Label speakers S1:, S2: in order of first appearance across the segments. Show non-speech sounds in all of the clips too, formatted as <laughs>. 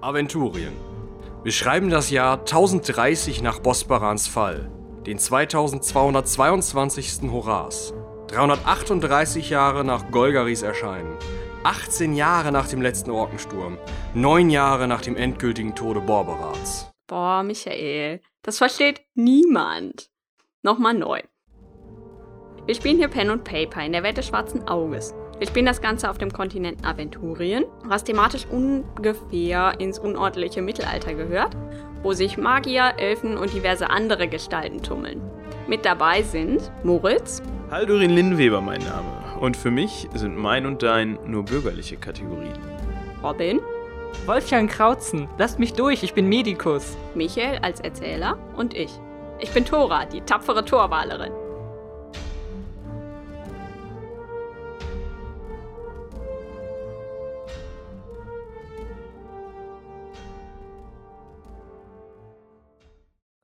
S1: Aventurien. Wir schreiben das Jahr 1030 nach Bosbarans Fall, den 2222. Horas, 338 Jahre nach Golgaris Erscheinen, 18 Jahre nach dem letzten Orkensturm, 9 Jahre nach dem endgültigen Tode Borberats.
S2: Boah, Michael, das versteht niemand. Nochmal neu. Wir spielen hier Pen und Paper in der Welt des schwarzen Auges. Wir spielen das Ganze auf dem Kontinent Aventurien, was thematisch ungefähr ins unordentliche Mittelalter gehört, wo sich Magier, Elfen und diverse andere Gestalten tummeln. Mit dabei sind Moritz,
S3: Haldurin Linnweber mein Name. Und für mich sind mein und dein nur bürgerliche Kategorien.
S2: Robin,
S4: Wolfgang Krautzen, lasst mich durch, ich bin Medikus.
S2: Michael als Erzähler und ich. Ich bin Tora, die tapfere Torwalerin.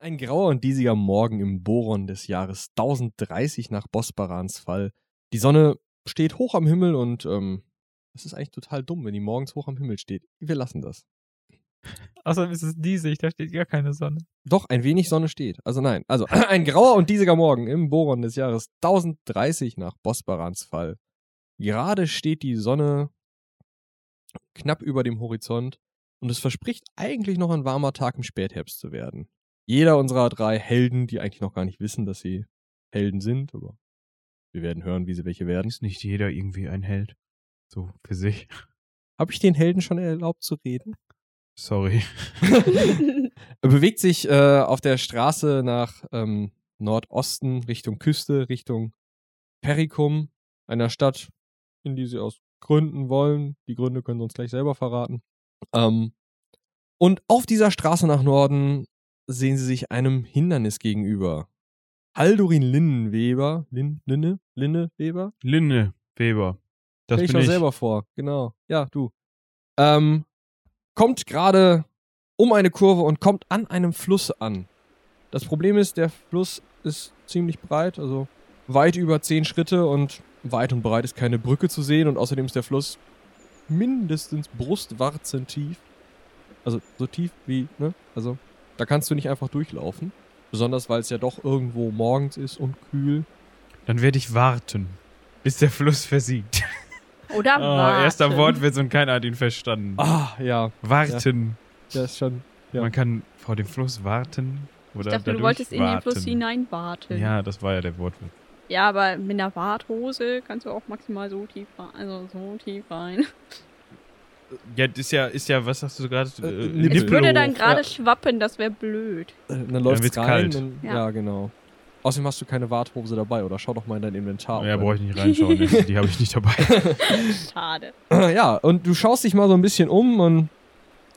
S1: Ein grauer und diesiger Morgen im Boron des Jahres 1030 nach Bosbarans Fall. Die Sonne steht hoch am Himmel und ähm, es ist eigentlich total dumm, wenn die morgens hoch am Himmel steht. Wir lassen das.
S5: Außerdem ist es diesig, da steht gar keine Sonne.
S1: Doch, ein wenig Sonne steht. Also nein. Also <clears throat> ein grauer und diesiger Morgen im Boron des Jahres 1030 nach Bosbarans Fall. Gerade steht die Sonne knapp über dem Horizont und es verspricht eigentlich noch ein warmer Tag im Spätherbst zu werden. Jeder unserer drei Helden, die eigentlich noch gar nicht wissen, dass sie Helden sind, aber wir werden hören, wie sie welche werden.
S6: Ist nicht jeder irgendwie ein Held. So für sich.
S1: Habe ich den Helden schon erlaubt zu reden?
S6: Sorry.
S1: <laughs> Er bewegt sich äh, auf der Straße nach ähm, Nordosten, Richtung Küste, Richtung Pericum, einer Stadt, in die sie aus Gründen wollen. Die Gründe können sie uns gleich selber verraten. Ähm, und auf dieser Straße nach Norden sehen sie sich einem Hindernis gegenüber. Haldurin Linnenweber, Lin, Linne, Linneweber,
S6: Linne Weber.
S1: Stell
S6: Das bin
S1: ich
S6: ich.
S1: doch selber vor, genau. Ja, du. Ähm, kommt gerade um eine Kurve und kommt an einem Fluss an. Das Problem ist, der Fluss ist ziemlich breit, also weit über zehn Schritte und weit und breit ist keine Brücke zu sehen und außerdem ist der Fluss mindestens Brustwarzen tief. Also so tief wie, ne? Also da kannst du nicht einfach durchlaufen. Besonders weil es ja doch irgendwo morgens ist und kühl.
S6: Dann werde ich warten, bis der Fluss versiegt.
S2: Oder
S6: Ah,
S2: warten.
S6: erster Wortwitz und keiner hat ihn verstanden.
S1: Ah, ja,
S6: Warten.
S1: das ist schon. äh, ja.
S6: Man kann vor dem Fluss warten.
S2: Ich
S6: Oder
S2: dachte, du
S6: dadurch
S2: wolltest in
S6: warten.
S2: den Fluss hinein warten.
S6: Ja, das war ja der Wortwitz.
S2: Ja, aber mit einer Warthose kannst du auch maximal so tief rein. Also so tief rein.
S6: Ja, ist ja, ist ja, was sagst du gerade?
S1: Äh,
S6: Äh,
S1: Nippel
S2: Es würde dann
S1: hoch,
S2: gerade
S1: ja.
S2: schwappen, das wäre blöd.
S1: Äh, Dann läuft es
S6: wird's
S1: rein.
S6: kalt.
S1: Dann, ja.
S2: Ja.
S1: genau. Außerdem hast du keine Warthose dabei, oder? Schau doch mal in dein Inventar.
S6: Ja,
S1: ob-
S6: brauche ich nicht reinschauen. ne? Die habe ich nicht dabei. <laughs>
S2: Schade.
S1: Äh, ja, und du schaust dich mal so ein bisschen um und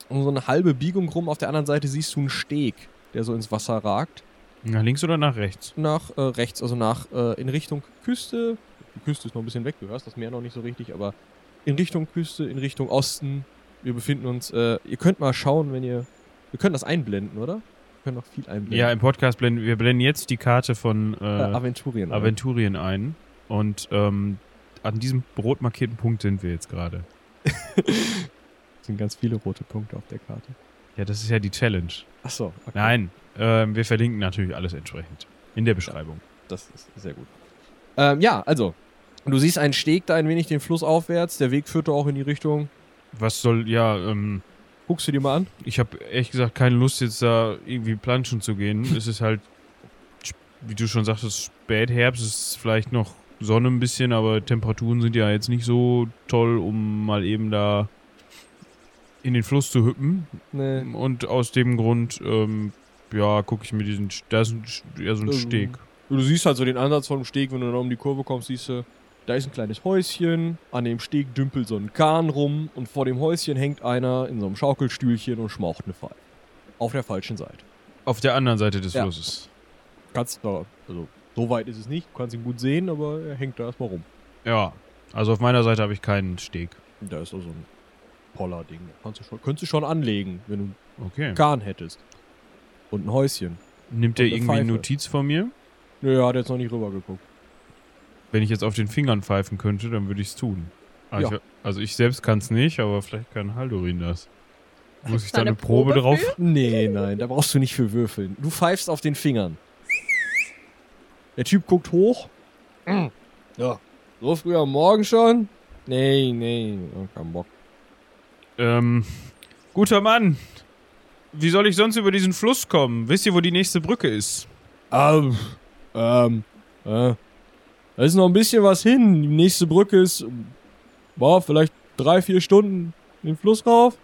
S1: um so eine halbe Biegung rum. Auf der anderen Seite siehst du einen Steg, der so ins Wasser ragt.
S6: Nach links oder nach rechts?
S1: Nach äh, rechts, also nach äh, in Richtung Küste. Die Küste ist noch ein bisschen weg, du hörst das Meer noch nicht so richtig, aber in Richtung Küste, in Richtung Osten. Wir befinden uns, äh, ihr könnt mal schauen, wenn ihr. Wir können das einblenden, oder? Wir können noch viel einblenden.
S6: Ja, im Podcast blenden wir blenden jetzt die Karte von
S1: äh,
S6: äh,
S1: Aventurien.
S6: Aventurien ein. Und ähm, an diesem rot markierten Punkt sind wir jetzt gerade.
S1: Es sind ganz viele rote Punkte auf der Karte.
S6: Ja, das ist ja die Challenge.
S1: Achso, okay.
S6: Nein, ähm, wir verlinken natürlich alles entsprechend in der Beschreibung.
S1: Das ist sehr gut. Ähm, ja, also, du siehst einen Steg da ein wenig den Fluss aufwärts. Der Weg führte auch in die Richtung.
S6: Was soll, ja, ähm,
S1: Guckst du dir mal an?
S6: ich habe ehrlich gesagt keine Lust, jetzt da irgendwie planschen
S1: <laughs>
S6: zu gehen. es ist halt, sp- wie du schon sagtest, Spätherbst, es ist vielleicht noch Sonne ein bisschen, aber Temperaturen sind ja jetzt nicht so toll, um mal eben da in den Fluss zu hüppen.
S1: Nee.
S6: Und aus dem Grund, ähm, ja, gucke ich mir diesen, St- da ist ein, St- ja, so ein
S1: Ähm,
S6: Steg.
S1: Du siehst halt so den Ansatz vom Steg, wenn du dann um die Kurve kommst, siehst du, da ist ein kleines Häuschen, an dem Steg dümpelt so ein Kahn rum und vor dem Häuschen hängt einer in so einem Schaukelstühlchen und schmaucht eine Pfeife. Auf der falschen Seite.
S6: Auf der anderen Seite des
S1: Ja.
S6: Flusses.
S1: Kannst da, also so weit ist es nicht, du kannst ihn gut sehen, aber er hängt da erstmal rum.
S6: Ja, also auf meiner Seite habe ich keinen Steg.
S1: Und da ist so so ein Poller-Ding. Kannst du schon, könntest du schon anlegen, wenn du
S6: Okay.
S1: Kahn hättest. Und ein Häuschen.
S6: Nimmt er
S1: Und eine
S6: irgendwie
S1: Pfeife.
S6: Notiz von mir?
S1: Naja, hat jetzt noch nicht rübergeguckt.
S6: Wenn ich jetzt auf den Fingern pfeifen könnte, dann würde ich es tun. Ah,
S1: Ja.
S6: ich, also ich selbst kann es nicht, aber vielleicht kann Haldorin das. Muss ich
S2: da
S6: da
S2: eine
S6: eine Probe
S2: Probe
S6: drauf?
S1: Nee, nein, da brauchst du nicht für würfeln. Du pfeifst auf den Fingern. Der Typ guckt hoch. Mm. Ja. So früh am Morgen schon? Nee, nee, oh, kein Bock.
S6: Ähm, guter Mann. Wie soll ich sonst über diesen Fluss kommen? Wisst ihr, wo die nächste Brücke ist?
S1: Ähm, ähm, äh, da ist noch ein bisschen was hin. Die nächste Brücke ist, ähm, boah, vielleicht drei, vier Stunden den Fluss rauf.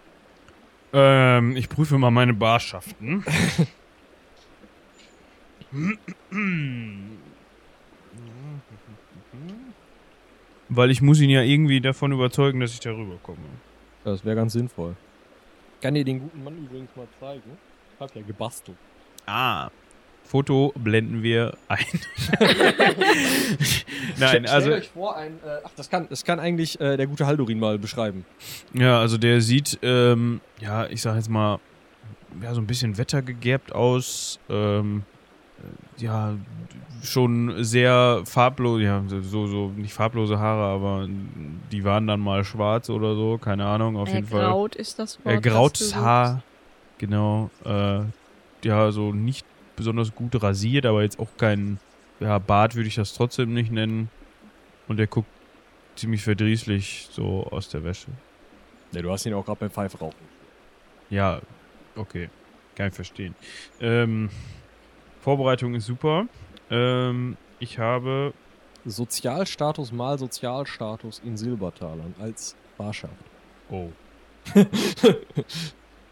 S6: Ähm, ich prüfe mal meine Barschaften. Weil ich muss ihn ja irgendwie davon überzeugen, dass ich da rüberkomme.
S1: Das wäre ganz sinnvoll. Kann dir den guten Mann übrigens mal zeigen. Ich hab ja gebastelt.
S6: Ah. Foto blenden wir ein. Nein,
S1: Stellt
S6: also
S1: euch vor, ein, äh, ach, das kann, das kann eigentlich äh, der gute Haldurin mal beschreiben.
S6: Ja, also der sieht, ähm, ja, ich sag jetzt mal, ja, so ein bisschen wettergegerbt aus. Ähm, äh, ja, schon sehr farblos, ja, so, so, nicht farblose Haare, aber die waren dann mal schwarz oder so, keine Ahnung, auf jeden Fall.
S7: Ergraut Äh, ist das Wort.
S6: Äh,
S7: das du
S6: grautes
S7: suchst.
S6: Haar, genau. Äh, ja, so nicht besonders gut rasiert, aber jetzt auch kein ja, Bart würde ich das trotzdem nicht nennen. Und er guckt ziemlich verdrießlich so aus der Wäsche.
S1: Ne, du hast ihn auch gerade beim Pfeifrauchen.
S6: Ja, okay. Kann ich verstehen. Ähm, Vorbereitung ist super. Ähm, ich habe.
S1: Sozialstatus mal Sozialstatus in Silbertalern als Barschaft.
S6: Oh.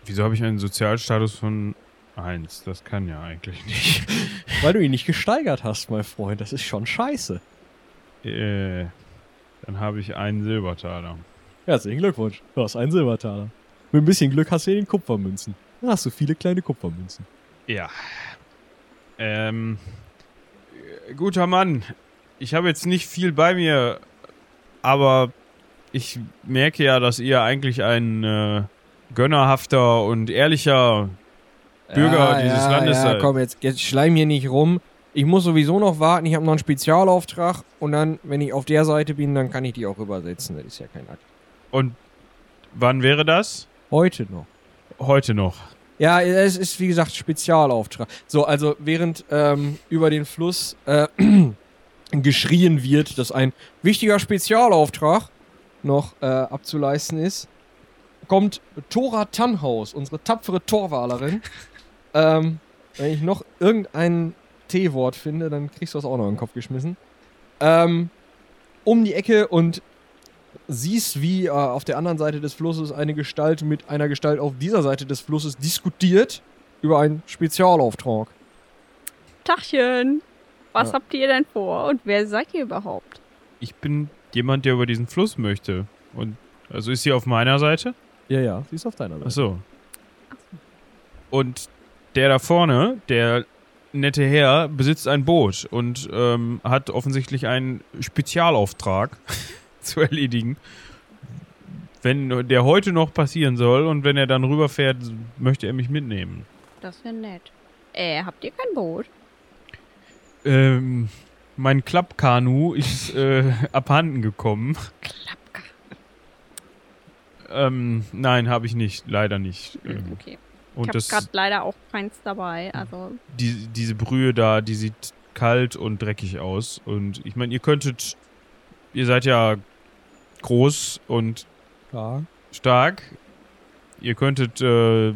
S6: Wieso habe ich einen Sozialstatus von 1? Das kann ja eigentlich nicht. <laughs>
S1: Weil du ihn nicht gesteigert hast, mein Freund. Das ist schon scheiße.
S6: Äh, dann habe ich einen Silbertaler.
S1: Herzlichen Glückwunsch. Du hast einen Silbertaler. Mit ein bisschen Glück hast du den Kupfermünzen. Dann hast du viele kleine Kupfermünzen.
S6: Ja. Ähm, äh, guter Mann, ich habe jetzt nicht viel bei mir, aber ich merke ja, dass ihr eigentlich ein äh, gönnerhafter und ehrlicher Bürger dieses Landes halt. seid.
S1: komm, jetzt, jetzt schleim hier nicht rum. Ich muss sowieso noch warten. Ich habe noch einen Spezialauftrag. Und dann, wenn ich auf der Seite bin, dann kann ich die auch übersetzen. Das ist ja kein Akt.
S6: Und wann wäre das?
S1: Heute noch.
S6: Heute noch.
S1: Ja, es ist wie gesagt Spezialauftrag. So, also während ähm, über den Fluss äh, <clears throat> geschrien wird, dass ein wichtiger Spezialauftrag noch äh, abzuleisten ist, kommt Tora Tannhaus, unsere tapfere Torwalerin. ähm, wenn ich noch irgendein T-Wort finde, dann kriegst du das auch noch in den Kopf geschmissen. Ähm, um die Ecke und siehst, wie äh, auf der anderen Seite des Flusses eine Gestalt mit einer Gestalt auf dieser Seite des Flusses diskutiert über einen Spezialauftrag.
S7: Tachchen. Was
S1: Ja.
S7: habt ihr denn vor und wer seid ihr überhaupt?
S6: Ich bin jemand, der über diesen Fluss möchte. Und also ist sie auf meiner Seite?
S1: Ja, ja, sie ist auf deiner
S6: Ach so. Und der da vorne, der nette Herr, besitzt ein Boot und ähm, hat offensichtlich einen Spezialauftrag <laughs> zu erledigen. Wenn der heute noch passieren soll und wenn er dann rüberfährt, möchte er mich mitnehmen.
S7: Das wäre nett. Äh, habt ihr kein Boot?
S6: Ähm, mein Klappkanu ist äh, <laughs> abhanden gekommen.
S7: Klappka.
S6: Ähm, nein, habe ich nicht, leider nicht. Ähm,
S7: Hm, Okay. Ich
S6: und
S7: hab
S6: das,
S7: grad leider auch keins dabei. Also,
S6: die, diese Brühe da, die sieht kalt und dreckig aus. Und ich meine, ihr könntet, ihr seid ja groß und
S1: Klar.
S6: stark. Ihr könntet, äh,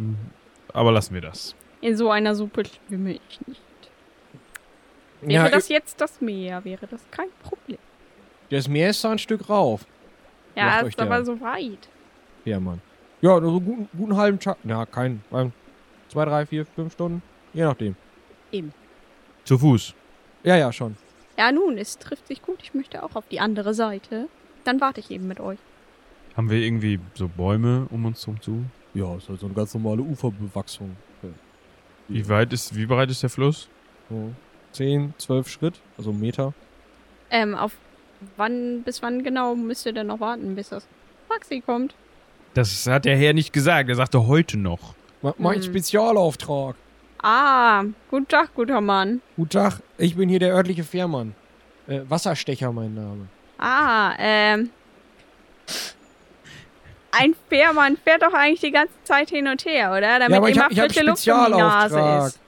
S6: aber lassen wir das.
S7: in so einer Suppe schwimme ich nicht. Wäre
S1: Ja,
S7: das jetzt das Meer, wäre das kein Problem.
S1: das Meer ist da ein Stück rauf.
S7: Ja,
S1: Macht
S7: ist
S1: euch der-
S7: aber so weit.
S1: Ja, Mann. Ja, nur so einen guten, guten halben Tag. Na, kein. ähm, Zwei, drei, vier, fünf Stunden. Je nachdem.
S6: Zu Fuß.
S1: Ja, ja, schon.
S7: Ja, nun, es trifft sich gut. Ich möchte auch auf die andere Seite. Dann warte ich eben mit euch.
S6: Haben wir irgendwie so Bäume um uns herum zu?
S1: Ja, ist halt so eine ganz normale Uferbewachsung.
S6: Wie weit ist, wie breit ist der Fluss?
S1: So. Zehn, zwölf Schritt, also Meter.
S7: Ähm, auf wann, bis wann genau müsst ihr denn noch warten, bis das Taxi kommt?
S6: Das hat der Herr nicht gesagt. Er sagte heute noch.
S1: Ma- Mein
S7: Hm.
S1: Spezialauftrag.
S7: Ah, guten Tag, guter Mann.
S1: Guten Tag, ich bin hier der örtliche Fährmann. Äh, Wasserstecher, mein Name.
S7: Ah, ähm. ein Fährmann fährt doch eigentlich die ganze Zeit hin und her, oder? Damit
S1: aber ich
S7: immer
S1: hab- ich hab
S7: frische
S1: einen
S7: Luft um die Nase
S1: Spezialauftrag.
S7: ist.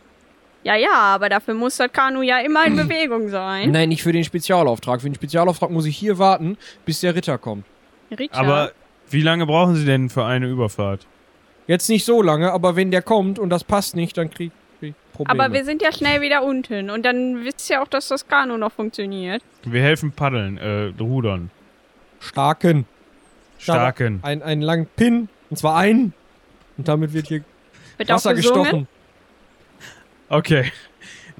S7: Ja, ja, aber dafür muss das Kanu ja immer
S1: <clears throat>
S7: in Bewegung sein.
S1: Nein, nicht für den Spezialauftrag. Für den Spezialauftrag muss ich hier warten, bis der Ritter kommt.
S7: Richard.
S6: Aber wie lange brauchen Sie denn für eine Überfahrt?
S1: Jetzt nicht so lange, aber wenn der kommt und das passt nicht, dann krieg ich Probleme.
S7: aber wir sind ja schnell wieder unten und dann wisst ihr auch, dass das Kanu noch funktioniert.
S6: Wir helfen paddeln, äh, rudern,
S1: starken.
S6: starken.
S1: Ein, einen langen Pin, und zwar einen. Und damit wird hier
S7: Wird
S1: Wasser
S7: auch gesungen.
S1: gestochen.
S6: Okay.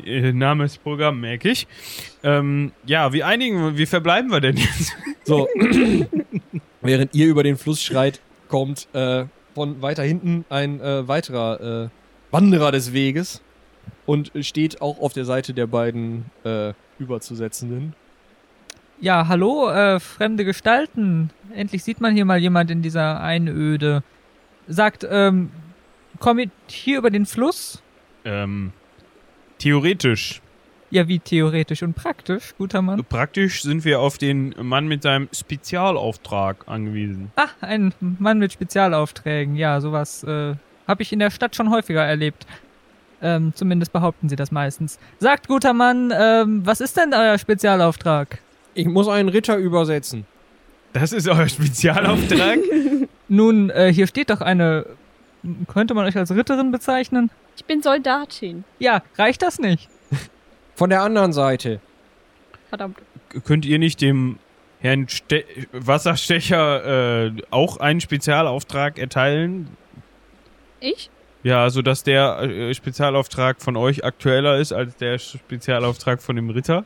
S6: Ihr Name ist Programm, merke ich. Ähm, ja, wie einigen, wie verbleiben wir denn jetzt? <laughs>
S1: So. Während ihr über den Fluss schreit, kommt äh, von weiter hinten ein äh, weiterer äh, Wanderer des Weges und steht auch auf der Seite der beiden äh, Überzusetzenden.
S5: Ja, hallo, äh, fremde Gestalten. Endlich sieht man hier mal jemand in dieser Einöde. Sagt, ähm, komm mit hier über den Fluss.
S6: Ähm, theoretisch.
S5: Ja, wie theoretisch und praktisch, guter Mann.
S6: Praktisch sind wir auf den Mann mit seinem Spezialauftrag angewiesen.
S5: Ah, ein Mann mit Spezialaufträgen. Ja, sowas äh, habe ich in der Stadt schon häufiger erlebt. Ähm, zumindest behaupten sie das meistens. Sagt, guter Mann, ähm, was ist denn euer Spezialauftrag?
S1: Ich muss einen Ritter übersetzen.
S6: Das ist euer Spezialauftrag?
S5: Nun, äh, hier steht doch eine. Könnte man euch als Ritterin bezeichnen?
S7: Ich bin Soldatin.
S5: Ja, reicht das nicht?
S1: Von der anderen Seite.
S7: Verdammt.
S6: K- Könnt ihr nicht dem Herrn Ste Wasserstecher äh, auch einen Spezialauftrag erteilen?
S7: Ich?
S6: Ja, sodass der äh, Spezialauftrag von euch aktueller ist als der Spezialauftrag von dem Ritter?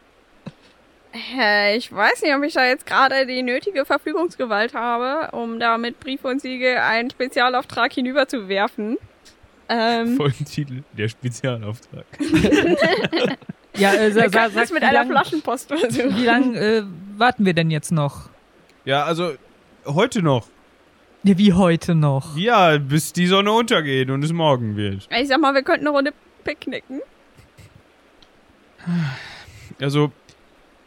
S7: Äh, ich weiß nicht, ob ich da jetzt gerade die nötige Verfügungsgewalt habe, um da mit Brief und Siegel einen Spezialauftrag hinüberzuwerfen.
S2: Mhm.
S7: Ähm,
S6: Vollen Titel, der Spezialauftrag.
S5: Ja, äh,
S7: <laughs>
S5: sa
S7: wir
S5: sa
S7: könnten
S5: sagt,
S7: es mit
S5: wie
S7: einer
S5: lang,
S7: Flaschenpost versuchen.
S5: wie lang äh, warten wir denn jetzt noch?
S6: Ja, also heute noch.
S5: Ja, wie heute noch?
S6: Ja, bis die Sonne untergeht und es morgen wird.
S7: Ich sag mal, wir könnten eine Runde picknicken.
S6: Also,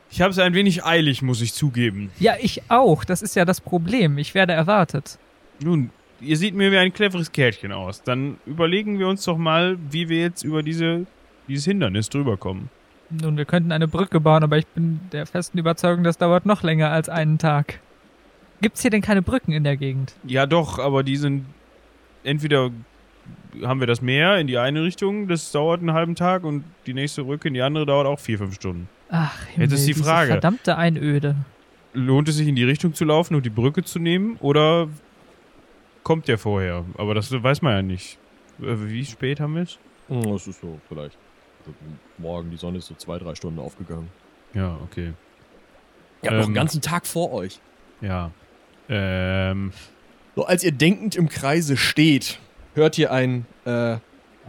S6: ich habe es ein wenig eilig, muss ich zugeben.
S5: Ja, ich auch. Das ist ja das Problem. Ich werde erwartet.
S6: Nun, ihr seht mir wie ein cleveres Kärtchen aus. Dann überlegen wir uns doch mal, wie wir jetzt über diese, dieses Hindernis drüber kommen.
S5: Nun, wir könnten eine Brücke bauen, aber ich bin der festen Überzeugung, das dauert noch länger als einen Tag. Gibt's hier denn keine Brücken in der Gegend?
S6: Ja, doch, aber die sind. Entweder haben wir das Meer in die eine Richtung, das dauert einen halben Tag, und die nächste Brücke in die andere dauert auch vier, fünf Stunden.
S5: Ach, Himmel,
S6: ist die
S5: diese
S6: Frage.
S5: verdammte Einöde.
S6: Lohnt es sich, in die Richtung zu laufen und die Brücke zu nehmen, oder kommt der vorher? Aber das weiß man ja nicht. Äh, Wie spät haben wir es?
S1: Hm, das ist so, vielleicht. Also, Morgen, die Sonne ist so zwei, drei Stunden aufgegangen.
S6: Ja, okay.
S1: Ihr habt noch
S6: Ähm.
S1: einen ganzen Tag vor euch.
S6: Ja. Ähm.
S1: So, als ihr denkend im Kreise steht, hört ihr ein äh,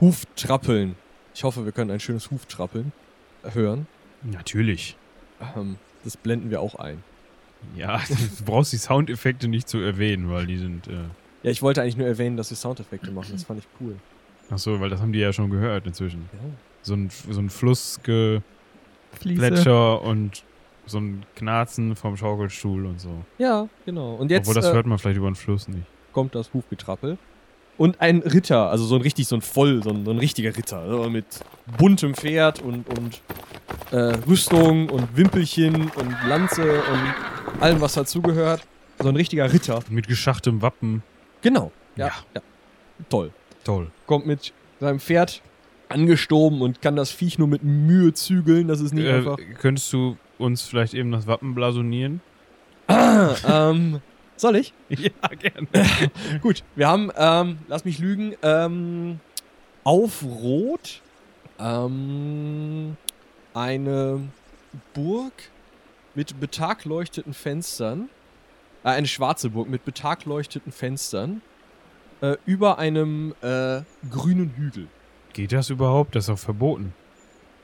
S1: Huftrappeln. Ich hoffe, wir können ein schönes Huftrappeln äh, hören.
S6: Natürlich.
S1: Ähm, das blenden wir auch ein.
S6: Ja, <laughs> du brauchst die Soundeffekte nicht zu erwähnen, weil die sind. Äh,
S1: Ja, ich wollte eigentlich nur erwähnen, dass wir Soundeffekte machen. Das fand ich cool.
S6: ach so, weil das haben die ja schon gehört inzwischen.
S1: Ja.
S6: So ein, so ein Flussgeplätscher
S5: Fließe.
S6: und so ein Knarzen vom Schaukelstuhl und so.
S1: Ja, genau. Und jetzt
S6: Obwohl das
S1: äh,
S6: hört man vielleicht über den Fluss nicht.
S1: kommt das Hufgetrappel. Und ein Ritter, also so ein richtig, so ein voll, so ein, so ein richtiger Ritter, so mit buntem Pferd und, und äh, Rüstung und Wimpelchen und Lanze und allem, was dazugehört. So ein richtiger Ritter.
S6: Mit geschachtem Wappen.
S1: Genau. Ja.
S6: Ja.
S1: ja. Toll.
S6: Toll.
S1: Kommt mit seinem Pferd angestoben und kann das Viech nur mit Mühe zügeln. Das ist nicht
S6: Äh, <laughs>
S1: einfach.
S6: könntest du uns vielleicht eben das Wappen blasonieren?
S1: ähm, soll ich?
S6: <laughs> ja, gerne.
S1: Gut, wir haben, ähm, lass mich lügen, ähm, auf Rot ähm, eine Burg mit betagleuchteten Fenstern. Äh, eine schwarze Burg mit betagleuchteten Fenstern. Äh, über einem äh, grünen Hügel.
S6: Geht das überhaupt? Das ist doch verboten.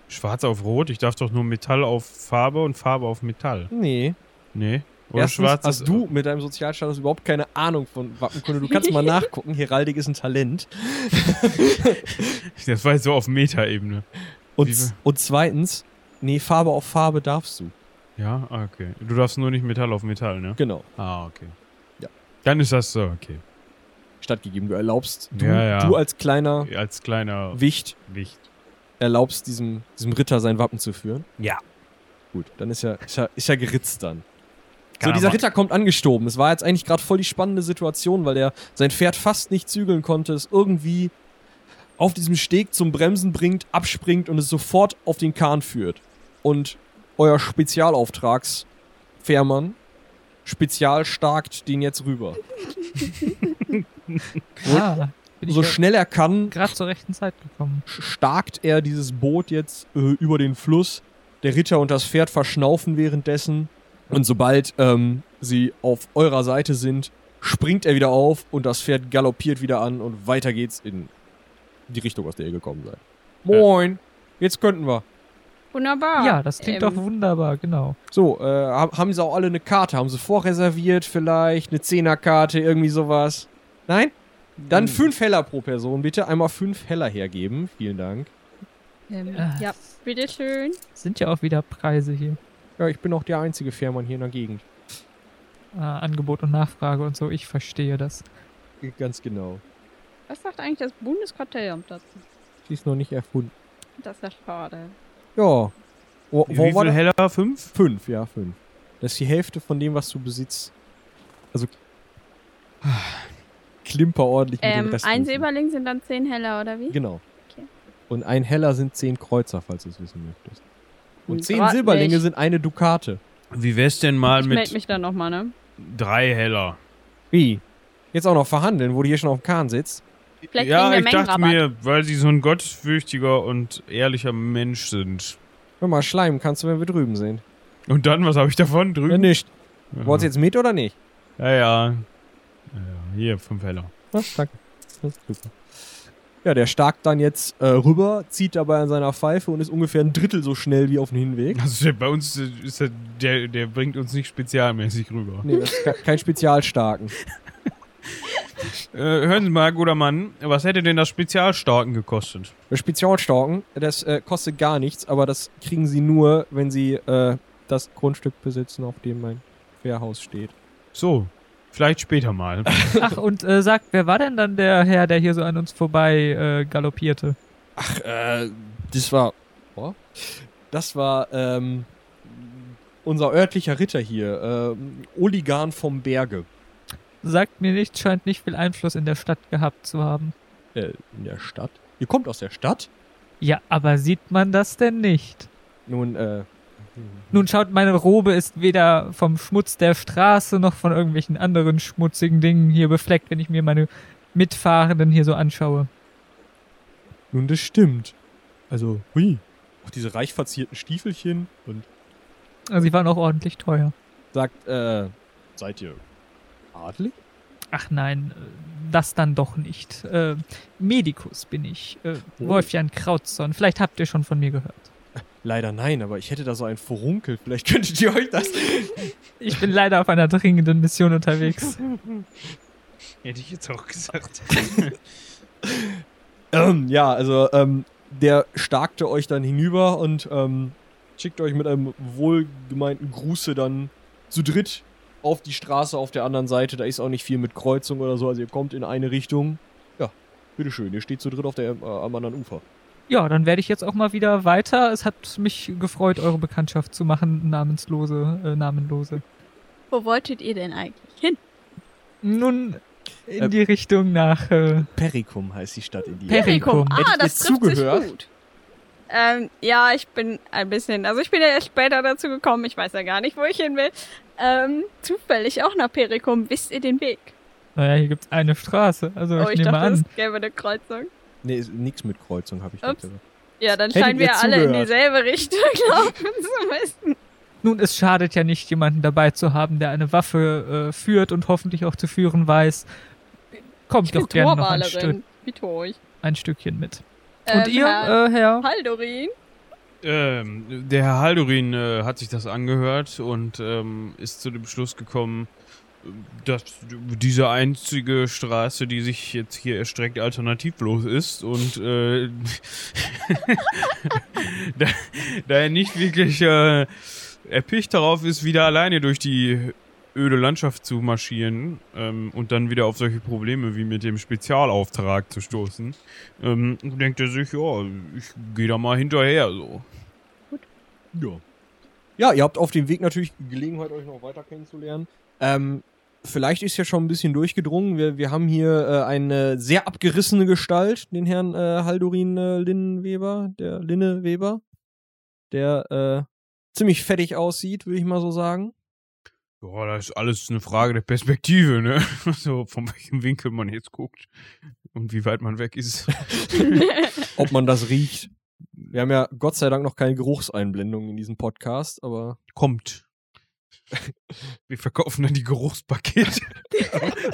S6: Schwarz auf Rot, ich darf doch nur Metall auf Farbe und Farbe auf Metall.
S1: Nee.
S6: Nee. Oder
S1: Erstens
S6: schwarz
S1: hast du mit deinem Sozialstatus überhaupt keine Ahnung von Wappenkunde. Du kannst <laughs> mal nachgucken. Heraldik ist ein Talent.
S6: <laughs> Das war jetzt so auf Meta-Ebene. Wie
S1: Und,
S6: wir-
S1: und zweitens, nee, Farbe auf Farbe darfst du.
S6: Ja, ah, okay. Du darfst nur nicht Metall auf Metall, ne?
S1: Genau.
S6: Ah, okay.
S1: Ja.
S6: Dann ist das so, okay.
S1: stattgegeben. Du erlaubst, du,
S6: Ja, ja.
S1: du als kleiner
S6: Als kleiner
S1: Wicht
S6: Wicht.
S1: erlaubst diesem, diesem Ritter sein Wappen zu führen.
S6: Ja.
S1: Gut, dann ist ja, ist ja, ist ja geritzt dann.
S6: Kann
S1: so,
S6: er
S1: dieser
S6: machen.
S1: Ritter kommt angestoben. Es war jetzt eigentlich gerade voll die spannende Situation, weil er sein Pferd fast nicht zügeln konnte, es irgendwie auf diesem Steg zum Bremsen bringt, abspringt und es sofort auf den Kahn führt. Und euer Spezialauftragsfährmann spezialstarkt den jetzt rüber.
S5: Ah, bin ich
S1: So schnell er kann,
S5: gerade zur rechten Zeit gekommen.
S1: starkt er dieses Boot jetzt äh, über den Fluss. Der Ritter und das Pferd verschnaufen währenddessen. Und sobald ähm, sie auf eurer Seite sind, springt er wieder auf und das Pferd galoppiert wieder an und weiter geht's in die Richtung, aus der ihr gekommen seid. Äh. Moin, jetzt könnten wir.
S7: Wunderbar.
S5: ja, das klingt
S7: ähm,
S5: doch wunderbar, genau.
S1: So, äh, ha- haben sie auch alle eine Karte? Haben sie vorreserviert vielleicht? Eine Zehnerkarte, irgendwie sowas? Nein? Dann fünf Heller pro Person, bitte. Einmal fünf Heller hergeben. Vielen Dank.
S7: Ähm,
S5: Ah.
S7: ja, bitteschön.
S5: Sind ja auch wieder Preise hier.
S1: Ja, ich bin auch der einzige Fährmann hier in der Gegend.
S5: Ah, Angebot und Nachfrage und so, ich verstehe
S7: <laughs>
S5: das.
S1: Ganz genau.
S7: Was sagt eigentlich das Bundeskartellamt dazu?
S1: Die ist noch nicht erfunden.
S7: Das ist ja schade.
S1: Ja. Wo,
S6: Wie viel
S1: das?
S6: heller? Fünf?
S1: Fünf, ja, fünf. Das ist die Hälfte von dem, was du besitzt. Also. Klimper ordentlich mit dem
S7: Ähm,
S1: Rest.
S7: ein
S1: oben.
S7: Silberling sind dann zehn Heller, oder wie?
S1: Genau.
S7: Okay.
S1: Und ein Heller sind zehn Kreuzer, falls du es wissen möchtest. Und
S7: Hm,
S1: zehn
S7: grad
S1: Silberlinge
S7: nicht.
S1: sind eine Dukate.
S6: Wie wär's denn mal
S7: Ich melde
S6: mit
S7: mich dann nochmal, ne?
S6: drei heller?
S1: Wie? Jetzt auch noch verhandeln, wo du hier schon auf dem Kahn sitzt.
S7: Vielleicht
S6: ja,
S7: kriegen wir
S6: ich dachte
S7: Mengenrabatt.
S6: mir, weil sie so ein gottesfürchtiger und ehrlicher Mensch sind.
S1: Hör mal, schleimen kannst du, wenn wir drüben sind.
S6: Und dann, was habe ich
S1: Hm.
S6: davon?
S1: Ja,
S6: Drüben?
S1: nicht.
S6: Ja,
S1: Wollt's jetzt mit oder nicht?
S6: ja, ja. ja, ja. Hier, fünf heller.
S1: Was? Danke. Das ist super. Ja, der starkt dann jetzt äh, rüber, zieht dabei an seiner Pfeife und ist ungefähr ein Drittel so schnell wie auf dem Hinweg.
S6: Also der, bei uns äh, ist der, der, der bringt uns nicht spezialmäßig rüber.
S1: Nee, das ist ke- kein Spezialstarken.
S6: Äh, hören Sie mal, guter Mann, was hätte denn das Spezialstarken gekostet?
S1: Das Spezialstarken, das äh, kostet gar nichts, aber das kriegen sie nur, wenn sie äh, das Grundstück besitzen, auf dem mein Wehrhaus steht.
S6: So, vielleicht später mal.
S5: Ach, und äh, sagt, wer war denn dann der Herr, der hier so an uns vorbei äh, galoppierte?
S1: Äh, das war. Oh, das war ähm, unser örtlicher Ritter hier, ähm, Oligan vom Berge.
S5: Sagt mir nichts, scheint nicht viel Einfluss in der Stadt gehabt zu haben.
S1: Äh, in der Stadt. Ihr kommt aus der Stadt?
S5: Ja, aber sieht man das denn nicht?
S1: Nun, äh,
S5: Nun schaut, meine Robe ist weder vom Schmutz der Straße noch von irgendwelchen anderen schmutzigen Dingen hier befleckt, wenn ich mir meine Mitfahrenden hier so anschaue.
S1: nun, das stimmt. Also, hui. Auch diese reich verzierten Stiefelchen und
S5: Also sie waren auch ordentlich teuer.
S1: sagt, äh, seid ihr adelig?
S5: Ach nein, äh, das dann doch nicht. Äh, Medikus bin ich. Äh,
S1: Oh.
S5: Wolfjan Krautzorn. Vielleicht habt ihr schon von mir gehört.
S1: Leider nein, aber ich hätte da so einen Furunkel. Vielleicht könntet ihr euch das.
S5: Ich bin leider auf einer dringenden Mission
S1: <laughs>
S5: unterwegs.
S6: hätte ich jetzt auch gesagt.
S1: Ähm, ja, also, ähm, der starkte euch dann hinüber und ähm, schickt euch mit einem wohlgemeinten Gruße dann zu dritt auf die Straße auf der anderen Seite. Da ist auch nicht viel mit Kreuzung oder so. Also, ihr kommt in eine Richtung. Ja, bitteschön, ihr steht zu dritt auf der, äh, am anderen Ufer.
S5: Ja, dann werde ich jetzt auch mal wieder weiter. Es hat mich gefreut, eure Bekanntschaft zu machen, namenslose, äh, namenlose.
S7: Wo wolltet ihr denn eigentlich hin?
S5: Nun in
S1: Äh,
S5: die Richtung nach äh,
S1: Pericum heißt die Stadt in die
S5: Per- Perikum.
S7: Ah,
S1: Hättet
S7: das
S1: ihr
S7: trifft
S1: zugehört?
S7: sich gut. Ähm, ja, ich bin ein bisschen, also ich bin ja erst später dazu gekommen, ich weiß ja gar nicht, wo ich hin will. Ähm, zufällig auch nach Perikum, wisst ihr den Weg?
S5: Naja, hier gibt's eine Straße. Also
S7: oh,
S5: ich
S7: ich
S5: nehme
S7: dachte,
S5: an.
S7: es gäbe eine Kreuzung.
S1: Nee, ist nix mit Kreuzung, habe ich
S7: Ups.
S1: gesagt.
S7: Ja, dann
S1: Hättet
S7: scheinen
S1: ihr
S7: wir alle in
S1: zugehört?
S2: <laughs>
S7: dieselbe Richtung laufen zu müssen.
S5: Nun, es schadet ja nicht, jemanden dabei zu haben, der eine Waffe äh, führt und hoffentlich auch zu führen weiß. Kommt
S7: Ich
S5: doch
S7: bin
S5: gerne noch ein, Stück,
S7: Torwalerin. Wie Torch.
S5: ein Stückchen mit.
S7: Ähm,
S5: und ihr,
S7: Herr
S5: Herr, äh, Herr?
S7: Haldorin?
S6: Ähm, der Herr Haldurin äh, hat sich das angehört und ähm, ist zu dem Schluss gekommen, dass diese einzige Straße, die sich jetzt hier erstreckt, alternativlos ist und äh, <laughs> da, da er nicht wirklich äh, erpicht darauf ist, wieder alleine durch die öde Landschaft zu marschieren ähm, und dann wieder auf solche Probleme wie mit dem Spezialauftrag zu stoßen, ähm, denkt er sich, ja, ich gehe da mal hinterher, so.
S1: Ja. Ja, ihr habt auf dem Weg natürlich die Gelegenheit, euch noch weiter kennenzulernen. Ähm, vielleicht ist ja schon ein bisschen durchgedrungen. Wir, wir haben hier äh, eine sehr abgerissene Gestalt, den Herrn äh, Haldurin äh, Linnenweber, der Linne Weber, der äh, ziemlich fettig aussieht, würde ich mal so sagen.
S6: Ja, da ist alles eine Frage der Perspektive, ne? <laughs> So, von welchem Winkel man jetzt guckt und wie weit man weg ist.
S1: Ob man das riecht. Wir haben ja Gott sei Dank noch keine Geruchseinblendung in diesem Podcast, aber
S6: Kommt. Wir verkaufen dann die Geruchspakete.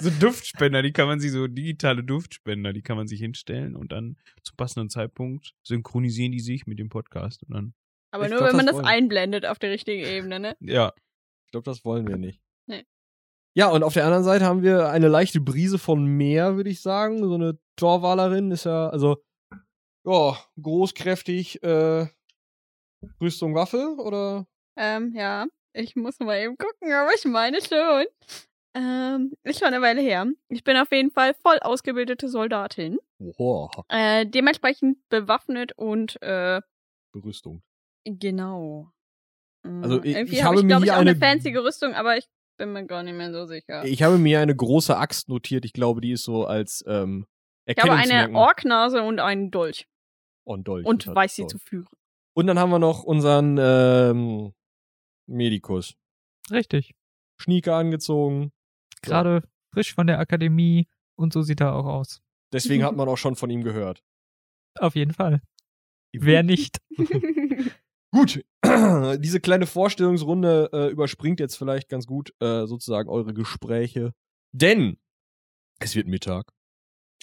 S6: so Duftspender, die kann man sich, so digitale Duftspender, die kann man sich hinstellen und dann zum passenden Zeitpunkt synchronisieren die sich mit dem Podcast und dann,
S2: Aber
S1: Ich
S2: nur,
S1: glaub,
S2: wenn man
S1: das
S2: das
S1: wollen wir.
S2: einblendet auf der richtigen Ebene, ne?
S6: ja,
S1: ich glaube, das wollen wir nicht.
S2: Hm. Nee.
S1: Ja, und auf der anderen Seite haben wir eine leichte Brise von Meer, würde ich sagen. So eine Torwalerin ist ja, also, ja, großkräftig, äh, Rüstung Waffe oder?
S2: Ähm, ja, ich muss mal eben gucken, aber ich meine schon. Ähm, ist schon eine Weile her. Ich bin auf jeden Fall voll ausgebildete Soldatin.
S1: Boah,
S2: Äh, dementsprechend bewaffnet und, äh,
S1: Berüstung.
S2: genau. Mhm.
S1: Also, ich-
S2: Irgendwie
S1: ich
S2: hab
S1: habe mir
S2: glaub ich,
S1: hier
S2: auch eine
S1: eine-
S2: fancy Rüstung, aber ich bin mir gar nicht mehr so sicher. Ich,
S1: Ich habe mir eine große Axt notiert. Ich glaube, die ist so als, ähm,
S2: habe eine
S1: Erkennungsmerkmal.
S2: Orknase und einen Dolch
S1: und Dolch.
S2: und
S1: hat-
S2: weiß sie
S1: so.
S2: zu führen.
S1: Und dann haben wir noch unseren, ähm, Medikus.
S5: Richtig.
S1: Schnieke angezogen.
S5: Gerade frisch von der Akademie und so sieht er auch aus.
S2: <laughs>
S1: Deswegen hat man auch schon von ihm gehört.
S5: Auf jeden Fall. Wer nicht?
S1: Gut, <clears throat> diese kleine Vorstellungsrunde äh, überspringt jetzt vielleicht ganz gut äh, sozusagen eure Gespräche. Denn es wird Mittag.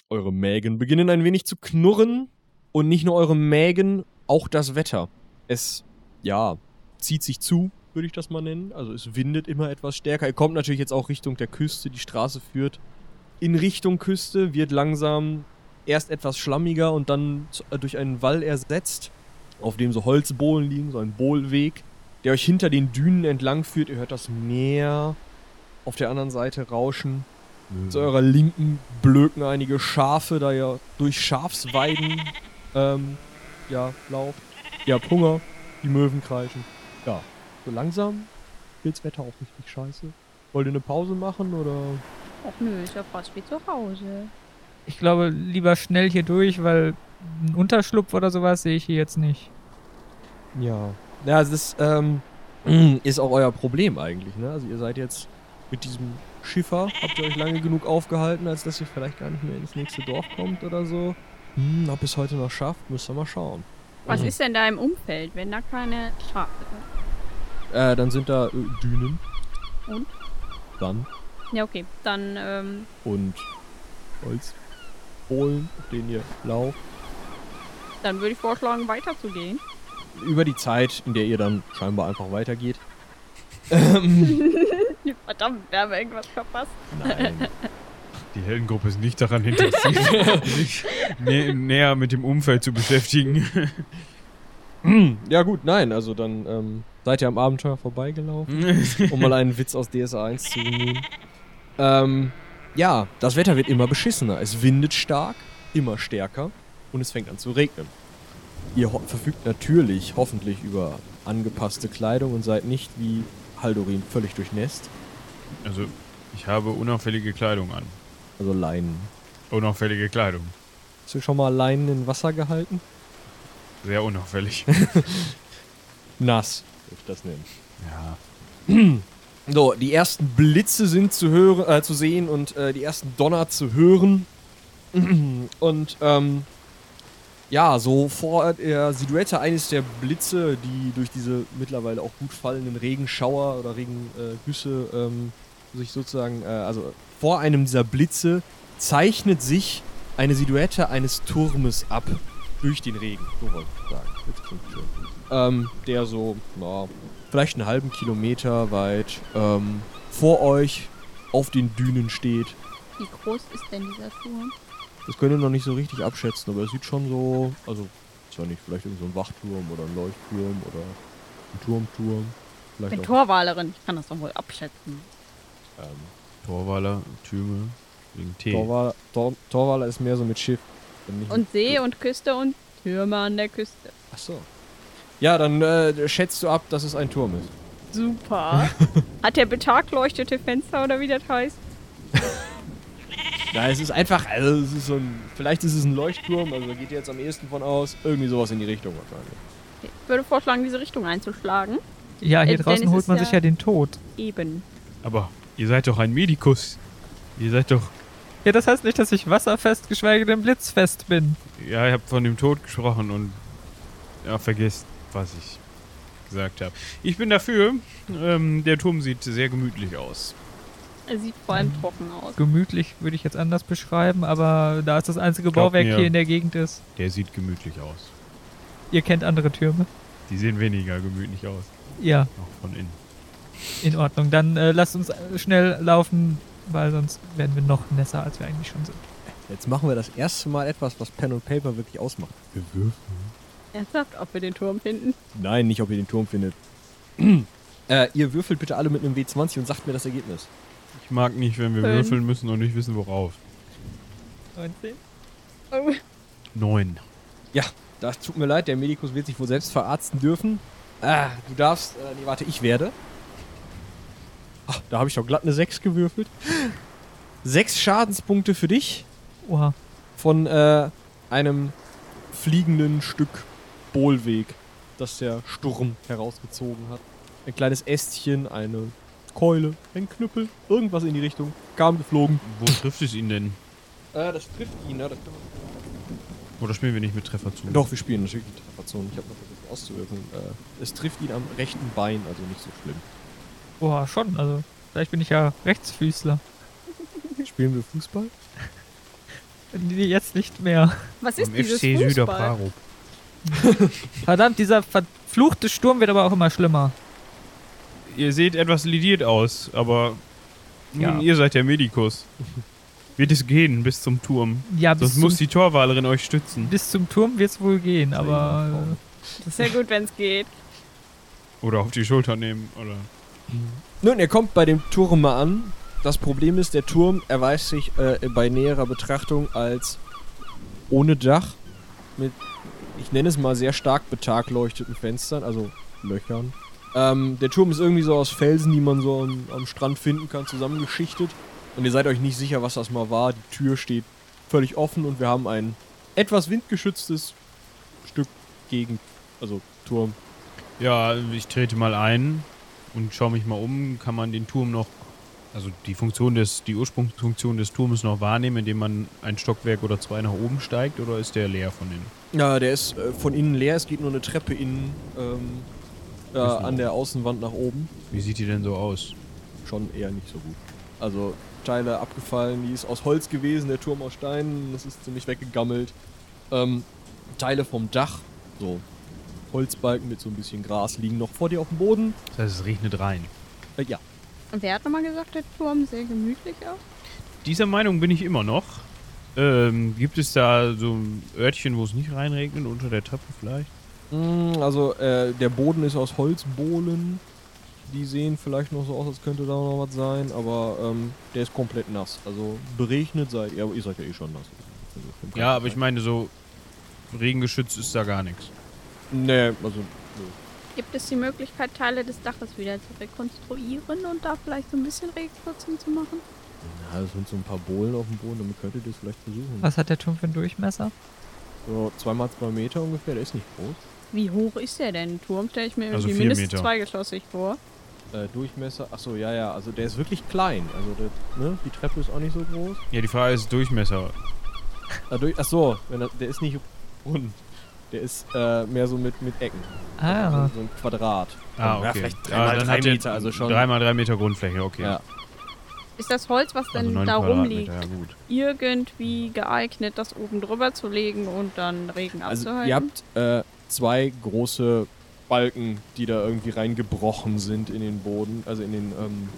S1: Eure Mägen beginnen ein wenig zu knurren. Und nicht nur eure Mägen, auch das Wetter. Es, ja, zieht sich zu, würde ich das mal nennen. Also es windet immer etwas stärker. Ihr kommt natürlich jetzt auch Richtung der Küste. Die Straße führt in Richtung Küste, wird langsam erst etwas schlammiger und dann zu, äh, durch einen Wall ersetzt auf dem so Holzbohlen liegen, so ein Bohlweg, der euch hinter den Dünen entlang führt. Ihr hört das Meer auf der anderen Seite rauschen. Zu eurer Linken blöken einige Schafe, da ihr durch Schafsweiden ähm, ja, lauft. Ihr habt Hunger, die Möwen kreischen. Ja, so langsam wird's Wetter auch richtig scheiße. Wollt ihr eine Pause machen oder?
S2: Ach nö, ist ja fast wie zu Hause.
S5: Ich glaube, lieber schnell hier durch, weil einen Unterschlupf oder sowas sehe ich hier jetzt nicht.
S1: Ja. Ja, das ist, ähm, <clears throat> ist auch euer Problem eigentlich, ne? Also ihr seid jetzt mit diesem Schiffer, habt ihr euch lange genug aufgehalten, als dass ihr vielleicht gar nicht mehr ins nächste Dorf kommt oder so. Hm, ob ihr es heute noch schafft, müsst ihr mal schauen.
S2: Was ist denn da im Umfeld, wenn da keine Schafe sind?
S1: Äh, dann sind da äh, Dünen.
S2: Und?
S1: Dann.
S2: Ja, okay, dann, ähm,
S1: Und Holzbohlen, auf denen ihr lauft.
S2: Dann würde ich vorschlagen, weiterzugehen.
S1: Über die Zeit, in der ihr dann scheinbar einfach weitergeht.
S2: Verdammt, wir haben irgendwas verpasst.
S1: Nein.
S6: die Heldengruppe ist nicht daran interessiert, sich nä näher mit dem Umfeld zu beschäftigen.
S1: ja gut, nein, also dann ähm, seid ihr am Abenteuer vorbeigelaufen. um mal einen Witz aus DSA 1 zu nehmen. Ähm, ja, das Wetter wird immer beschissener. Es windet stark, immer stärker und es fängt an zu regnen. Ihr ho- verfügt natürlich hoffentlich über angepasste Kleidung und seid nicht wie Haldorin völlig durchnässt.
S6: also, ich habe unauffällige Kleidung an.
S1: Also Leinen.
S6: Unauffällige Kleidung.
S1: Hast du schon mal Leinen in Wasser gehalten?
S6: Sehr unauffällig.
S1: Nass, würde ich das nennen.
S6: ja.
S1: <clears throat> So, die ersten Blitze sind zu hören, äh, zu sehen und äh, die ersten Donner zu hören. <clears throat> Und ähm, ja, so fordert er Silhouette eines der Blitze, die durch diese mittlerweile auch gut fallenden Regenschauer oder Regengüsse ähm, sich sozusagen, äh, also vor einem dieser Blitze zeichnet sich eine Silhouette eines Turmes ab durch den Regen. So wollte ich sagen. Jetzt klingt schön. Ähm, der so, na, vielleicht einen halben Kilometer weit ähm, vor euch auf den Dünen steht.
S2: Wie groß ist denn dieser Turm?
S1: Das könnt ihr noch nicht so richtig abschätzen, aber es sieht schon so, also ist ja nicht vielleicht irgend so ein Wachturm oder ein Leuchtturm oder ein Turmturm. Vielleicht
S2: Bin
S1: auch.
S2: Torwalerin, ich kann das doch wohl abschätzen.
S6: Ähm, Torwaler, Türme, wegen T.
S1: Torwal- Tor, Torwaler ist mehr so mit Schiff. nicht
S2: Und See und Küste und Türme an der Küste.
S1: Ach so. Ja, dann äh, schätzt du ab, dass es ein Turm ist.
S2: Super. Hat der betagleuchtete Fenster oder wie das heißt?
S1: Ja, es ist einfach, also es ist so ein, vielleicht ist es ein Leuchtturm, also da geht ihr jetzt am ehesten von aus, irgendwie sowas in die Richtung wahrscheinlich.
S2: Ich würde vorschlagen, diese Richtung einzuschlagen.
S5: Ja, hier
S2: Äh,
S5: draußen
S2: Dennis
S5: holt
S2: ist
S5: man
S2: ja-
S5: sich ja den Tod.
S2: Eben.
S6: Aber ihr seid doch ein Medikus. Ihr seid doch.
S5: Ja, das heißt nicht, dass ich wasserfest, geschweige denn blitzfest bin.
S6: Ja, ich habe von dem Tod gesprochen und. Ja, vergesst, was ich gesagt habe. Ich bin dafür. Ähm, der Turm sieht sehr gemütlich aus.
S2: Es sieht vor allem trocken aus.
S5: Gemütlich würde ich jetzt anders beschreiben, aber da es das einzige
S6: Glaub
S5: Bauwerk
S6: mir.
S5: hier in der Gegend ist,
S6: Der sieht gemütlich aus.
S5: ihr kennt andere Türme.
S6: Die sehen weniger gemütlich aus.
S5: Ja,
S6: Auch von innen.
S5: in Ordnung. Dann äh, lasst uns äh, schnell laufen, weil sonst werden wir noch nässer, als wir eigentlich schon sind.
S1: Jetzt machen wir das erste Mal etwas, was Pen und Paper wirklich ausmacht.
S2: Ernsthaft, ob wir den Turm finden?
S1: Nein, nicht, ob ihr den Turm findet. äh, ihr würfelt bitte alle mit einem W20 und sagt mir das Ergebnis.
S6: Ich mag nicht, wenn wir
S2: Fünf.
S6: würfeln müssen und nicht wissen, worauf.
S5: 19?
S2: Oh.
S6: Neun.
S1: Das tut mir leid, der Medikus wird sich wohl selbst verarzten dürfen. Ah, du darfst, äh, nee, warte, ich werde. Ach, da habe ich doch glatt eine 6 gewürfelt. Sechs Schadenspunkte für dich.
S5: Oha.
S1: von äh, einem fliegenden Stück Bohlweg, das der Sturm herausgezogen hat. Ein kleines Ästchen, eine Keule, ein Knüppel, irgendwas in die Richtung, kam geflogen.
S6: Wo trifft es ihn denn?
S1: Äh, das trifft ihn, ne? Das
S6: Oder spielen wir nicht mit Treffer zu?
S1: Doch, wir spielen natürlich die Trefferzone. Ich habe noch versucht auszuwirken. Äh, es trifft ihn am rechten Bein, also nicht so schlimm.
S5: Oha, schon. Also, vielleicht bin ich ja Rechtsfüßler.
S1: Spielen wir Fußball?
S5: Nee, Jetzt nicht mehr.
S2: Was ist
S6: Am
S2: dieses
S6: FC
S2: Fußball?
S6: Süderprarup.
S5: <laughs> Verdammt, dieser verfluchte Sturm wird aber auch immer schlimmer.
S6: Ihr seht etwas lidiert aus, aber
S5: Ja.
S6: nun, ihr seid der Medikus. Wird es gehen bis zum Turm?
S5: Ja, bis,
S6: Sonst muss
S5: zum,
S6: die Torwalerin euch stützen.
S5: bis zum Turm wird es wohl gehen, aber
S2: Das ist ja gut, wenn es geht.
S6: Oder auf die Schulter nehmen. Oder
S1: Nun, er kommt bei dem Turm mal an. Das Problem ist, der Turm erweist sich äh, bei näherer Betrachtung als ohne Dach mit, ich nenne es mal, sehr stark betagleuchteten Fenstern, also Löchern. Ähm, der Turm ist irgendwie so aus Felsen, die man so am, am Strand finden kann, zusammengeschichtet. Und ihr seid euch nicht sicher, was das mal war. Die Tür steht völlig offen und wir haben ein etwas windgeschütztes Stück Gegend, also Turm.
S6: ja, ich trete mal ein und schaue mich mal um. Kann man den Turm noch, also die Funktion des, die Ursprungsfunktion des Turmes noch wahrnehmen, indem man ein Stockwerk oder zwei nach oben steigt? Oder ist der leer von innen?
S1: Ja, der ist äh, von innen leer, es geht nur eine Treppe innen ähm, äh,
S6: nach
S1: an der Außenwand nach oben.
S6: Wie sieht die denn so aus?
S1: Schon eher nicht so gut. Also Teile abgefallen, die ist aus Holz gewesen, der Turm aus Steinen, das ist ziemlich weggegammelt. Ähm, Teile vom Dach, so Holzbalken mit so ein bisschen Gras liegen noch vor dir auf dem Boden.
S6: Das heißt, es regnet rein.
S1: Äh, ja,
S2: Und wer hat nochmal gesagt, der Turm sehr gemütlich aus?
S6: Dieser Meinung bin ich immer noch. Ähm, gibt es da so ein Örtchen, wo es nicht reinregnet, unter der Treppe vielleicht?
S1: Mm, also äh, der Boden ist aus Holzbohlen. Die sehen vielleicht noch so aus, als könnte da noch was sein, aber ähm, der ist komplett nass. Also beregnet seid ihr, aber ihr seid ja eh schon nass. Also, schlimm kann
S6: Ja,
S1: das
S6: aber ich
S1: sein.
S6: meine, so regengeschützt ist da gar nichts.
S1: Nee, also
S2: Gibt es die Möglichkeit, Teile des Daches wieder zu rekonstruieren und da vielleicht so ein bisschen Regenschützung zu machen?
S1: na, das sind so ein paar Bohlen auf dem Boden, damit könntet ihr es vielleicht versuchen.
S5: was hat der Turm für einen Durchmesser?
S1: So zweimal zwei Meter ungefähr, der ist nicht groß.
S2: Wie hoch ist der denn? Turm stelle ich mir
S6: Also
S2: irgendwie
S6: vier
S2: mindestens
S6: Meter.
S2: zweigeschossig vor.
S1: Äh, Durchmesser, achso, ja, ja, also der ist wirklich klein. Also der, ne, die Treppe ist auch nicht so groß.
S6: Ja, die Frage ist Durchmesser.
S1: Ah, durch, achso, wenn er, der ist nicht rund. Der ist äh, mehr so mit, mit Ecken.
S5: Ah,
S1: Also so ein Quadrat.
S6: Ah, okay.
S1: Ja, vielleicht dreimal
S6: dann
S1: drei
S6: hat der
S1: Meter, also schon-
S6: Dreimal drei Meter Grundfläche, okay.
S1: Ja.
S2: Ist das Holz, was
S6: Also
S2: denn
S6: neun
S2: da rumliegt,
S6: Quadratmeter, ja gut.
S2: irgendwie geeignet, das oben drüber zu legen und dann Regen
S1: Also
S2: abzuhalten?
S1: ihr habt äh, zwei große Balken, die da irgendwie reingebrochen sind in den Boden, also in den ähm,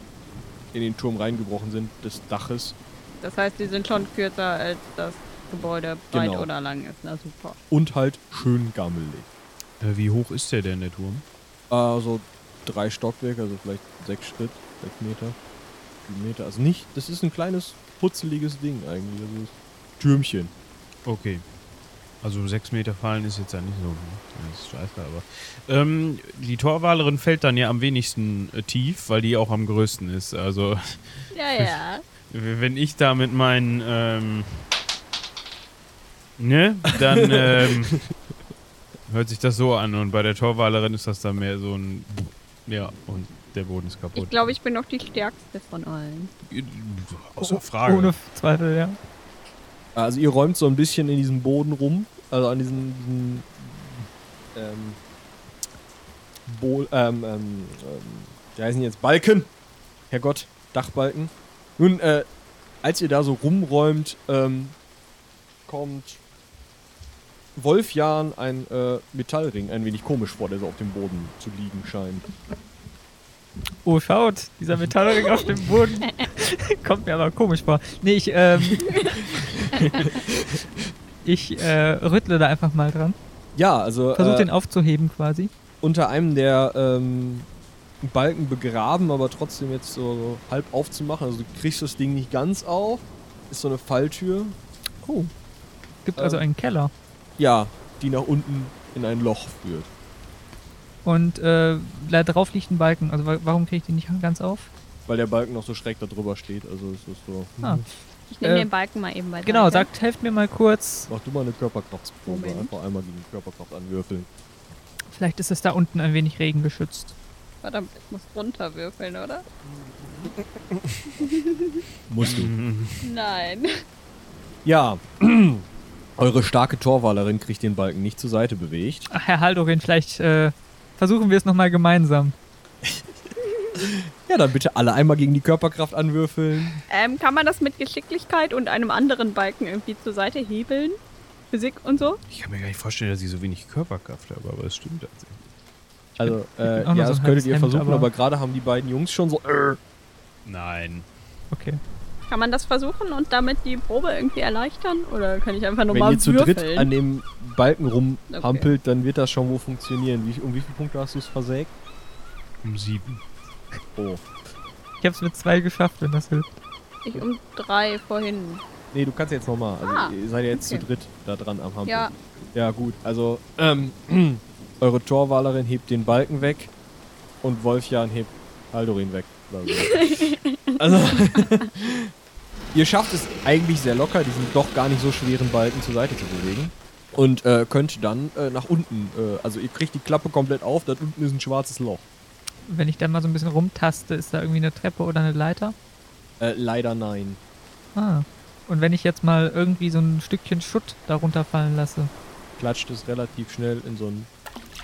S1: in den Turm reingebrochen sind des Daches.
S2: das heißt, die sind schon kürzer, als das Gebäude breit
S1: Genau.
S2: oder lang ist. Na super.
S1: und halt schön gammelig.
S6: Äh, wie hoch ist der denn, der Turm?
S1: Also drei Stockwerke, also vielleicht sechs Schritt, sechs Meter. Meter. Also nicht, das ist ein kleines, putzeliges Ding eigentlich. Also das Türmchen.
S6: Okay. Also sechs Meter fallen ist jetzt ja nicht so. ne? Das ist scheiße, aber. Ähm, die Torwalerin fällt dann ja am wenigsten äh, tief, weil die auch am größten ist. Also,
S7: Ja, ja.
S6: wenn ich da mit meinen. Ähm, ne? Dann ähm, hört sich das so an. Und bei der Torwalerin ist das dann mehr so ein. Ja, und der Boden ist kaputt.
S7: Ich glaube, ich bin noch die stärkste von allen.
S6: Außer Frage.
S5: Ohne Zweifel, ja.
S1: Also ihr räumt so ein bisschen in diesem Boden rum, also an diesem, diesem ähm, Bo ähm, ähm, ähm, wie heißen die jetzt? Balken? Herrgott, Dachbalken. Nun, äh, als ihr da so rumräumt, ähm, kommt Wolfjan ein äh, Metallring ein wenig komisch vor, der so auf dem Boden zu liegen scheint.
S5: Oh, schaut, dieser Metallring auf dem Boden. Kommt mir aber komisch vor. Nee, ich, ähm. ich, äh, rüttle da einfach mal dran.
S1: Ja, also
S5: Versuch
S1: äh,
S5: den aufzuheben quasi.
S1: unter einem der ähm, Balken begraben, aber trotzdem jetzt so halb aufzumachen. Also du kriegst das Ding nicht ganz auf. Ist so eine Falltür.
S5: Oh. Gibt also
S1: ähm,
S5: einen Keller.
S1: Ja, die nach unten in ein Loch führt.
S5: Und, äh, da drauf liegt ein Balken. Also, wa- warum kriege ich den nicht ganz auf?
S1: Weil der Balken noch so schräg da drüber steht. Also es ist so.
S5: Ah,
S7: Ich nehme
S5: Äh,
S7: den Balken mal eben bei
S5: genau, sagt, helft mir mal kurz.
S1: Mach du mal eine Körperkraftsprobe.
S7: Moment.
S1: Einfach einmal gegen Körperkraft anwürfeln.
S5: Vielleicht ist es da unten ein wenig regengeschützt.
S7: Verdammt, ich muss runterwürfeln, oder?
S1: Musst du.
S7: Nein.
S1: Mhm.
S7: <laughs>
S1: Ja. <clears throat> Eure starke Torwalerin kriegt den Balken nicht zur Seite bewegt.
S5: Ach, Herr Haldorin, vielleicht, äh, versuchen wir es nochmal gemeinsam.
S1: Ja, dann bitte alle einmal gegen die Körperkraft anwürfeln.
S7: Ähm, kann man das mit Geschicklichkeit und einem anderen Balken irgendwie zur Seite hebeln? Physik und so?
S6: Ich kann mir gar nicht vorstellen, dass ich so wenig Körperkraft habe, aber es stimmt. Also.
S1: Also, äh,
S5: bin auch nur
S1: ja,
S5: so
S1: das
S5: ein
S1: könntet ihr
S5: halbes Hemd,
S1: versuchen, aber,
S5: aber-
S1: gerade haben die beiden Jungs schon so. Äh,
S6: Nein.
S5: Okay.
S7: Kann man das versuchen und damit die Probe irgendwie erleichtern? Oder kann ich einfach
S1: Wenn
S7: normal
S1: ihr zu dritt
S7: würfeln?
S1: an dem Balken
S7: Okay.
S1: rumhampelt, dann wird das schon wohl funktionieren. Wie, um wie viele Punkte hast du es versägt?
S6: Um sieben.
S1: Oh.
S5: Ich hab's mit zwei geschafft, wenn das hilft.
S7: ich um drei vorhin.
S1: Nee, du kannst jetzt nochmal. Also,
S7: Ah,
S1: ihr seid ja jetzt
S7: okay.
S1: zu dritt da dran am Hampeln.
S7: Ja,
S1: Ja, gut. Also, ähm, <clears throat> eure Torwalerin hebt den Balken weg und Wolfjan hebt Aldorin weg. oder
S7: <laughs>
S1: so. also, <laughs> ihr schafft es eigentlich sehr locker, diesen doch gar nicht so schweren Balken zur Seite zu bewegen. Und äh, könnt dann äh, nach unten, äh, also ihr kriegt die Klappe komplett auf, da unten ist ein schwarzes Loch.
S5: Wenn ich da mal so ein bisschen rumtaste, ist da irgendwie eine Treppe oder eine Leiter?
S1: Äh, leider nein.
S5: Ah. Und wenn ich jetzt mal irgendwie so ein Stückchen Schutt darunter fallen lasse.
S1: Klatscht es relativ schnell in so einen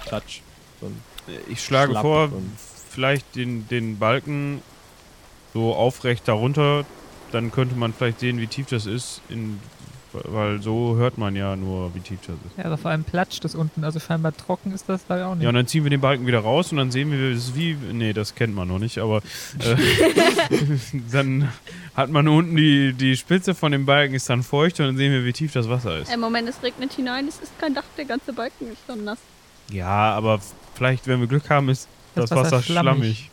S1: Klatsch. So einen
S6: Äh, Ich schlage
S1: Schlapp
S6: vor,
S1: und-
S6: vielleicht den, den Balken so aufrecht darunter. Dann könnte man vielleicht sehen, wie tief das ist. In, weil so hört man ja nur, wie tief das ist.
S5: Ja, aber vor allem platscht es unten, also scheinbar trocken ist das da ja auch nicht.
S6: Ja, ne. und dann ziehen wir den Balken wieder raus und dann sehen wir, es ist wie. Nee, das kennt man noch nicht, aber. Äh, <laughs> dann hat man unten die, die Spitze von dem Balken, ist dann feucht und dann sehen wir, wie tief das Wasser ist.
S7: im Moment, es regnet hinein, es ist kein Dach, der ganze Balken ist schon nass.
S6: Ja, aber vielleicht, wenn wir Glück haben, ist das, Wasser, schlammig.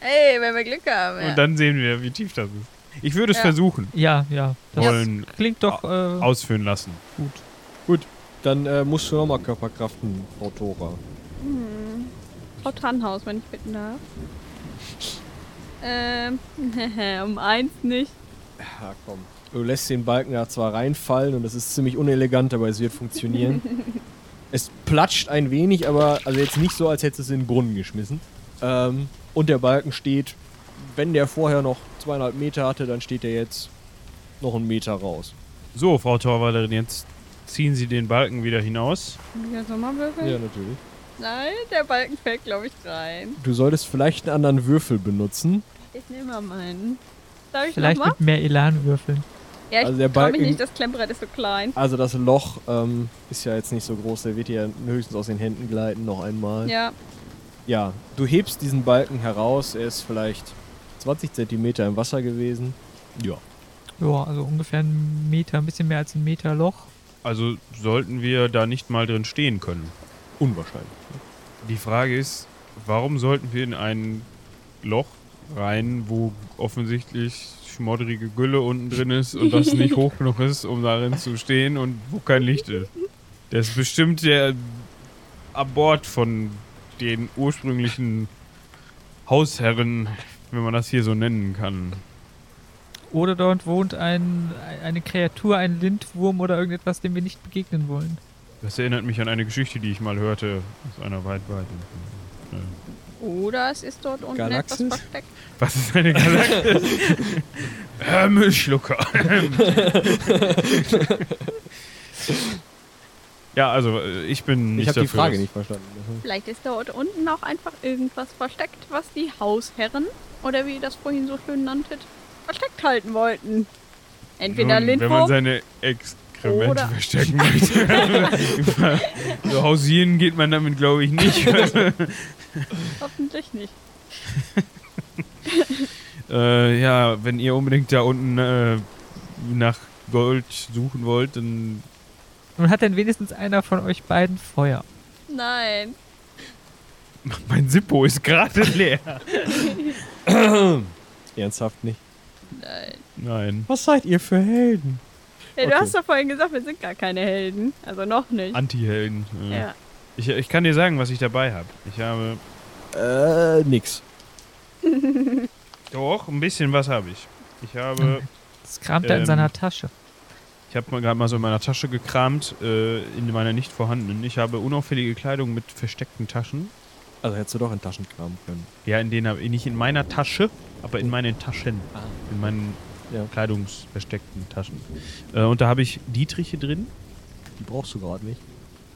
S7: Ey, wenn wir Glück haben. Ja.
S6: Und dann sehen wir, wie tief das ist. Ich würde es
S7: Ja.
S6: versuchen.
S5: ja, ja. Das
S6: Wollen
S5: klingt doch äh,
S6: ausführen lassen.
S5: gut.
S1: Dann äh, musst du nochmal Körperkraften, Frau Tora.
S7: Hm. Frau Tannhaus, wenn ich bitten darf. Ähm, <laughs> um eins nicht.
S1: Ja, komm. Du lässt den Balken da zwar reinfallen und das ist ziemlich unelegant, aber es wird funktionieren. es platscht ein wenig, aber also jetzt nicht so, als hättest du es in den Brunnen geschmissen. Ähm, und der Balken steht, wenn der vorher noch zweieinhalb Meter hatte, dann steht der jetzt noch einen Meter raus.
S6: So, Frau Torwalderin, jetzt ziehen Sie den Balken wieder hinaus.
S7: Kann ich jetzt nochmal
S2: Hm.
S7: würfeln?
S1: Ja, natürlich.
S7: Nein, der Balken fällt, glaube ich, rein.
S1: Du solltest vielleicht einen anderen Würfel benutzen.
S7: Ich nehme mal meinen. Darf ich
S5: Vielleicht
S7: nochmal?
S5: mit mehr Elan würfeln.
S7: Ja, ich
S1: Also der
S7: trau mich
S1: Balken-
S7: nicht, das Klemmbrett ist so klein.
S1: Also das Loch ähm, ist ja jetzt nicht so groß, der wird dir ja höchstens aus den Händen gleiten noch einmal.
S7: Ja,
S1: Ja, du hebst diesen Balken heraus. Er ist vielleicht 20 Zentimeter im Wasser gewesen. Ja.
S5: Ja, also ungefähr einen Meter, ein bisschen mehr als ein Meter Loch.
S6: Also sollten wir da nicht mal drin stehen können.
S1: Unwahrscheinlich.
S6: Die Frage ist, warum sollten wir in ein Loch rein, wo offensichtlich schmodderige Gülle unten drin ist und das nicht hoch genug ist, um darin zu stehen und wo kein Licht ist. Das ist bestimmt der Abort von den ursprünglichen Hausherren, wenn man das hier so nennen kann.
S5: Oder dort wohnt ein, eine Kreatur, ein Lindwurm oder irgendetwas, dem wir nicht begegnen wollen.
S6: Das erinnert mich an eine Geschichte, die ich mal hörte aus einer weit, weit.
S2: Oder es ist dort unten
S1: Galaxis?
S2: etwas versteckt.
S6: Was ist eine Galaxis? <laughs> äh, Müllschlucker. ja, also äh, ich bin nicht
S1: Ich habe
S6: dafür.
S1: die Frage
S6: dass-
S1: nicht verstanden.
S2: Vielleicht ist dort unten auch einfach irgendwas versteckt, was die Hausherren, oder wie ihr das vorhin so schön nanntet, versteckt halten wollten. Entweder
S6: Nun, Wenn man
S2: Lindwurm
S6: seine Exkremente
S2: Oder- <laughs>
S6: verstecken möchte. so hausieren geht man damit, glaube ich, nicht.
S2: Hoffentlich nicht.
S6: äh, ja, wenn ihr unbedingt da unten äh, nach Gold suchen wollt, dann
S5: Nun hat denn wenigstens einer von euch beiden Feuer.
S2: Nein.
S6: mein Sippo ist gerade leer. <laughs>
S1: Ernsthaft nicht.
S2: Nein.
S6: Nein,
S1: Was seid ihr für Helden?
S2: Ja, du
S1: Okay.
S2: hast doch vorhin gesagt, wir sind gar keine Helden. Also noch nicht.
S6: Anti-Helden. äh.
S2: ja.
S6: Ich, ich kann dir sagen, was ich dabei habe. Ich habe
S1: Äh, nix.
S6: Doch, ein bisschen was habe ich. Ich habe,
S5: Das kramt er
S6: Ähm.
S5: in seiner Tasche.
S6: ich habe mal gerade mal so in meiner Tasche gekramt, äh, in meiner nicht vorhandenen. Ich habe unauffällige Kleidung mit versteckten Taschen.
S1: Also hättest du doch in Taschen kramen können.
S6: Ja, in denen habe ich nicht in meiner Tasche, aber in meinen Taschen,
S1: Ah.
S6: in meinen
S1: Ja.
S6: Kleidungsversteckten Taschen. Äh, und da habe ich Dietriche drin,
S1: Die brauchst du gerade nicht.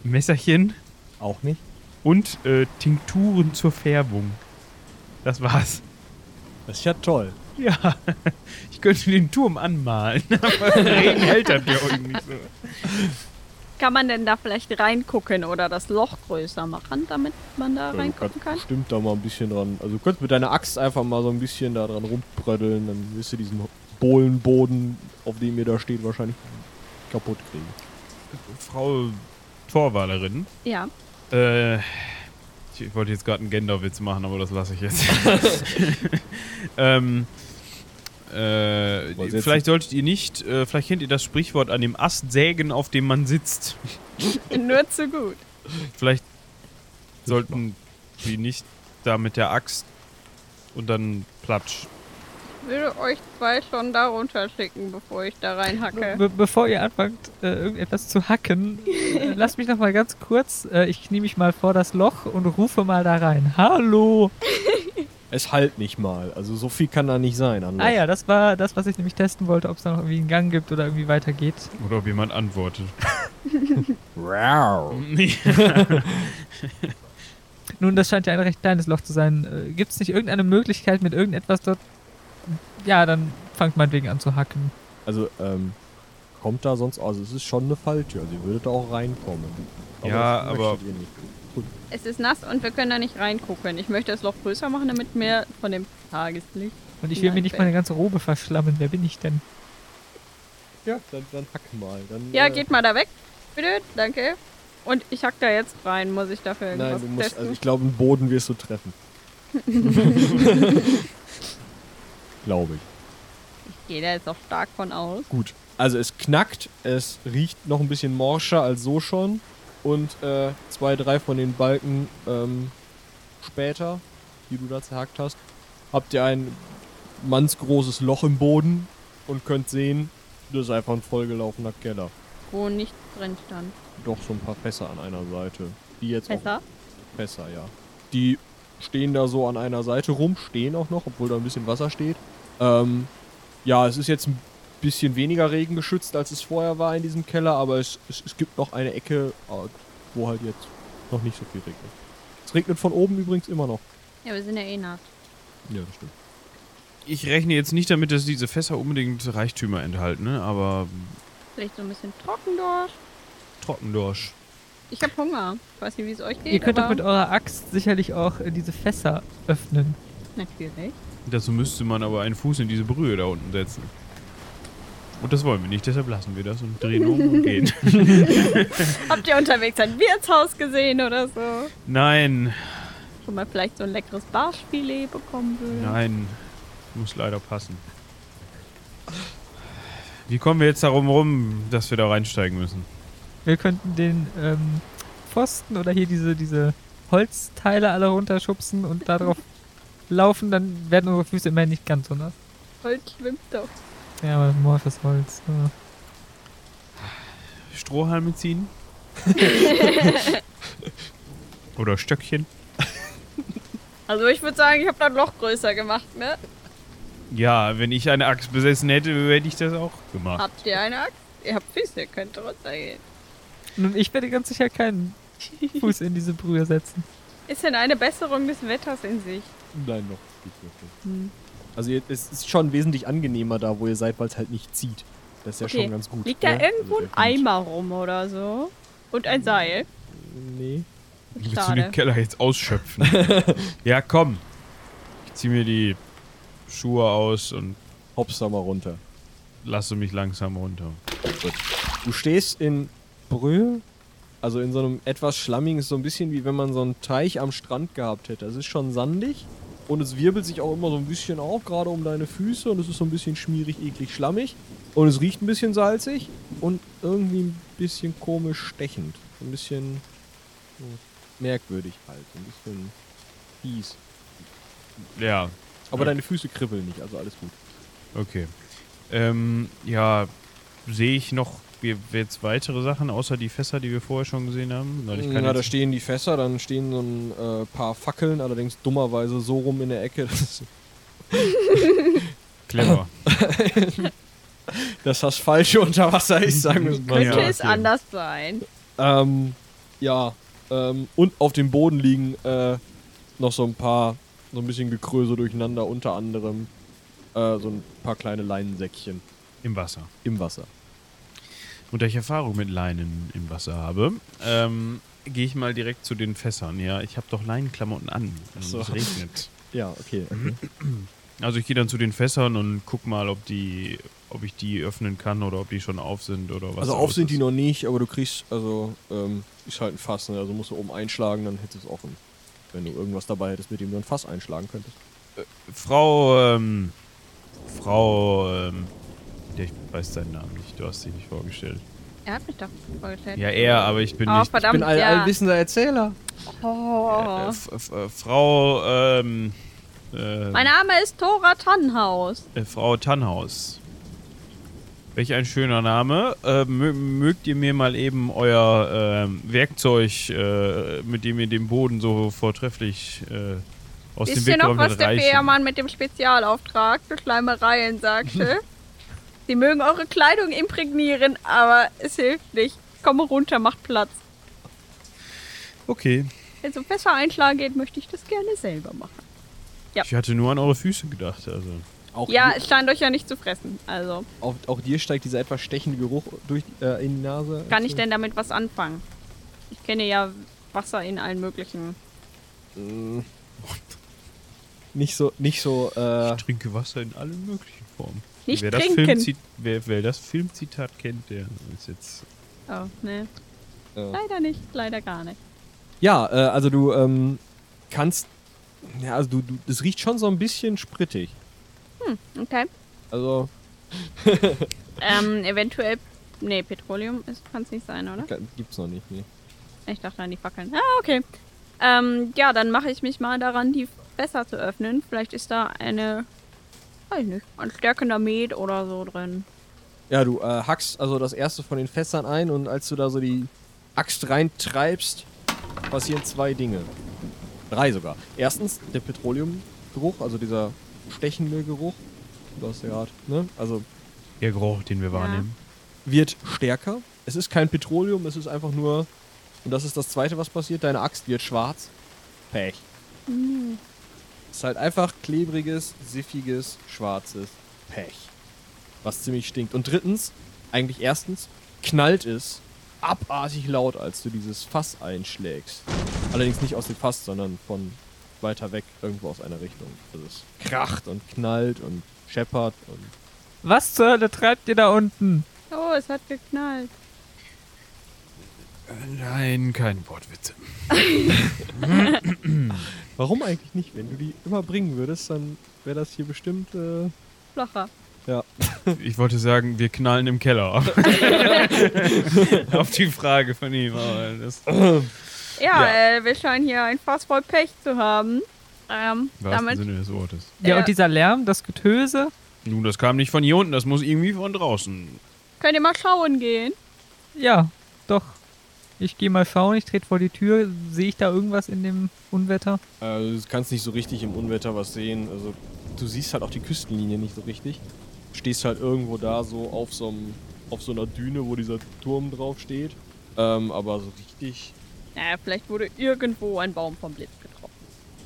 S6: Messerchen
S1: Auch nicht?
S6: und äh, Tinkturen zur Färbung. Das war's.
S1: Das ist ja toll.
S6: Ja, ich könnte den Turm anmalen, aber der Regen hält das ja irgendwie so.
S2: Kann man denn da vielleicht reingucken oder das Loch größer machen, damit man
S1: Äh,
S2: da reingucken kann?
S1: Stimmt da mal ein bisschen dran. Also du könntest mit deiner Axt einfach mal so ein bisschen da dran rumbrödeln, dann wirst du diesen Bohlenboden, auf dem ihr da steht, wahrscheinlich kaputt kriegen.
S6: Frau Torwalerin,
S2: Ja.
S6: Äh, ich wollte jetzt gerade einen Genderwitz machen, aber das lasse ich jetzt. <laughs> ähm, äh,
S1: Wollt ihr jetzt-
S6: vielleicht solltet ihr nicht, äh, vielleicht kennt ihr das Sprichwort an dem Ast sägen, auf dem man sitzt.
S2: <laughs> Nur zu gut.
S6: Vielleicht sollten sie nicht da mit der Axt und dann platsch.
S2: Ich würde euch zwei schon da runterschicken, bevor ich da reinhacke.
S5: Be bevor ihr anfangt, äh, irgendetwas zu hacken,
S2: <laughs>
S5: äh, lasst mich noch mal ganz kurz. Äh, ich knie mich mal vor das Loch und rufe mal da rein. Hallo!
S1: Es halt nicht mal. Also so viel kann da nicht sein. Anders.
S5: Ah ja, das war das, was ich nämlich testen wollte, ob es da noch irgendwie einen Gang gibt oder irgendwie weitergeht.
S6: Oder ob jemand antwortet.
S1: Wow.
S5: Nun, das scheint ja ein recht kleines Loch zu sein. Äh, Gibt es nicht irgendeine Möglichkeit mit irgendetwas dort? Ja, dann fangt meinetwegen an zu hacken.
S1: Also, ähm, kommt da sonst, also es ist schon eine Falltür. Also ihr würdet da auch reinkommen.
S6: Ja,
S1: das
S6: aber-
S1: möchtet ihr nicht.
S2: Es ist nass und wir können da nicht reingucken. Ich möchte das Loch größer machen, damit mehr von dem Tageslicht.
S5: Und ich will mir
S2: Nein,
S5: nicht
S2: Ben.
S5: meine ganze Robe verschlammen. Wer bin ich denn?
S1: Ja, dann, dann hack mal. Dann,
S2: Ja,
S1: äh,
S2: geht mal da weg. Bitte, danke. Und ich hack da jetzt rein. Muss ich dafür
S1: Nein,
S2: irgendwas
S1: du musst,
S2: testen?
S1: also ich glaube, einen Boden wirst
S2: <laughs>
S1: du treffen. <laughs> glaube ich.
S2: ich gehe da jetzt auch stark von aus.
S1: Gut. Also es knackt, es riecht noch ein bisschen morscher als so schon. Und äh, zwei, drei von den Balken ähm, später, die du da zerhackt hast, habt ihr ein mannsgroßes Loch im Boden und könnt sehen, das ist einfach ein vollgelaufener Keller.
S2: Wo nichts drin stand.
S1: Doch so ein paar Fässer an einer Seite. Die jetzt auch
S2: Besser?
S1: Fässer, ja. Die stehen da so an einer Seite rum, stehen auch noch, obwohl da ein bisschen Wasser steht. Ähm, ja, es ist jetzt ein bisschen weniger regengeschützt, als es vorher war in diesem Keller, aber es, es, es gibt noch eine Ecke, äh, wo halt jetzt noch nicht so viel regnet. Es regnet von oben übrigens immer noch.
S2: Ja, wir sind ja eh nass.
S1: Ja, das stimmt.
S6: Ich rechne jetzt nicht damit, dass diese Fässer unbedingt Reichtümer enthalten, ne? aber
S2: Vielleicht so ein bisschen trocken durch.
S6: Trockendorsch.
S2: Ich habe Hunger. Ich weiß nicht, wie es euch geht.
S5: Ihr könnt doch
S2: aber
S5: mit eurer Axt sicherlich auch äh, diese Fässer öffnen.
S2: Natürlich.
S6: Dazu müsste man aber einen Fuß in diese Brühe da unten setzen. Und das wollen wir nicht, deshalb lassen wir das und drehen um und gehen.
S2: Habt ihr unterwegs ein Wirtshaus gesehen oder so?
S6: Nein,
S7: schon mal vielleicht so ein leckeres Barschfilet bekommen würde.
S6: Nein, muss leider passen. Wie kommen wir jetzt darum rum, dass wir da reinsteigen müssen?
S5: Wir könnten den ähm, Pfosten oder hier diese, diese Holzteile alle runterschubsen und darauf laufen, dann werden unsere Füße immerhin nicht ganz so nass.
S7: Holz schwimmt doch.
S5: Ja, aber morphes Holz. Ja.
S6: Strohhalme ziehen? Oder Stöckchen?
S7: Also ich würde sagen, ich habe das Loch größer gemacht, ne?
S6: Ja, wenn ich eine Axt besessen hätte, hätte ich das auch gemacht.
S7: Habt ihr eine Axt? Ihr habt Füße, ihr könnt runtergehen.
S5: Nun, ich werde ganz sicher keinen Fuß in diese Brühe setzen.
S7: Ist denn eine Besserung des Wetters in sich?
S1: Nein, noch geht's noch nicht.
S7: Hm.
S1: Also ihr- es ist schon wesentlich angenehmer da, wo ihr seid, weil es halt nicht zieht. Das ist ja
S7: Okay.
S1: schon ganz gut.
S7: Liegt da
S1: ne?
S7: irgendwo
S1: Also
S7: ein Eimer rum oder so? Und ein Seil.
S1: definitiv- Nee.
S6: Willst du den
S7: Schade.
S6: Keller
S1: <laughs>
S6: jetzt ausschöpfen? ja, komm. Ich zieh mir die Schuhe aus und
S1: Hops da mal runter.
S6: lasse mich langsam runter.
S1: Du stehst in Brühe, also in so einem etwas schlammigen, ist so ein bisschen wie wenn man so einen Teich am Strand gehabt hätte. Es ist schon sandig und es wirbelt sich auch immer so ein bisschen auf, gerade um deine Füße und es ist so ein bisschen schmierig, eklig, schlammig und es riecht ein bisschen salzig und irgendwie ein bisschen komisch stechend. So Ein bisschen so merkwürdig halt, so ein bisschen fies.
S6: Ja,
S1: Aber
S6: Ja.
S1: deine Füße kribbeln nicht, also alles gut.
S6: okay. Ähm, ja, sehe ich noch wir- jetzt weitere Sachen, außer die Fässer, die wir vorher schon gesehen haben? Weil ich kann
S1: Na, Mhm. da
S6: jetzt,
S1: stehen die Fässer, dann stehen so ein äh, paar Fackeln, allerdings dummerweise so rum in der Ecke, <laughs> dass
S6: clever.
S1: dass das Falsche unter Wasser ist, sagen wir es mal.
S7: Könnte
S6: Ja,
S7: es
S6: okay.
S7: anders sein.
S1: Ähm, ja, ähm, und auf dem Boden liegen äh, noch so ein paar, so ein bisschen Gekröse durcheinander, unter anderem äh, so ein paar kleine Leinensäckchen
S6: Im Wasser.
S1: im Wasser.
S6: Und da ich Erfahrung mit Leinen im Wasser habe, ähm, gehe ich mal direkt zu den Fässern. Ja, ich habe doch Leinenklamotten an.
S1: Ach so.
S6: Es regnet.
S1: Ja, okay. okay.
S6: Also ich gehe dann zu den Fässern und guck mal, ob die, ob ich die öffnen kann oder ob die schon auf sind oder was.
S1: Also
S6: aus
S1: auf sind die
S6: ist.
S1: noch nicht, aber du kriegst, also ähm, ist halt ein Fass, ne? also musst du oben einschlagen, dann hättest du es offen. Wenn du irgendwas dabei hättest, mit dem du ein Fass einschlagen könntest.
S6: Frau, ähm, Frau, ähm, ja, ich weiß deinen Namen nicht. Du hast dich nicht vorgestellt.
S7: Er hat mich doch vorgestellt.
S6: Ja, er, aber ich bin
S7: oh,
S6: nicht.
S7: verdammt, ja.
S1: Erzähler.
S6: Äh,
S7: oh.
S6: f- f- äh, Frau, ähm, äh,
S7: Mein Name ist Tora Tannhaus.
S6: äh, Frau Tannhaus. Welch ein schöner Name. Äh, mö- mögt ihr mir mal eben euer ähm, Werkzeug, äh, mit dem ihr den Boden so vortrefflich äh, aus dem
S7: Wisst ihr
S6: Weg
S7: noch,
S6: räumt,
S7: was der
S6: reichen?
S7: Fährmann mit dem Spezialauftrag für Schleimereien sagte? Sie mögen eure Kleidung imprägnieren, aber es hilft nicht. Komme runter, macht Platz.
S6: Okay.
S7: Wenn es um Fässer einschlagen geht, möchte ich das gerne selber machen. Ja.
S6: Ich hatte nur an eure Füße gedacht. Also.
S1: Auch
S7: Ja, es scheint euch ja nicht zu fressen. Also,
S1: Auch, auch dir steigt dieser etwas stechende Geruch durch, äh, in die Nase.
S7: kann ich denn damit was anfangen? Ich kenne ja Wasser in allen möglichen.
S1: Nicht so, nicht so, äh,
S6: Ich trinke Wasser in allen möglichen Formen.
S7: Nicht
S6: wer,
S7: trinken.
S6: Das Filmzi- wer, wer das Filmzitat kennt, der ist jetzt.
S7: Oh, ne.
S1: äh.
S7: Leider nicht, leider gar nicht.
S1: Ja, äh, also du ähm, kannst. Ja, also du, du. Es riecht schon so ein bisschen sprittig.
S7: Okay.
S1: Also
S7: <laughs> Ähm, eventuell. Nee, Petroleum kann es nicht sein, oder?
S1: ka- gibt's noch nicht. Nee.
S7: Ich dachte an die Fackeln. Ah, okay. Ähm, ja, dann mache ich mich mal daran, die Fässer zu öffnen. Vielleicht ist da eine. Weiß nicht. Ein stärkender Met oder so drin.
S1: Ja, du äh, hackst also das erste von den Fässern ein und als du da so die Axt reintreibst, passieren zwei Dinge. Drei sogar. Erstens der Petroleumgeruch, also dieser stechende Geruch. Du hast ja gerade, ne? Also
S6: Der Geruch, den wir wahrnehmen.
S1: wird stärker. Es ist kein Petroleum, es ist einfach nur. Und das ist das zweite, was passiert. Deine Axt wird schwarz. Pech. Es ist halt einfach klebriges, siffiges, schwarzes Pech. Was ziemlich stinkt. Und drittens, eigentlich erstens, knallt es abartig laut, als du dieses Fass einschlägst. Allerdings nicht aus dem Fass, sondern von weiter weg, irgendwo aus einer Richtung. Also es kracht und knallt und scheppert und
S5: Was zur Hölle treibt ihr da unten?
S7: Oh, es hat geknallt.
S6: Nein, keine Wortwitze.
S1: Warum eigentlich nicht? Wenn du die immer bringen würdest, dann wäre das hier bestimmt. Äh,
S7: Flacher.
S6: Ich wollte sagen, wir knallen im <laughs> Keller. Auf die Frage von ihm. Aber das
S7: Ja,
S6: Ja.
S7: Äh, wir scheinen hier ein Fass voll Pech zu haben. Ähm,
S6: im wahrsten
S7: damit
S6: Sinne des Wortes.
S5: Ja,
S7: Ja.
S5: und dieser Lärm, das Getöse.
S6: Nun, das kam nicht von hier unten, das muss irgendwie von draußen.
S7: könnt ihr mal schauen gehen.
S5: Ja, doch. Ich gehe mal schauen, ich trete vor die Tür. Sehe ich da irgendwas in dem Unwetter?
S1: äh, du kannst nicht so richtig im Unwetter was sehen. Also du siehst halt auch die Küstenlinie nicht so richtig. Stehst halt irgendwo da so auf so einem auf so einer Düne, wo dieser Turm drauf steht. Ähm, aber so richtig.
S7: Naja, Äh, vielleicht wurde irgendwo ein Baum vom Blitz getroffen.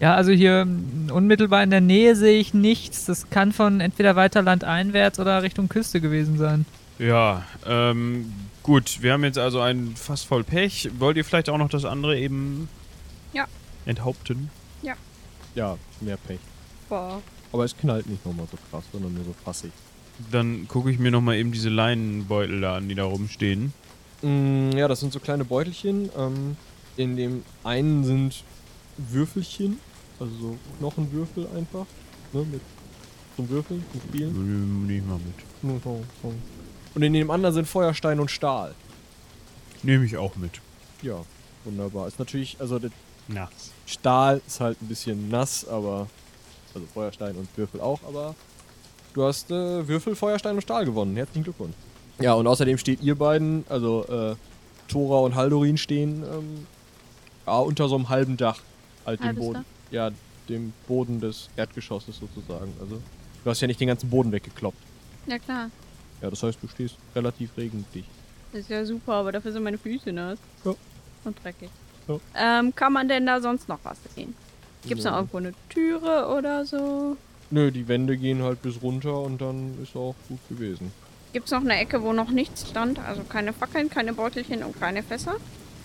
S5: Ja, also hier mm, unmittelbar in der Nähe sehe ich nichts. Das kann von entweder weiter landeinwärts oder Richtung Küste gewesen sein.
S6: Ja, ähm, gut, wir haben jetzt also ein Fass voll Pech. Wollt ihr vielleicht auch noch das andere eben
S7: Ja.
S6: enthaupten?
S1: Ja, mehr Pech.
S7: Boah.
S1: Aber es knallt nicht nochmal so krass, sondern nur so fassig.
S6: Dann gucke ich mir nochmal eben diese Leinenbeutel da an, die da rumstehen.
S1: Mm, ja, das sind so kleine Beutelchen. Ähm, in dem einen sind Würfelchen, also so Knochenwürfel einfach. Ne, mit zum Würfeln, zum Spielen.
S6: Nehme ich mal mit.
S1: Nur so, so. Und in dem anderen sind Feuerstein und Stahl.
S6: Nehme ich auch mit.
S1: Ja, wunderbar. Ist natürlich, also der
S6: Na.
S1: Stahl ist halt ein bisschen nass, aber. Also Feuerstein und Würfel auch, aber. Du hast äh, Würfel, Feuerstein und Stahl gewonnen. Herzlichen Glückwunsch. Ja, und außerdem steht ihr beiden, also äh, Tora und Haldorin stehen ähm, ja, unter so einem halben Dach. Halt dem
S7: Halbes
S1: Boden.
S7: Dach?
S1: Ja, dem Boden des Erdgeschosses sozusagen. Also du hast ja nicht den ganzen Boden weggekloppt.
S7: Ja klar.
S1: Ja, das heißt, du stehst relativ regendicht.
S7: Das ist ja super, aber dafür sind meine Füße nass.
S1: Ja.
S7: Und dreckig.
S1: Ja.
S7: Ähm, kann man denn da sonst noch was sehen? Gibt's noch
S1: Ja.
S7: irgendwo eine Türe oder so?
S1: Nö, die Wände gehen halt bis runter und dann ist auch gut gewesen.
S7: Gibt's noch eine Ecke, wo noch nichts stand? Also keine Fackeln, keine Beutelchen und keine Fässer?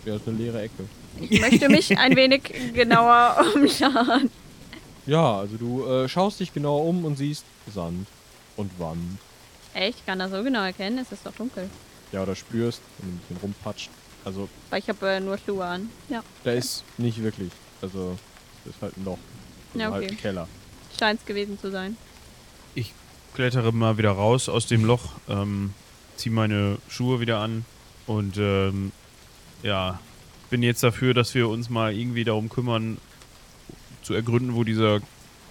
S1: Ja, ist eine leere Ecke. <laughs>
S7: Ich möchte mich ein wenig genauer umschauen.
S1: Ja, also du äh, schaust dich genau um und siehst Sand und Wand.
S7: Ey, ich kann das so genau erkennen, es ist doch dunkel.
S1: Ja, oder spürst, wenn du ein bisschen rumpatscht. Also,
S7: Weil ich habe äh, nur Schuhe an. Ja.
S1: da ist nicht wirklich. Also, das ist halt ein Loch. Also
S7: Ja,
S1: halt
S7: okay.
S1: ein Keller.
S7: Scheint's gewesen zu sein.
S6: Klettere mal wieder raus aus dem Loch, ähm, zieh meine Schuhe wieder an und ähm, ja, bin jetzt dafür, dass wir uns mal irgendwie darum kümmern, zu ergründen, wo dieser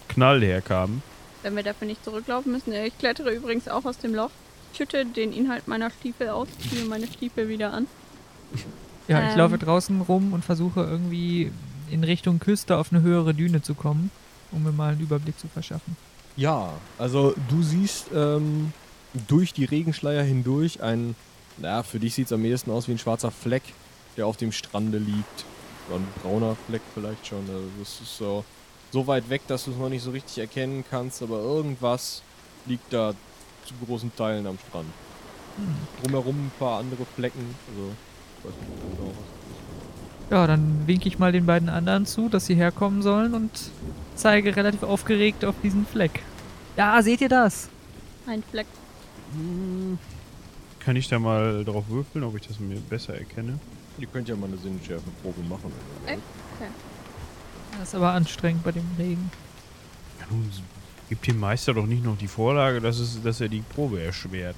S6: Knall herkam.
S7: Wenn wir dafür nicht zurücklaufen müssen. Äh, Ich klettere übrigens auch aus dem Loch, schütte den Inhalt meiner Stiefel aus, ziehe meine Stiefel wieder an.
S5: Ja, ich
S7: Ähm.
S5: laufe draußen rum und versuche irgendwie in Richtung Küste auf eine höhere Düne zu kommen, um mir mal einen Überblick zu verschaffen.
S1: Ja, also du siehst ähm, durch die Regenschleier hindurch ein, naja, für dich sieht's am ehesten aus wie ein schwarzer Fleck, der auf dem Strande liegt. Oder ein brauner Fleck vielleicht schon. Also das ist so, so weit weg, dass du es noch nicht so richtig erkennen kannst, aber irgendwas liegt da zu großen Teilen am Strand. Drumherum ein paar andere Flecken. Also, ich weiß nicht genau was.
S5: Ja, dann winke ich mal den beiden anderen zu, dass sie herkommen sollen und zeige relativ aufgeregt auf diesen Fleck. Ja, seht ihr das?
S7: Ein Fleck.
S6: Kann ich da mal drauf würfeln, ob ich das mir besser erkenne?
S1: Ihr könnt ja mal eine Sinnschärfeprobe machen.
S5: Das ist aber anstrengend bei dem Regen.
S6: Ja, nun, gibt dem Meister doch nicht noch die Vorlage, dass, es, dass er die Probe erschwert.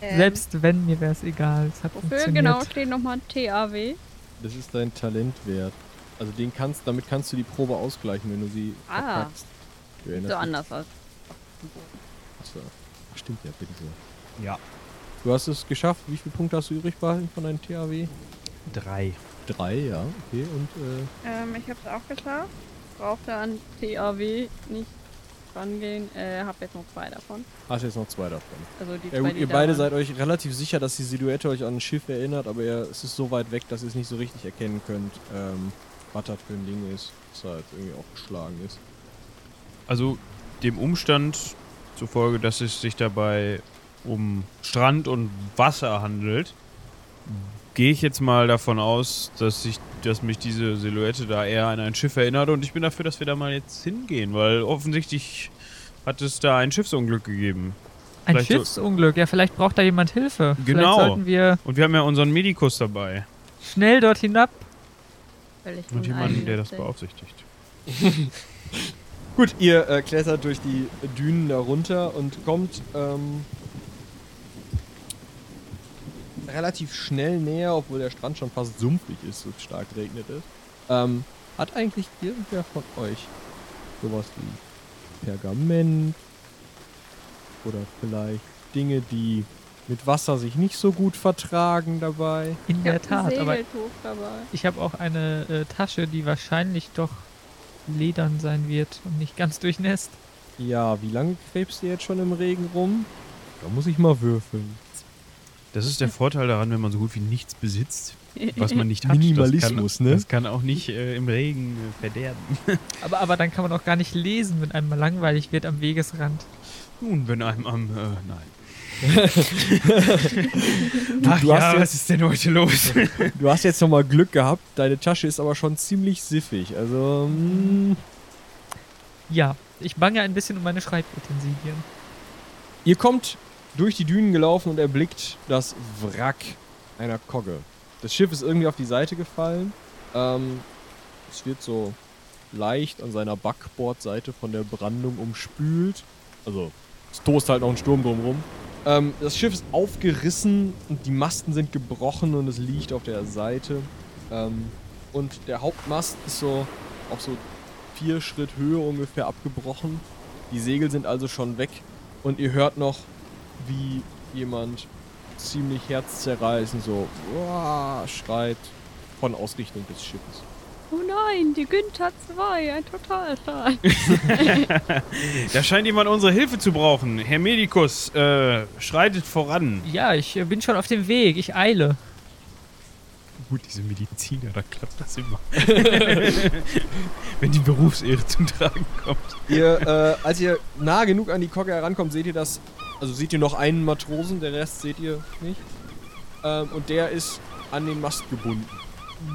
S7: Ähm,
S5: Selbst wenn, mir wäre es egal. Es hat
S7: Wofür
S5: funktioniert.
S7: genau steht nochmal TAW?
S1: Das ist dein Talentwert. Also den kannst, damit kannst du die Probe ausgleichen, wenn du sie
S7: Ah.
S1: verkackst. Du erinnerst
S7: So
S1: dich-
S7: anders aus.
S1: Achso. Ach, stimmt ja, bitte so.
S6: Ja.
S1: Du hast es geschafft. Wie viele Punkte hast du übrig behalten von deinem THW?
S6: Drei.
S1: Drei, ja. Okay, und äh,
S7: Ähm, ich hab's auch geschafft. Brauchte an TAW nicht rangehen. Äh, hab jetzt noch zwei davon.
S1: hast jetzt noch zwei davon.
S7: Also die
S1: Ja
S7: zwei,
S1: gut,
S7: die
S1: ihr
S7: da
S1: beide
S7: waren.
S1: seid euch relativ sicher, dass die Silhouette euch an ein Schiff erinnert, aber ihr, es ist so weit weg, dass ihr es nicht so richtig erkennen könnt, ähm, was das für ein Ding ist, was da jetzt irgendwie aufgeschlagen ist.
S6: Also dem Umstand zufolge, dass es sich dabei um Strand und Wasser handelt, gehe ich jetzt mal davon aus, dass, ich, dass mich diese Silhouette da eher an ein Schiff erinnert und ich bin dafür, dass wir da mal jetzt hingehen, weil offensichtlich hat es da ein Schiffsunglück gegeben.
S5: Ein
S6: Vielleicht so-
S5: Schiffsunglück. Ja, vielleicht braucht da jemand Hilfe.
S6: Genau.
S5: Vielleicht sollten wir
S6: Und wir haben ja unseren Medikus dabei.
S5: Schnell dort hinab.
S7: Völlig
S6: Und jemanden, der das
S7: uneigennützig.
S6: beaufsichtigt.
S1: Gut, ihr äh, klettert durch die Dünen da runter und kommt ähm, relativ schnell näher, obwohl der Strand schon fast sumpfig ist, so stark regnet es. Ähm, hat eigentlich irgendwer von euch sowas wie Pergament oder vielleicht Dinge, die mit Wasser sich nicht so gut vertragen dabei?
S5: In
S7: Ich hab
S5: der Tat,
S7: ein
S5: aber
S7: Segeltuch dabei.
S5: ich habe auch eine äh, Tasche, die wahrscheinlich doch ledern sein wird und nicht ganz <laughs> durchnässt.
S1: Ja, wie lange krebst ihr jetzt schon im Regen rum? Da muss ich mal würfeln.
S6: Das ist der Vorteil daran, wenn man so gut wie nichts besitzt, was man nicht hat.
S1: Minimalismus,
S6: das kann,
S1: ne?
S6: Das kann auch nicht äh, im Regen äh, verderben.
S5: Aber, aber dann kann man auch gar nicht lesen, wenn einem mal langweilig wird am Wegesrand.
S6: Nun, wenn einem am... Äh, <laughs> nein.
S1: Du,
S6: Ach
S1: du hast
S6: ja,
S1: jetzt-
S6: was ist denn heute <laughs> los?
S1: Du hast jetzt nochmal Glück gehabt, deine Tasche ist aber schon ziemlich siffig. Also, mm,
S5: Ja, ich bange ein bisschen um meine Schreibutensilien.
S1: ihr kommt durch die Dünen gelaufen und erblickt das Wrack einer Kogge. Das Schiff ist irgendwie auf die Seite gefallen. Ähm, es wird so leicht an seiner Backbordseite von der Brandung umspült. Also, es tost halt noch ein Sturm drumrum. Ähm, das Schiff ist aufgerissen und die Masten sind gebrochen und es liegt auf der Seite. Ähm, und der Hauptmast ist so auf so vier Schritt Höhe ungefähr abgebrochen. Die Segel sind also schon weg und ihr hört noch, wie jemand ziemlich herzzerreißend so "Uah", schreit von Ausrichtung des Schiffes.
S7: Oh nein, die Günther 2, ein Totalschaden.
S6: da scheint jemand unsere Hilfe zu brauchen. Herr Medikus, äh, schreitet voran.
S5: Ja, ich äh, bin schon auf dem Weg. Ich eile.
S6: Gut, diese Mediziner, da klappt das <laughs> immer. Wenn die Berufsehre zum Tragen kommt.
S1: Ihr, äh, als ihr nah genug an die Kogge herankommt, seht ihr das. Also seht ihr noch einen Matrosen, der Rest seht ihr nicht. Ähm, und der ist an den Mast gebunden.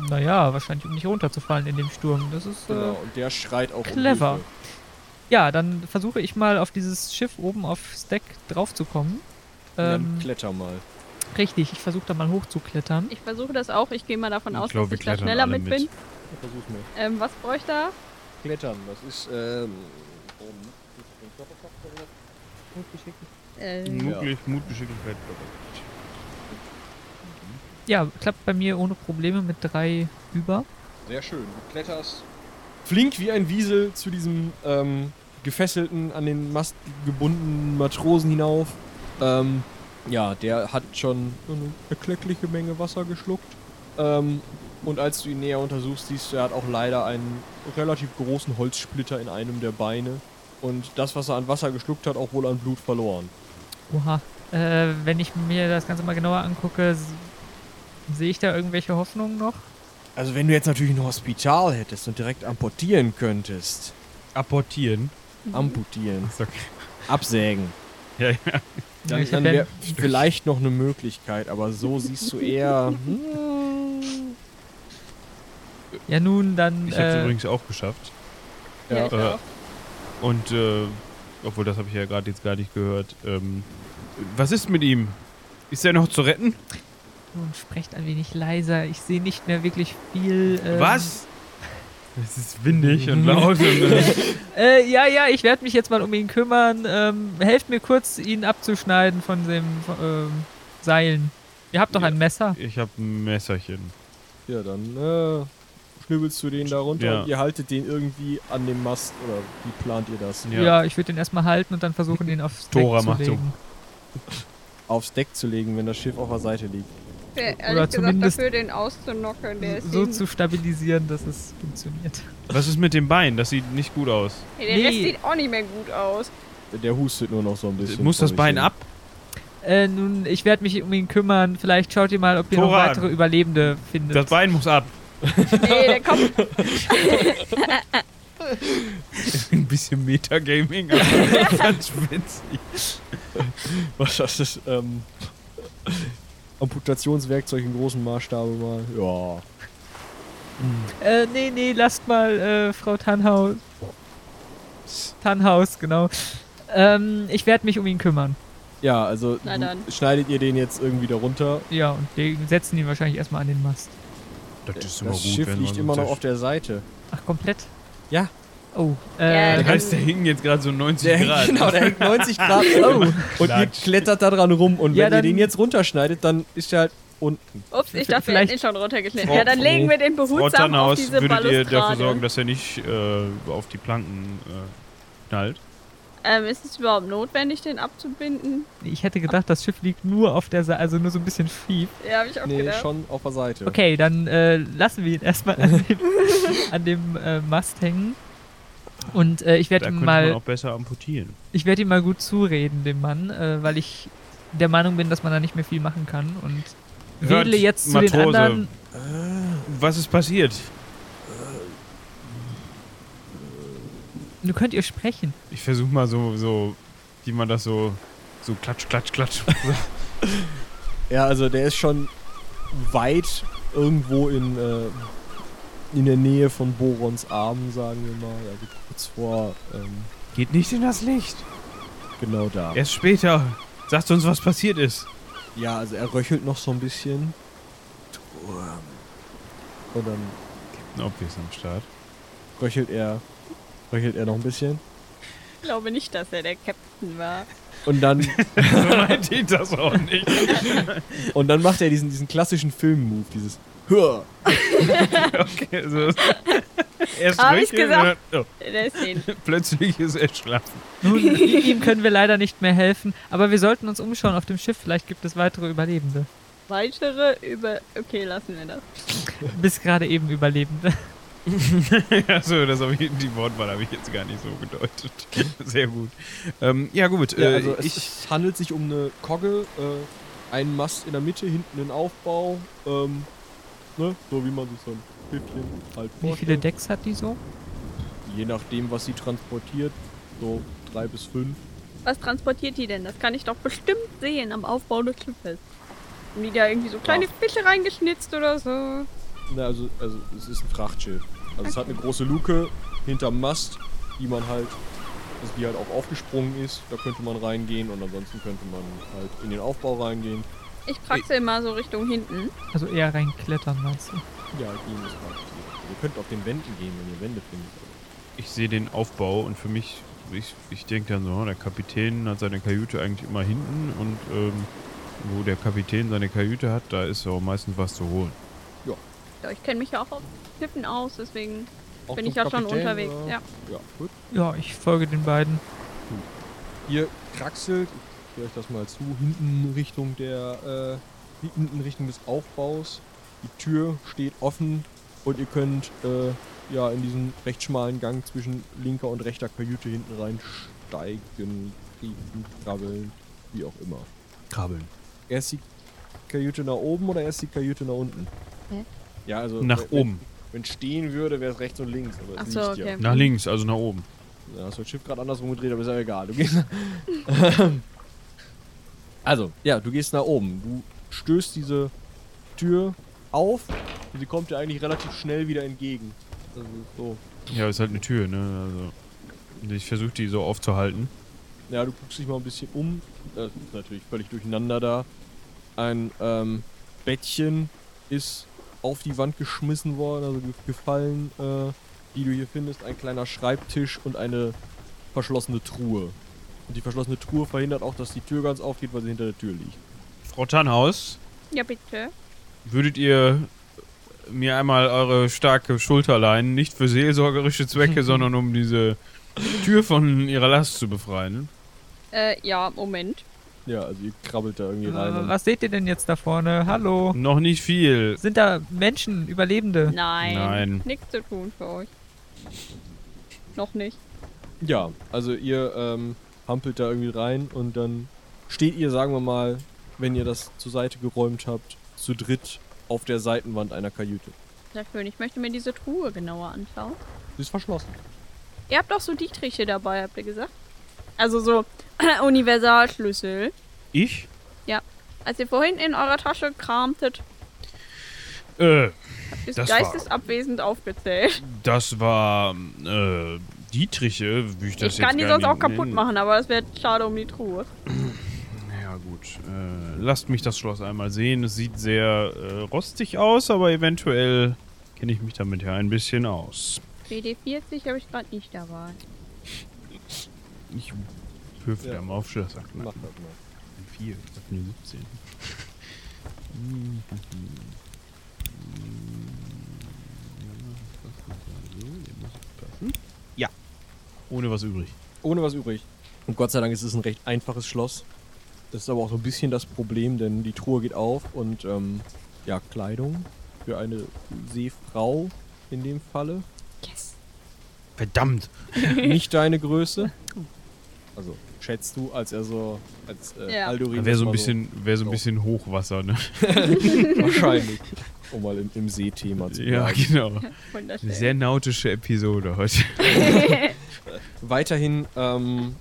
S5: Naja, wahrscheinlich um nicht runterzufallen in dem Sturm. Das ist. Äh,
S1: Genau. Und der schreit auch
S5: clever.
S1: Um Hilfe.
S5: Ja, dann versuche ich mal auf dieses Schiff oben aufs Deck draufzukommen.
S1: Und
S5: Ähm,
S1: Dann kletter mal.
S5: richtig, ich versuche da mal hochzuklettern.
S7: Ich versuche das auch, ich gehe mal davon
S6: Ich
S7: aus,
S6: glaub,
S7: dass
S6: wir
S7: ich da
S6: klettern
S7: schneller
S6: alle
S7: mit
S6: mit.
S7: bin.
S1: Ja, Versuch mal.
S7: Ähm, was bräuchte ich da?
S1: Klettern, das ist, ähm.
S7: Äh,
S6: Mutlich, Mutgeschicklichkeit.
S5: Ja, klappt bei mir ohne Probleme mit drei über.
S1: Sehr schön. Du kletterst flink wie ein Wiesel zu diesem ähm, gefesselten, an den Mast gebundenen Matrosen hinauf. Ähm, ja, der hat schon so eine erkleckliche Menge Wasser geschluckt. Ähm, und als du ihn näher untersuchst, siehst du, er hat auch leider einen relativ großen Holzsplitter in einem der Beine. Und das, was er an Wasser geschluckt hat, auch wohl an Blut verloren.
S5: Oha. Äh, wenn ich mir das Ganze mal genauer angucke, s- sehe ich da irgendwelche Hoffnungen noch?
S1: Also wenn du jetzt natürlich ein Hospital hättest und direkt amputieren könntest.
S6: Apportieren.
S1: Amputieren.
S6: Ist okay.
S1: Absägen.
S6: Ja, ja.
S1: Dann,
S5: ich hab
S1: dann
S5: ja-
S1: wäre vielleicht noch eine Möglichkeit, aber so siehst du eher. hm,
S5: ja, nun, dann.
S6: Ich hab's
S5: äh,
S6: übrigens auch geschafft.
S7: ja, ich
S6: Äh,
S7: auch.
S6: und, äh, obwohl das habe ich ja gerade jetzt gar nicht gehört. Ähm, was ist mit ihm? Ist er noch zu retten?
S5: nun sprecht ein wenig leiser. Ich sehe nicht mehr wirklich viel. Ähm,
S6: was? Es ist windig und laut. und, äh,
S5: Äh, ja, ja, ich werde mich jetzt mal um ihn kümmern. Ähm, helft mir kurz, ihn abzuschneiden von dem von, ähm, Seilen. Ihr habt doch
S6: Ja.
S5: ein Messer.
S6: ich habe ein Messerchen.
S1: Ja, dann äh, schnibbelst du den da runter
S6: Ja.
S1: und ihr haltet den irgendwie an dem Mast oder wie plant ihr das?
S5: Ja, ich würde den erstmal halten und dann versuchen, den aufs Deck
S6: Tora
S5: zu
S6: macht so.
S5: legen.
S1: Aufs Deck zu legen, wenn das Schiff auf der Seite liegt.
S7: Wär ehrlich gesagt
S5: zumindest-
S7: dafür, den auszunocken. Der ist
S5: So
S7: hin.
S5: zu stabilisieren, dass es funktioniert.
S6: Was ist mit dem Bein? Das sieht nicht gut aus.
S7: Ja, der
S5: Nee.
S7: Rest sieht auch nicht mehr gut aus.
S1: Der hustet nur noch so ein bisschen.
S6: Muss
S1: vor
S6: das
S1: sich
S6: Bein
S1: hin.
S6: ab?
S5: Äh, nun, ich werde mich um ihn kümmern. Vielleicht schaut ihr mal, ob ihr noch
S6: Tora.
S5: weitere Überlebende findet.
S6: Das Bein muss ab.
S7: Nee, der kommt.
S6: <laughs> ein bisschen Metagaming, aber ganz witzig.
S1: <laughs> Was das ist, ähm. <laughs> Amputationswerkzeug im großen Maßstab mal. Ja.
S5: Äh, nee, nee, lasst mal äh, Frau Tannhaus. Tannhaus, genau. Ähm, ich werde mich um ihn kümmern.
S1: Ja, also
S7: Na
S1: du-
S7: dann.
S1: schneidet ihr den jetzt irgendwie da runter
S5: Ja, und wir setzen ihn wahrscheinlich erstmal an den Mast.
S6: Das ist immer
S1: Das
S6: gut,
S1: Schiff
S6: wenn
S1: liegt
S6: man
S1: immer
S6: so
S1: noch auf der Seite.
S5: Ach, komplett?
S1: Ja.
S5: Oh,
S7: Ja,
S5: äh,
S6: Der heißt, der hing jetzt gerade so 90 Grad.
S1: genau, der hängt
S5: <laughs>
S1: 90 Grad oh. und ihr
S6: Klatsch.
S1: klettert da dran rum. Und
S5: Ja,
S1: wenn ihr
S5: dann-
S1: den jetzt runterscheidet, dann ist er halt unten.
S7: Ups, ich dachte, wir
S5: Vielleicht-
S7: hätten ihn schon runtergeschnitten.
S6: Frau-
S7: Ja, dann legen wir den
S6: Frau
S7: behutsam auf
S6: Tannhaus,
S7: diese
S6: würdet ihr dafür
S7: Balustrade.
S6: sorgen, dass er nicht äh, auf die Planken äh, knallt?
S7: Ähm, ist es überhaupt notwendig, den abzubinden?
S5: ich hätte gedacht, das Schiff liegt nur auf der Seite, also nur so ein bisschen schief.
S7: Ja, habe ich auch
S1: Nee,
S7: gedacht.
S1: schon auf der Seite.
S5: Genau. Okay, dann äh, lassen wir ihn <laughs> erstmal an dem, an dem äh, Mast hängen. Und äh, ich
S6: Da
S5: werde
S6: könnte
S5: ihm
S6: man
S5: mal,
S6: auch besser amputieren.
S5: ich werde ihm mal gut zureden, dem Mann, äh, weil ich der Meinung bin, dass man da nicht mehr viel machen kann. Und
S6: Hört,
S5: wedle jetzt zu
S6: Matrose.
S5: den anderen.
S6: Was ist passiert?
S5: Nun könnt ihr sprechen.
S6: Ich versuche mal so, so, wie man das so, so klatsch, klatsch, klatsch.
S1: Ja, also der ist schon weit irgendwo in, äh, in der Nähe von Borons Armen, sagen wir mal. Also kurz vor, ähm,
S6: Geht nicht in das Licht.
S1: genau da.
S6: Erst später. Sagt uns, was passiert ist.
S1: Ja, also er röchelt noch so ein bisschen. Turm. Und dann
S6: Ob wir es am Start.
S1: röchelt er, röchelt er noch ein bisschen.
S7: Ich glaube nicht, dass er der Captain war.
S1: Und
S5: <laughs>
S1: dann,
S6: so meint ihn das auch nicht. <laughs>
S1: und dann macht er diesen, diesen klassischen Film-Move, dieses Hör.
S6: Okay, so. Erst
S7: Hab ich's
S6: röcheln
S7: gesagt?
S6: und dann-
S7: Der ist den.
S6: oh, plötzlich ist er schlafen.
S5: Nun, ihm können wir leider nicht mehr helfen, aber wir sollten uns umschauen auf dem Schiff. Vielleicht gibt es weitere Überlebende.
S7: Weitere über. Okay, lassen wir das.
S5: Bis gerade eben Überlebende.
S6: <laughs> Achso, das hab ich, die Wortwahl habe ich jetzt gar nicht so gedeutet. <laughs> Sehr gut. Ähm, ja, gut.
S1: Ja,
S6: äh,
S1: also es,
S6: ich,
S1: es handelt sich um eine Kogge, äh, einen Mast in der Mitte, hinten einen Aufbau, ähm, ne? so wie man sich so ein Schiffchen halt
S5: Wie viele Decks hat die so?
S1: Je nachdem, was sie transportiert, so drei bis fünf.
S7: Was transportiert die denn? Das kann ich doch bestimmt sehen am Aufbau des Schiffes. Haben die da irgendwie so kleine Fische reingeschnitzt oder so?
S1: Ne, also, also es ist ein Frachtschiff. Also es hat eine große Luke hinterm Mast, die man halt, also die halt auch aufgesprungen ist. Da könnte man reingehen und ansonsten könnte man halt in den Aufbau reingehen.
S7: Ich kraxel immer so Richtung hinten.
S5: Also eher reinklettern, meinst du?
S1: Ja, gehen ist praktisch. Ihr könnt auf den Wänden gehen, wenn ihr Wände findet.
S6: ich sehe den Aufbau und für mich, ich, ich denke dann so, oh, der Kapitän hat seine Kajüte eigentlich immer hinten und ähm, wo der Kapitän seine Kajüte hat, da ist auch meistens was zu holen.
S7: Ja, ich kenne mich ja auch auf Schiffen aus, deswegen
S1: Auch
S7: bin
S1: zum
S7: ich ja schon
S1: Kapitän,
S7: unterwegs.
S1: oder?
S7: Ja.
S1: Ja, gut.
S5: Ja, ich folge den beiden.
S1: Ihr kraxelt, ich gehe euch das mal zu, hinten Richtung der, äh, hinten Richtung des Aufbaus. Die Tür steht offen und ihr könnt, äh, ja, in diesen recht schmalen Gang zwischen linker und rechter Kajüte hinten reinsteigen, kriechen, krabbeln, wie auch immer.
S6: Kabeln.
S1: Erst die Kajüte nach oben oder erst die Kajüte nach unten?
S7: Hä?
S1: Ja, also.
S6: Nach
S1: wenn,
S6: oben.
S1: Wenn stehen würde, wäre es rechts und links, aber
S7: Ach
S1: es
S7: so,
S1: liegt ja.
S7: okay.
S6: Nach links, also nach oben.
S1: Ja, hast du das Schiff gerade andersrum gedreht, aber ist ja egal. Du gehst <laughs> also, ja, du gehst nach oben. Du stößt diese Tür auf und sie kommt dir eigentlich relativ schnell wieder entgegen. Also, so.
S6: Ja, ist halt eine Tür, ne? Also ich versuche die so aufzuhalten.
S1: Ja, du guckst dich mal ein bisschen um. Das ist natürlich völlig durcheinander da. Ein ähm, Bettchen ist auf die Wand geschmissen worden, also ge- gefallen, äh, die du hier findest. Ein kleiner Schreibtisch und eine verschlossene Truhe. Und die verschlossene Truhe verhindert auch, dass die Tür ganz aufgeht, weil sie hinter der Tür liegt.
S6: Frau Tannhaus,
S7: ja, bitte.
S6: würdet ihr mir einmal eure starke Schulter leihen, nicht für seelsorgerische
S7: <laughs>
S6: Zwecke, sondern um diese Tür von ihrer Last zu befreien?
S7: Äh, ja, Moment.
S1: Ja, also ihr krabbelt da irgendwie
S5: Äh,
S1: rein. und-
S5: was seht ihr denn jetzt da vorne? Hallo?
S6: Noch nicht viel.
S5: Sind da Menschen, Überlebende?
S7: Nein.
S6: Nein.
S7: Nichts zu tun für euch. Noch nicht.
S1: Ja, also ihr ähm, hampelt da irgendwie rein und dann steht ihr, sagen wir mal, wenn ihr das zur Seite geräumt habt, zu dritt auf der Seitenwand einer Kajüte.
S7: Sagt Schön, ich möchte mir diese Truhe genauer anschauen.
S1: Sie ist verschlossen.
S7: Ihr habt doch so Dietriche dabei, habt ihr gesagt? Also so <clears throat> Universalschlüssel.
S6: Ich?
S7: Als ihr vorhin in eurer Tasche kramtet,
S6: Äh,
S7: habt ihr
S6: Das
S7: geistesabwesend aufgezählt.
S6: das war äh, Dietriche, wie ich das
S7: ich
S6: jetzt
S7: kann die
S6: gar
S7: sonst auch
S6: nicht
S7: kaputt
S6: nennen.
S7: machen, aber es wäre schade um die Truhe.
S6: Ja, Ja, gut. Äh, lasst mich das Schloss einmal sehen. Es sieht sehr äh, rostig aus, aber eventuell kenne ich mich damit ja ein bisschen aus.
S7: BD40 habe ich gerade nicht dabei.
S6: Ich würfel
S1: Ja.
S6: da mal auf Schlösser.
S1: Mach das mal.
S6: Ein Vier, ich hab eine 17. Mhm. Ja, ohne was übrig.
S1: Ohne was übrig. Und Gott sei Dank ist es ein recht einfaches Schloss. Das ist aber auch so ein bisschen das Problem, denn die Truhe geht auf und ähm, ja, Kleidung für eine Seefrau in dem Falle.
S7: Yes.
S6: Verdammt!
S1: Nicht deine Größe. Also schätzt du, als er so, als äh,
S7: Ja.
S1: Aldurin.
S6: Wäre so ein
S1: mal
S6: bisschen, wär so ein
S1: So.
S6: bisschen Hochwasser,
S1: <laughs>
S6: ne? <laughs>
S1: wahrscheinlich. Um mal im, im Seethema zu
S6: Ja,
S1: bleiben.
S6: genau.
S1: <laughs>
S6: Eine
S7: Wunderschön.
S6: sehr nautische Episode heute. <laughs>
S1: Weiterhin ähm,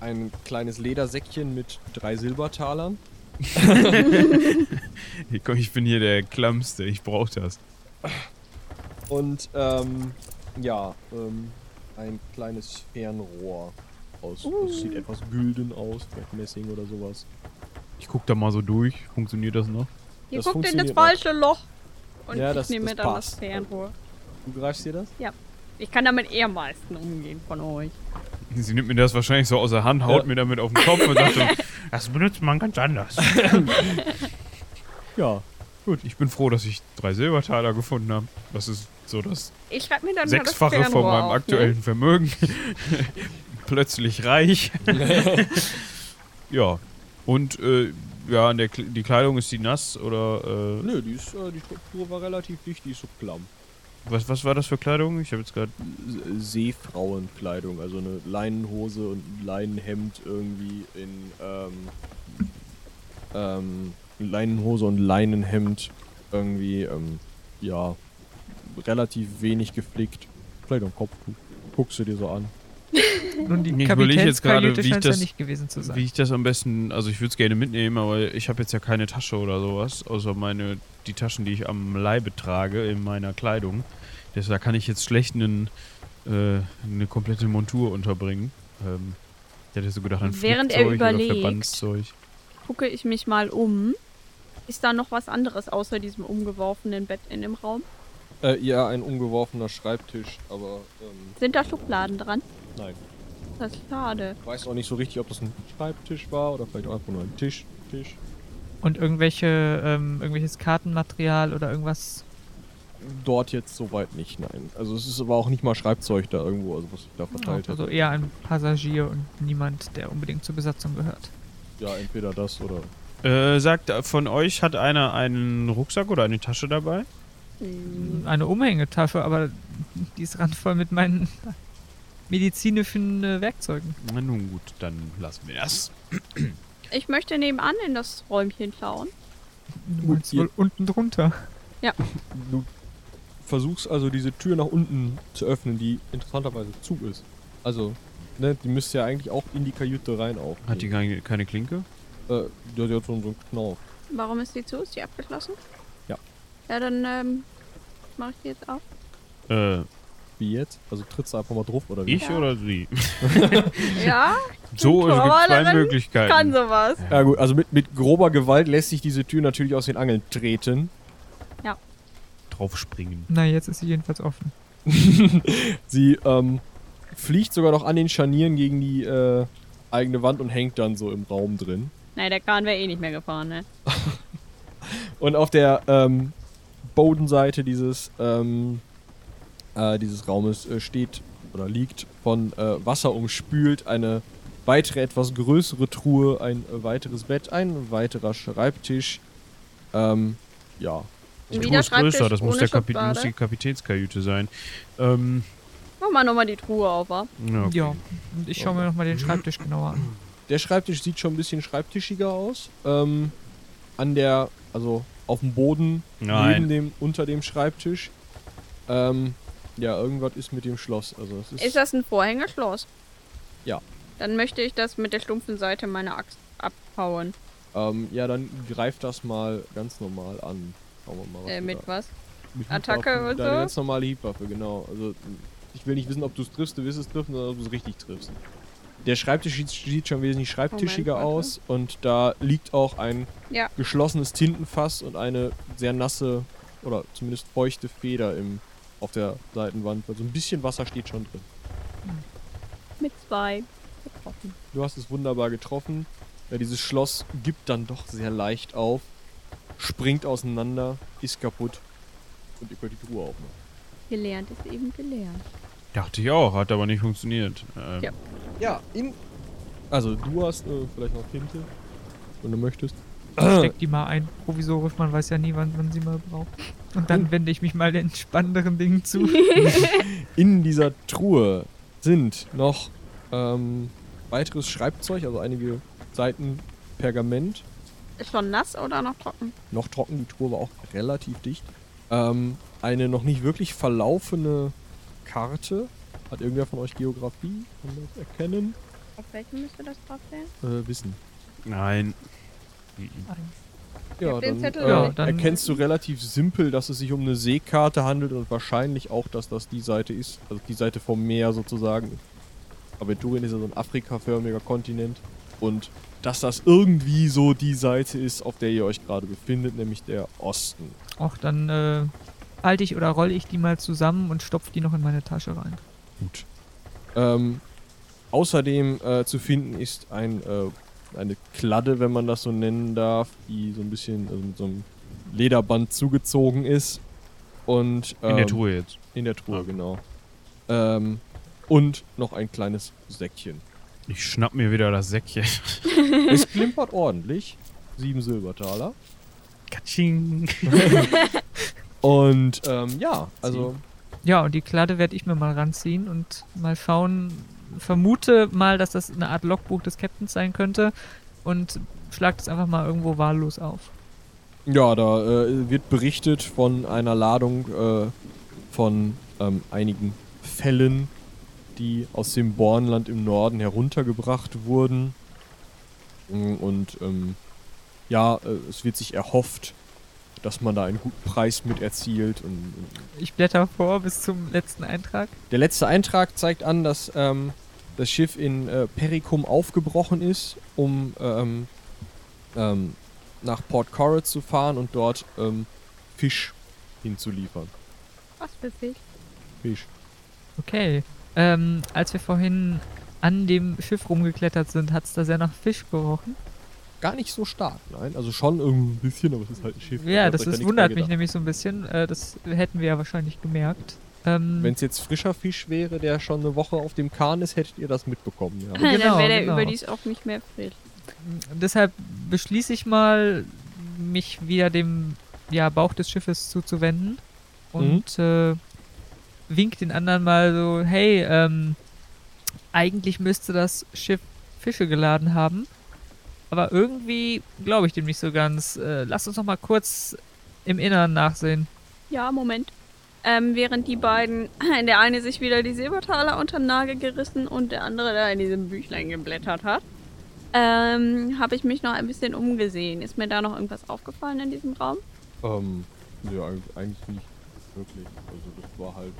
S1: ein kleines Ledersäckchen mit drei Silbertalern.
S6: Ich komm, Ich bin hier der Klammste, ich brauch das.
S1: Und ähm, ja, ähm, ein kleines Fernrohr aus. Das sieht etwas gülden aus, vielleicht Messing oder sowas.
S6: Ich guck da mal so durch, funktioniert das noch?
S7: Ihr
S1: das
S7: guckt in das
S1: funktioniert
S7: falsche Loch. Und
S1: Ja,
S7: ich
S1: das-
S7: nehme
S1: das
S7: dann das
S1: passt.
S7: Fernrohr.
S1: Du greifst dir das?
S7: Ich kann damit eher am meisten umgehen von euch.
S6: Sie nimmt mir das wahrscheinlich so aus der Hand, haut
S1: Ja.
S6: mir damit auf den Kopf und sagt so, <laughs> das benutzt man ganz anders.
S1: Ja.
S6: Gut, ich bin froh, dass ich drei Silbertaler gefunden habe. Das ist so das
S7: Ich schreibe mir dann mal das
S6: Sechsfache von
S7: Fernrohr
S6: meinem
S7: auf, ne?
S6: aktuellen Vermögen. <laughs> Plötzlich <laughs> reich. ja. Und äh, ja, an der Kle- die Kleidung ist die nass oder äh,
S1: Nö, die, ist, äh, die Struktur war relativ dicht, die ist so klamm.
S6: was, was war das für Kleidung? Ich habe jetzt gerade.
S1: Se- Seefrauenkleidung, also eine Leinenhose und ein Leinenhemd irgendwie in ähm, ähm, Leinenhose und Leinenhemd irgendwie, ähm, ja, relativ wenig geflickt. Vielleicht am Kopftuch. Guckst du dir so an.
S5: Nun, die
S6: Nee, ich überleg jetzt gerade,
S5: Kapitänskajüte
S6: wie ich
S5: scheint es
S6: das-
S5: ja nicht gewesen zu sein.
S6: Wie ich das am besten, also ich würde es gerne mitnehmen, aber ich habe jetzt ja keine Tasche oder sowas, außer meine die Taschen, die ich am Leibe trage in meiner Kleidung. Deshalb kann ich jetzt schlecht einen, äh, eine komplette Montur unterbringen. Ähm, ich hätte so gedacht, ein
S7: Während er
S6: Flickzeug oder
S7: überlegt.
S6: Verbandszeug.
S7: Gucke ich mich mal um. Ist da noch was anderes außer diesem umgeworfenen Bett in dem Raum?
S1: Äh, ja, ein umgeworfener Schreibtisch, aber ähm,
S7: Sind da Schubladen dran?
S1: Nein.
S7: Das ist schade.
S1: weiß auch nicht so richtig, ob das ein Schreibtisch war oder vielleicht auch einfach nur ein Tisch. Tisch.
S5: Und irgendwelche, ähm, irgendwelches Kartenmaterial oder irgendwas.
S1: Dort jetzt soweit nicht, nein. Also es ist aber auch nicht mal Schreibzeug da irgendwo, also was ich da verteilt
S5: Also
S1: hätte.
S5: eher ein Passagier und niemand, der unbedingt zur Besatzung gehört.
S1: Ja, entweder das oder.
S6: Äh, sagt, äh, von euch hat einer einen Rucksack oder eine Tasche dabei?
S5: Eine Umhängetasche, aber die ist randvoll mit meinen medizinischen äh, Werkzeugen.
S6: Na nun gut, dann lassen wir das.
S7: Ich möchte nebenan in das Räumchen schauen.
S5: Du
S1: Gut,
S5: meinst
S1: ihr-
S5: wohl unten drunter.
S1: Du versuchst also diese Tür nach unten zu öffnen, die interessanterweise zu ist. Also, ne, die müsste ja eigentlich auch in die Kajüte rein auf.
S6: Hat die keine, keine Klinke?
S1: Äh, ja, die hat so einen so genau einen Knauf.
S7: Warum ist die zu? Ist die abgeschlossen?
S1: Ja.
S7: Ja, dann ähm, mache ich die
S6: <laughs>
S7: jetzt auf.
S6: Äh,
S1: Wie jetzt? Also trittst du einfach mal drauf oder wie?
S6: ich oder sie?
S7: Ja,
S6: So, es gibt zwei
S7: Torwallerin
S6: Möglichkeiten.
S7: kann sowas.
S1: Ja gut, also mit, mit grober Gewalt lässt sich diese Tür natürlich aus den Angeln treten.
S6: Draufspringen.
S5: Na, jetzt ist sie jedenfalls offen.
S1: Sie ähm, fliegt sogar noch an den Scharnieren gegen die äh, eigene Wand und hängt dann so im Raum drin.
S7: Nein, der Kahn wäre eh nicht mehr gefahren, ne?
S1: Und auf der ähm, Bodenseite dieses, ähm, äh, dieses Raumes äh, steht oder liegt von äh, Wasser umspült eine weitere, etwas größere Truhe, ein äh, weiteres Bett, ein weiterer Schreibtisch. Ähm, ja.
S6: Die Truhe
S7: Wieder
S6: ist größer,
S7: Schreibtisch
S6: das muss,
S7: ohne
S6: der Kapi muss
S7: Schublade.
S6: die Kapitänskajüte sein. Ähm,
S7: Mach mal nochmal die Truhe auf, wa?
S6: ja, okay.
S5: Ja, und ich schaue mir nochmal den Schreibtisch genauer an.
S1: Der Schreibtisch sieht schon ein bisschen schreibtischiger aus. Ähm, an der, also auf dem Boden, neben
S6: Nein.
S1: dem, unter dem Schreibtisch. Ähm, ja, irgendwas ist mit dem Schloss. Also es ist,
S7: Ist das ein Vorhängeschloss?
S1: Ja.
S7: Dann möchte ich das mit der stumpfen Seite meiner Axt abhauen.
S1: Ähm, ja, dann greif das mal ganz normal an. Schauen wir mal, was
S7: Äh,
S1: du
S7: mit
S1: da-
S7: was?
S1: mit
S7: Attacke
S1: Hiebwaffen,
S7: und
S1: deine
S7: so?
S1: ganz normale Hiebwaffe, genau. Also, ich will nicht wissen, ob du es triffst, du wirst es treffen, sondern ob du es richtig triffst. Der Schreibtisch sieht- sieht schon wesentlich schreibtischiger
S7: warte.
S1: aus und da liegt auch ein
S7: Ja.
S1: geschlossenes Tintenfass und eine sehr nasse oder zumindest feuchte Feder im, auf der Seitenwand. Also ein bisschen Wasser steht schon drin.
S7: Mit zwei.
S1: Du hast es wunderbar getroffen. Ja, dieses Schloss gibt dann doch sehr leicht auf, springt auseinander, ist kaputt und ihr könnt die Truhe aufmachen.
S7: Gelernt ist eben gelernt.
S6: Dachte ich auch, hat aber nicht funktioniert. Ähm,
S7: Ja.
S1: Ja, in. Also du hast äh, vielleicht noch Tinte, wenn du möchtest.
S5: Steck die mal ein, provisorisch, man weiß ja nie, wann man sie mal braucht. Und dann wende ich mich mal den spannenderen Dingen zu.
S1: In dieser Truhe sind noch ähm, weiteres Schreibzeug, also einige Seiten Pergament.
S7: Ist schon nass oder noch trocken?
S1: Noch trocken, die Truhe war auch relativ dicht. Ähm, eine noch nicht wirklich verlaufene Karte. Hat irgendwer von euch Geografie? Kann man das erkennen?
S7: Auf welchem müsste das drauf sein?
S1: Äh, Wissen.
S6: Nein.
S1: Ja,
S7: hab den
S1: dann,
S7: Zettel
S1: äh,
S5: noch nicht. Ja, dann-
S1: erkennst du relativ simpel, dass es sich um eine Seekarte handelt und wahrscheinlich auch, dass das die Seite ist, also die Seite vom Meer sozusagen. Aventurien ist ja so ein afrikaförmiger Kontinent und dass das irgendwie so die Seite ist, auf der ihr euch gerade befindet, nämlich der Osten.
S5: Och, dann äh, halte ich oder rolle ich die mal zusammen und stopfe die noch in meine Tasche rein.
S1: Ähm, außerdem äh, zu finden ist ein, äh, eine Kladde, wenn man das so nennen darf, die so ein bisschen also mit so einem Lederband zugezogen ist. Und,
S6: In der
S1: ähm,
S6: Truhe jetzt.
S1: In der Truhe,
S6: Ah.
S1: genau. Ähm, und noch ein kleines Säckchen.
S6: Ich schnapp mir wieder das Säckchen.
S7: <laughs>
S1: Es klimpert ordentlich. Sieben Silbertaler.
S6: Katsching.
S1: Und ähm, ja, also
S5: Ja, und die Kladde werde ich mir mal ranziehen und mal schauen. Vermute mal, dass das eine Art Logbuch des Captains sein könnte und schlag das einfach mal irgendwo wahllos auf.
S1: ja, da äh, wird berichtet von einer Ladung äh, von ähm, einigen Fällen, die aus dem Bornland im Norden heruntergebracht wurden. Mm, Und ähm, ja, äh, es wird sich erhofft, dass man da einen guten Preis mit erzielt und, und
S5: Ich blätter vor bis zum letzten Eintrag.
S1: Der letzte Eintrag zeigt an, dass ähm, das Schiff in äh, Pericum aufgebrochen ist, um ähm, ähm, nach Port Corret zu fahren und dort ähm, Fisch hinzuliefern.
S7: Was für Fisch?
S1: Fisch.
S5: Okay. Ähm, als wir vorhin an dem Schiff rumgeklettert sind, hat es da sehr nach Fisch gerochen.
S1: Gar nicht so stark, nein. Also schon irgendwie ein bisschen, aber es ist halt ein Schiff.
S5: Ja, das ist, wundert mich nämlich so ein bisschen. Äh, das hätten wir ja wahrscheinlich gemerkt. Ähm,
S1: Wenn es jetzt frischer Fisch wäre, der schon eine Woche auf dem Kahn ist, hättet ihr das mitbekommen, ja.
S5: <laughs> Genau,
S7: <laughs> Dann wäre der
S5: genau.
S7: überdies auch nicht mehr frisch.
S5: deshalb beschließe ich mal, mich wieder dem ja, Bauch des Schiffes zuzuwenden und äh, wink den anderen mal so, hey, ähm, eigentlich müsste das Schiff Fische geladen haben, aber irgendwie glaube ich dem nicht so ganz. Äh, lass uns noch mal kurz im Inneren nachsehen.
S7: Ja, Moment. Ähm, während die beiden, <laughs> der eine sich wieder die Silbertaler unter den Nagel gerissen und der andere da in diesem Büchlein geblättert hat, ähm, habe ich mich noch ein bisschen umgesehen. Ist mir da noch irgendwas aufgefallen in diesem Raum?
S1: Ähm, ja, eigentlich nicht wirklich. Also das war halt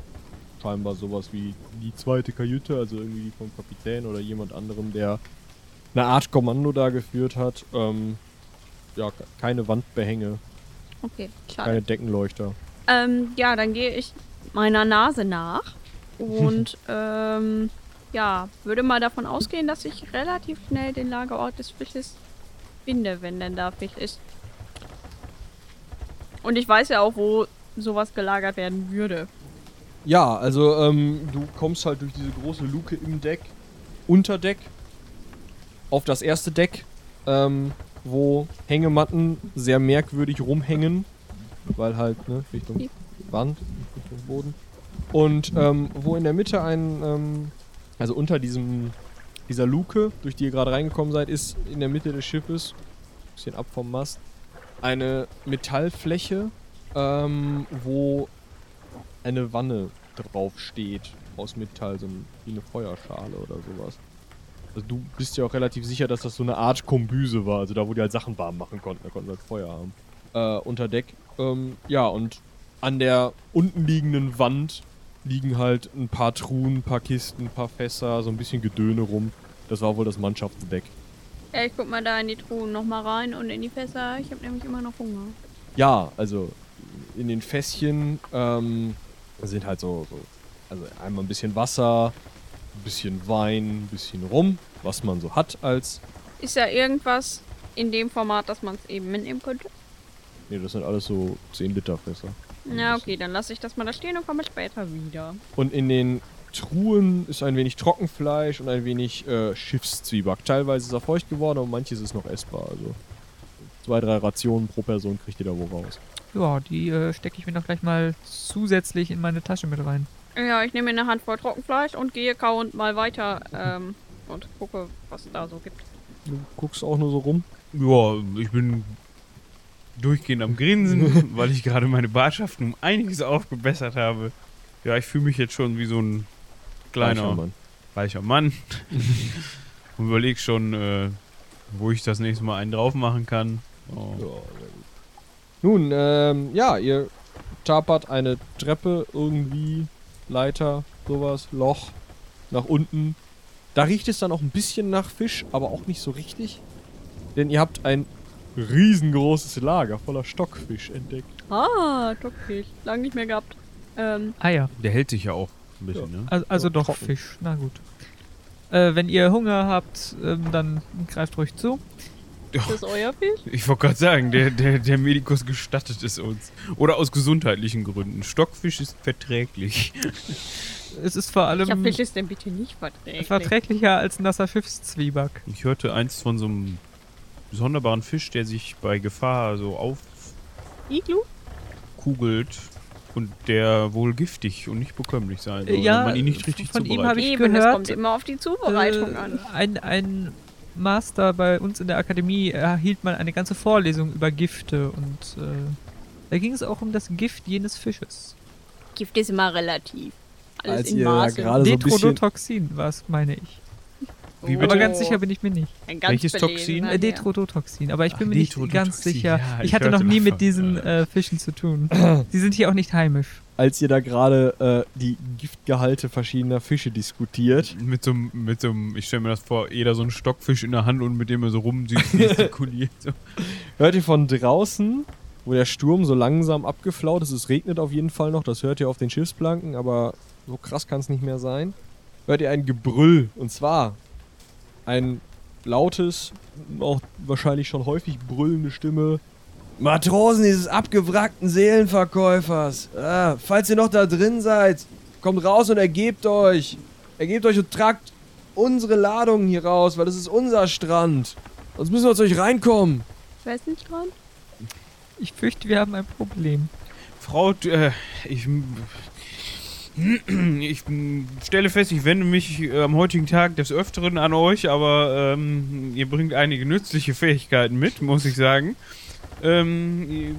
S1: scheinbar sowas wie die zweite Kajüte, also irgendwie vom Kapitän oder jemand anderem, der eine Art Kommando da geführt hat. Ähm, ja, ke- keine Wandbehänge,
S7: Okay,
S1: keine
S7: schade.
S1: Deckenleuchter.
S7: Ähm, ja, dann gehe ich meiner Nase nach und ähm, ja, würde mal davon ausgehen, dass ich relativ schnell den Lagerort des Fisches finde, wenn denn da Fisch ist. Und ich weiß ja auch, wo sowas gelagert werden würde.
S1: Ja, also ähm, du kommst halt durch diese große Luke im Deck, unter Deck, auf das erste Deck, ähm, wo Hängematten sehr merkwürdig rumhängen, weil halt ne, Richtung Wand, Richtung Boden. Und ähm, wo in der Mitte ein, ähm, also unter diesem, dieser Luke, durch die ihr gerade reingekommen seid, ist in der Mitte des Schiffes, bisschen ab vom Mast, eine Metallfläche, ähm, wo eine Wanne draufsteht aus Metall, so ein- wie eine Feuerschale oder sowas. Also du bist ja auch relativ sicher, dass das so eine Art Kombüse war, also da, wo die halt Sachen warm machen konnten, da konnten sie halt Feuer haben. Äh, unter Deck. Ähm, ja, und an der unten liegenden Wand liegen halt ein paar Truhen, ein paar Kisten, ein paar Fässer, so ein bisschen Gedöne rum. Das war wohl das Mannschaftsdeck.
S7: Ja, ich guck mal da in die Truhen nochmal rein und in die Fässer. Ich habe nämlich immer noch Hunger.
S1: Ja, also in den Fässchen ähm, sind halt so, so, also einmal ein bisschen Wasser, ein bisschen Wein, ein bisschen Rum, was man so hat als.
S7: Ist ja irgendwas in dem Format, dass man es eben mitnehmen könnte.
S1: Ne, das sind alles so 10 Liter Fässer.
S7: Na okay, dann lasse ich das mal da stehen und komme später wieder.
S1: Und in den Truhen ist ein wenig Trockenfleisch und ein wenig äh, Schiffszwieback. Teilweise ist er feucht geworden, aber manches ist noch essbar. Also zwei, drei Rationen pro Person kriegt ihr da wo raus.
S5: Ja, die äh, stecke ich mir doch gleich mal zusätzlich in meine Tasche mit rein.
S7: Ja, ich nehme mir eine Handvoll Trockenfleisch und gehe kauend mal weiter ähm, und gucke, was es da so gibt.
S1: Du guckst auch nur so rum.
S6: Ja, ich bin durchgehend
S1: <laughs>
S6: am Grinsen, weil ich gerade meine Bartschaften um einiges aufgebessert habe. Ja, ich fühle mich jetzt schon wie so ein kleiner,
S1: Reicher
S6: reicher Mann.
S1: Mann. <laughs>
S6: Und überlege schon, äh, wo ich das nächste Mal einen drauf machen kann. Oh.
S1: Ja, sehr gut. Nun, ähm, ja, ihr tapert eine Treppe irgendwie, Leiter, sowas, Loch, nach unten. Da riecht es dann auch ein bisschen nach Fisch, aber auch nicht so richtig. Denn ihr habt ein riesengroßes Lager voller Stockfisch entdeckt.
S7: Ah, Tockfisch. Lange nicht mehr gehabt. Ähm,
S5: Ah ja,
S6: Der hält sich ja auch ein bisschen, ne?
S5: also, also
S1: Ja,
S5: doch
S1: trocken.
S5: Fisch. Na gut. Äh, wenn ihr Hunger habt, ähm, dann greift ruhig zu.
S7: ist das euer Fisch?
S6: Ich wollte gerade sagen, der, der, der Medikus gestattet es uns. Oder aus gesundheitlichen Gründen. Stockfisch ist verträglich.
S5: Es ist vor allem
S7: Ich hab Fisch ist denn bitte nicht verträglich.
S5: verträglicher als nasser Schiffszwieback.
S6: Ich hörte einst von so einem sonderbaren Fisch, der sich bei Gefahr so aufkugelt
S7: Iglu?
S6: und der wohl giftig und nicht bekömmlich sein soll,
S5: Ja,
S6: wenn man ihn nicht richtig
S5: von ihm hab
S6: zubereitet.
S5: ich
S7: Eben, es
S5: gehört, äh,
S7: kommt immer auf die Zubereitung an.
S5: ein, ein Master bei uns in der Akademie erhielt mal eine ganze Vorlesung über Gifte und äh, da ging es auch um das Gift jenes Fisches.
S7: Gift ist immer relativ. Alles
S1: Als
S7: in
S1: ihr da
S7: Maßen.
S1: gerade
S6: Also
S1: so ein bisschen.
S5: Detrodotoxin war es, meine ich.
S6: Wie
S7: Oh,
S6: bitte?
S5: Aber ganz sicher bin ich mir nicht.
S7: ein ganz
S6: Welches
S7: belesener
S6: Toxin?
S7: Herr.
S5: Äh, Detrodotoxin, aber ich bin
S6: Ach,
S5: mir nicht
S6: Detrodotoxin,
S5: ganz sicher.
S6: ja,
S5: ich
S6: ich
S5: hatte
S6: hörte
S5: noch nie
S6: davon,
S5: mit diesen
S6: äh.
S5: äh, Fischen zu
S6: <clears throat>
S5: tun. Sie sind hier auch nicht heimisch.
S1: Als ihr da gerade äh, die Giftgehalte verschiedener Fische diskutiert.
S6: Mit so, einem- mit so, einem- ich stelle mir das vor, jeder so einen Stockfisch in der Hand und mit dem er so
S5: <laughs>
S6: rumgestikuliert. so.
S1: hört ihr von draußen, wo der Sturm so langsam abgeflaut ist. Es regnet auf jeden Fall noch, das hört ihr auf den Schiffsplanken, aber so krass kann es nicht mehr sein. Hört ihr ein Gebrüll und zwar ein lautes, auch wahrscheinlich schon häufig brüllende Stimme. Matrosen dieses abgewrackten Seelenverkäufers, ah, falls ihr noch da drin seid, kommt raus und ergebt euch. Ergebt euch und tragt unsere Ladungen hier raus, weil das ist unser Strand. Sonst müssen wir zu euch reinkommen.
S7: Wer ist nicht dran?
S5: Ich fürchte, wir haben ein Problem.
S6: Frau, äh, ich, <clears throat> ich stelle fest, ich wende mich äh, am heutigen Tag des Öfteren an euch, aber ähm, ihr bringt einige nützliche Fähigkeiten mit, muss ich sagen. Ähm, ihr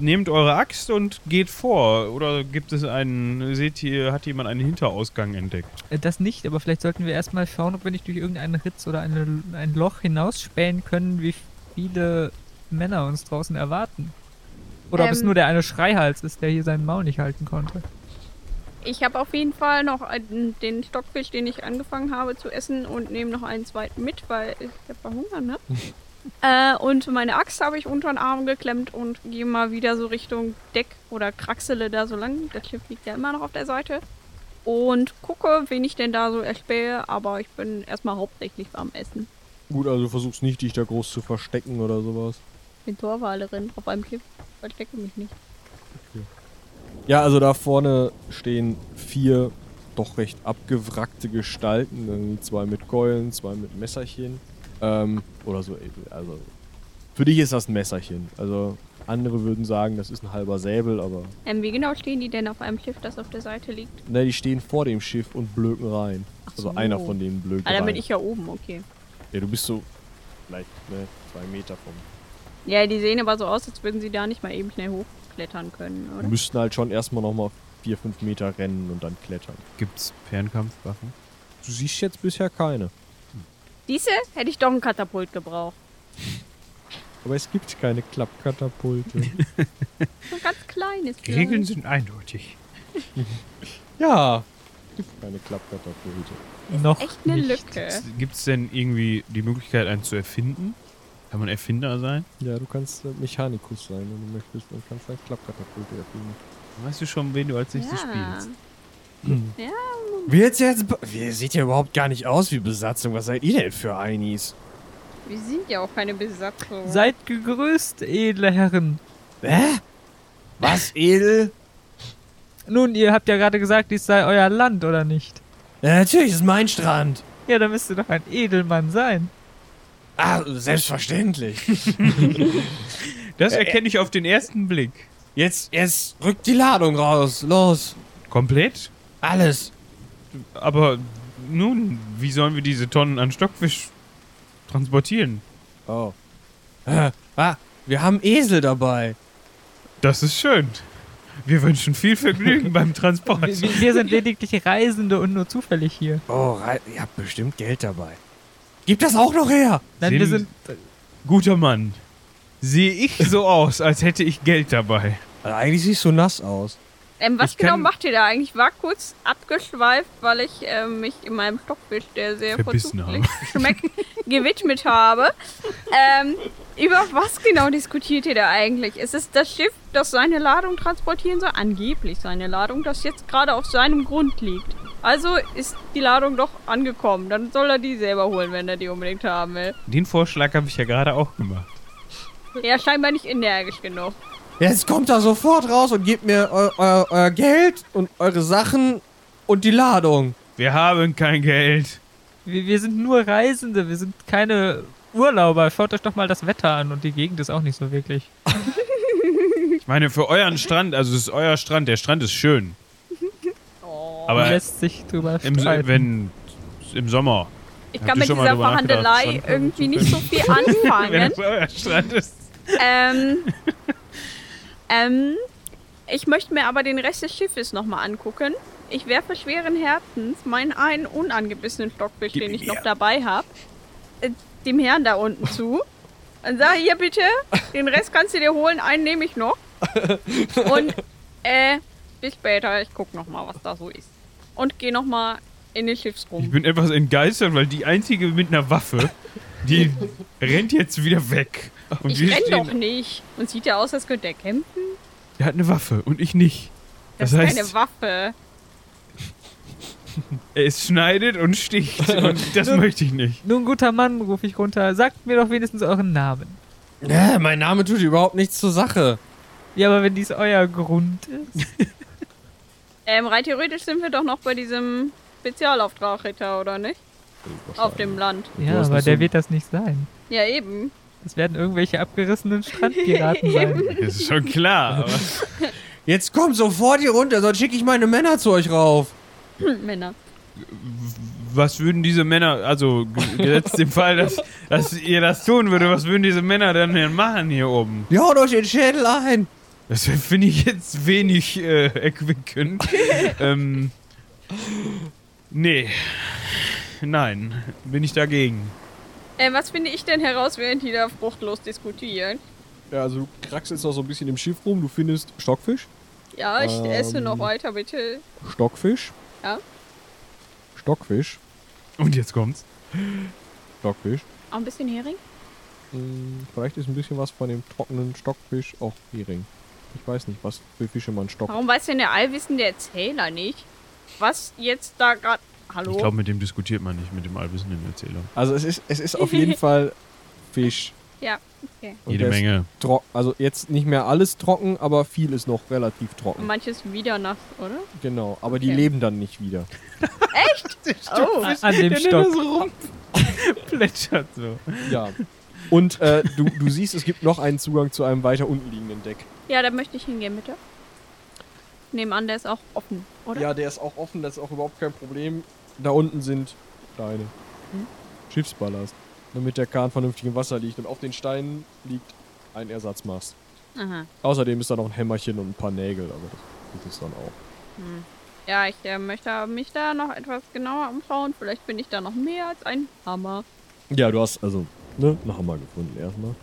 S6: nehmt eure Axt und geht vor. Oder gibt es einen, seht ihr, hat jemand einen Hinterausgang entdeckt?
S5: Äh, Das nicht, aber vielleicht sollten wir erstmal schauen, ob wir nicht durch irgendeinen Ritz oder eine, ein Loch hinausspähen können, wie viele Männer uns draußen erwarten. Oder ob es
S7: Ähm.
S5: nur der eine Schreihals ist, der hier seinen Maul nicht halten konnte.
S7: Ich habe auf jeden Fall noch einen, den Stockfisch, den ich angefangen habe zu essen und nehme noch einen zweiten mit, weil ich habe Hunger, ne? äh, und meine Axt habe ich unter den Arm geklemmt und gehe mal wieder so Richtung Deck oder kraxele da so lang. Das Schiff liegt ja immer noch auf der Seite. Und gucke, wen ich denn da so erspähe, aber ich bin erstmal hauptsächlich am Essen.
S1: Gut, also du versuchst nicht, dich da groß zu verstecken oder sowas.
S7: Bin Torwalerin auf einem Schiff. Verstecke mich nicht.
S1: Ja, also da vorne stehen vier doch recht abgewrackte Gestalten. Irgendwie zwei mit Keulen, zwei mit Messerchen. Ähm, oder so. Also für dich ist das ein Messerchen. Also andere würden sagen, das ist ein halber Säbel, aber
S7: Ähm, wie genau stehen die denn auf einem Schiff, das auf der Seite liegt?
S1: ne, die stehen vor dem Schiff und blöken rein.
S7: Ach
S1: Also
S7: so.
S1: einer von denen blökt
S7: Ah, dann bin
S1: rein.
S7: ich ja oben, okay.
S1: ja, du bist so vielleicht ne, zwei Meter vom.
S7: Ja, die sehen aber so aus, als würden sie da nicht mal eben schnell hochklettern können,
S1: Wir
S7: oder?
S1: müssten halt schon erstmal nochmal vier, fünf Meter rennen und dann klettern.
S6: Gibt's Fernkampfwaffen?
S1: Du siehst jetzt bisher keine.
S7: Diese hätte ich doch ein Katapult gebraucht.
S1: Aber es gibt keine
S7: <laughs>
S1: Klappkatapulte.
S7: So ein ganz kleines.
S6: Regeln
S7: vielleicht.
S6: sind eindeutig.
S1: ja,
S8: gibt keine Klappkartoffelhüte.
S5: Noch
S7: Echt eine
S5: nicht.
S7: Lücke.
S6: Gibt es denn irgendwie die Möglichkeit, einen zu erfinden? Kann man Erfinder sein?
S8: Ja, du kannst äh, Mechanikus sein, wenn du möchtest. Dann kannst du eine Klappkartoffelhüte erfinden.
S6: Weißt du schon, wen du als nächstes
S7: Ja.
S6: spielst?
S8: Wie jetzt jetzt? Wie sieht ja überhaupt gar nicht aus wie Besatzung. Was seid ihr denn für Einis?
S7: Wir sind ja auch keine Besatzung.
S5: Seid gegrüßt, edle Herren.
S8: Hä?
S1: <laughs>
S8: Was, Edel?
S5: Nun, ihr habt ja gerade gesagt, dies sei euer Land, oder nicht?
S8: Ja, natürlich, ist mein Strand.
S5: Ja, dann müsst ihr doch ein Edelmann sein.
S8: Ah, selbstverständlich.
S6: Das erkenne ich auf den ersten Blick.
S8: Jetzt, jetzt rückt die Ladung raus. Los.
S6: Komplett?
S8: Alles.
S6: Aber nun, wie sollen wir diese Tonnen an Stockfisch transportieren?
S8: Oh. Äh, ah, wir haben Esel dabei.
S6: Das ist schön. Wir wünschen viel Vergnügen <laughs> beim Transport.
S5: Wir, wir wir sind lediglich Reisende und nur zufällig hier.
S8: Oh, rei- ihr habt bestimmt Geld dabei. Gib das auch noch her.
S5: Nein, wir
S6: Sind-
S5: sind.
S6: Guter Mann, sehe <laughs> ich so aus, als hätte ich Geld dabei.
S8: Also eigentlich siehst du nass aus.
S7: Ähm, was
S6: Ich
S7: genau
S6: kann-
S7: macht ihr da eigentlich? Ich war kurz abgeschweift, weil ich ähm, mich in meinem Stockfisch, der sehr
S6: Verbissen
S7: vorzüglich
S6: <laughs>
S7: schmeckt, gewidmet habe. Ähm, über was genau diskutiert ihr da eigentlich? Ist es das Schiff, das seine Ladung transportieren soll? Angeblich seine Ladung, das jetzt gerade auf seinem Grund liegt. Also ist die Ladung doch angekommen. Dann soll er die selber holen, wenn er die unbedingt haben will.
S6: Den Vorschlag habe ich ja gerade auch gemacht.
S7: Ja, scheinbar nicht energisch genug.
S8: Jetzt kommt da sofort raus und gebt mir eu eu euer Geld und eure Sachen und die Ladung.
S6: Wir haben kein Geld.
S5: Wir, wir sind nur Reisende, wir sind keine Urlauber. Schaut euch doch mal das Wetter an und die Gegend ist auch nicht so wirklich.
S6: Ich meine, für euren Strand, also es ist euer Strand, der Strand ist schön. Aber
S5: lässt sich drüber
S6: im,
S5: streiten.
S6: wenn, im Sommer.
S7: Ich
S6: Habt
S7: kann
S6: ihr
S7: mit
S6: schon mal
S7: dieser
S6: drüber nachgedacht,
S7: Verhandelei
S6: Strand-
S7: irgendwie nicht so viel
S6: <laughs>
S7: anfangen.
S6: Wenn es euer Strand ist.
S7: Ähm, ähm, ich möchte mir aber den Rest des Schiffes nochmal angucken. Ich werfe schweren Herzens meinen einen unangebissenen Stockfisch, den ich noch dabei habe, äh, dem Herrn da unten zu. Und sage hier bitte, den Rest kannst du dir holen, einen nehme ich noch. Und äh, bis später, ich guck nochmal, was da so ist. Und geh nochmal in den
S6: Ich
S7: Schiffsrumpf.
S6: bin etwas entgeistert, weil die einzige mit einer Waffe,
S7: <laughs>
S6: die rennt jetzt wieder weg. Und
S7: Ich
S6: wir
S7: renn
S6: stehen-
S7: doch nicht. Und sieht ja aus, als könnte er kämpfen.
S6: Der hat eine Waffe und ich nicht.
S7: Das,
S6: Das,
S7: ist
S6: heißt,
S7: keine Waffe.
S6: es schneidet und sticht.
S7: <laughs>
S6: Und das möchte ich nicht.
S5: Nun, guter Mann, rufe ich runter. Sagt mir doch wenigstens euren Namen.
S8: Ja, mein Name tut überhaupt nichts zur Sache.
S5: Ja, aber wenn dies euer Grund ist.
S7: Ähm, rein theoretisch sind wir doch noch bei diesem Spezialauftrag, Ritter, oder nicht? Auf dem Land.
S5: Ja,
S8: hast
S5: aber
S8: nicht
S5: der
S8: so-
S5: wird das nicht sein.
S7: Ja, eben. <clears throat>
S5: Das werden irgendwelche abgerissenen Strandpiraten sein.
S6: Das ist schon klar. Aber
S8: Jetzt kommt sofort hier runter, sonst schicke ich meine Männer zu euch rauf.
S7: Hm, Männer.
S6: was würden diese Männer, also ge- gesetzt im Fall, dass, dass ihr das tun würde, was würden diese Männer denn, denn machen hier oben?
S8: Die hauen euch den Schädel ein.
S6: Das finde ich jetzt wenig äh,
S7: <laughs>
S6: erquickend. ähm, nee. Nein, bin ich dagegen.
S7: Äh, was finde ich denn heraus, während die da fruchtlos diskutieren?
S8: Ja, also du kraxelst noch so ein bisschen im Schiff rum. Du findest Stockfisch.
S7: Ja, ich
S8: Ähm.
S7: esse noch weiter, bitte.
S8: Stockfisch.
S7: Ja.
S8: Stockfisch.
S6: Und jetzt kommt's.
S8: Stockfisch.
S7: Auch ein bisschen Hering?
S8: Hm, Vielleicht ist ein bisschen was von dem trockenen Stockfisch auch Hering. Ich weiß nicht, was für Fische man stockt.
S7: Warum weiß denn der allwissende Erzähler nicht, was jetzt da gerade... Hallo?
S6: Ich glaube, mit dem diskutiert man nicht, mit dem allwissenden Erzähler.
S8: Also es ist, es ist auf
S7: <laughs>
S8: jeden Fall Fisch.
S7: Ja, okay.
S8: Und
S6: Jede
S8: der ist
S6: Menge.
S8: trock- Also jetzt nicht mehr alles trocken, aber viel ist noch relativ
S7: Und
S8: trocken.
S7: manches wieder nass, oder?
S8: Genau, aber die
S7: Okay.
S8: leben dann nicht wieder.
S7: Oh,
S5: An dem Stock.
S6: so rumplätschert so.
S8: Ja. Und äh, du, du siehst, es gibt noch einen Zugang zu einem weiter unten liegenden Deck.
S7: ja, da möchte ich hingehen, bitte. Nehmen an, der ist auch offen, oder?
S8: Ja, der ist auch offen, das ist auch überhaupt kein Problem. Da unten sind Steine. Schiffsballast. Damit der Kahn vernünftig im Wasser liegt. Und auf den Steinen liegt ein Ersatzmast.
S7: Aha.
S8: Außerdem ist da noch ein Hämmerchen und ein paar Nägel, aber das gibt es dann auch.
S7: Ja, ich äh, möchte mich da noch etwas genauer umschauen. Vielleicht
S1: <laughs>
S7: finde ich da noch mehr als ein Hammer.
S8: Ja, du hast also ne, einen Hammer gefunden erstmal.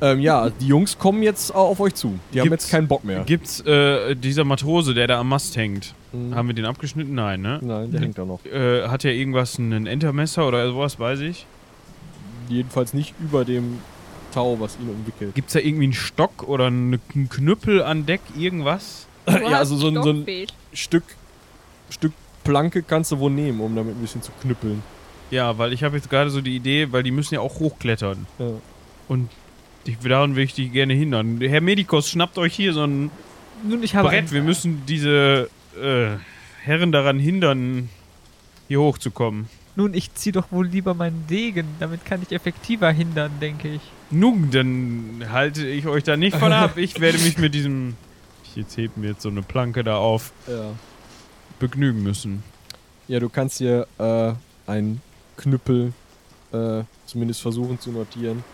S1: Ähm, ja, die Jungs kommen jetzt au- auf euch zu. Die haben
S6: Gibt's-
S1: jetzt keinen Bock mehr.
S6: Gibt's äh, dieser Matrose, der da am Mast hängt?
S1: Mhm.
S6: Haben wir den abgeschnitten? Nein, ne?
S1: Nein, der hängt da noch.
S6: Äh, hat er irgendwas, ein Entermesser oder sowas, weiß ich?
S1: Jedenfalls nicht über dem Tau, was ihn umwickelt.
S6: Gibt's da irgendwie einen Stock oder einen einen Knüppel an Deck, irgendwas?
S7: Du
S1: ja, also so ein, so ein
S7: Stockbild.
S1: Stück, Stück Planke kannst du wohl nehmen, um damit ein bisschen zu knüppeln.
S6: Ja, weil ich habe jetzt gerade so die Idee, weil die müssen ja auch hochklettern.
S1: Ja.
S6: Und ich, daran will ich dich gerne hindern. Herr Medikos, schnappt euch hier so ein
S5: Nun, ich habe
S6: Brett.
S5: ein,
S6: Wir müssen diese äh, Herren daran hindern, hier hochzukommen.
S5: nun, ich ziehe doch wohl lieber meinen Degen. Damit kann ich effektiver hindern, denke ich.
S6: Nun, dann halte ich euch da nicht von ab. Ich werde mich mit diesem. <laughs> Jetzt hebt mir jetzt so eine Planke da auf.
S1: Ja.
S6: Begnügen müssen.
S1: Ja, du kannst hier äh, einen Knüppel äh, zumindest versuchen zu notieren.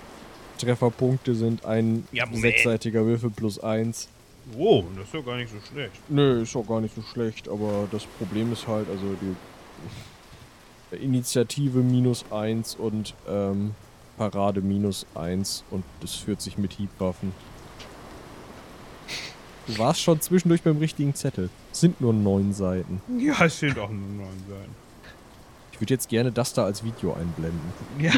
S1: Trefferpunkte sind ein
S6: Ja, Moment.
S1: sechsseitiger Würfel plus eins.
S6: Oh, das ist ja gar nicht so schlecht.
S1: Nö, ist auch gar nicht so schlecht, aber das Problem ist halt, also die <laughs> Initiative minus eins und ähm, Parade minus eins und das führt sich mit Hiebwaffen. Du warst schon zwischendurch beim richtigen Zettel. Es sind nur neun Seiten.
S6: Ja, es sind auch nur neun sein.
S1: Ich würde jetzt gerne das da als Video einblenden.
S6: Ja.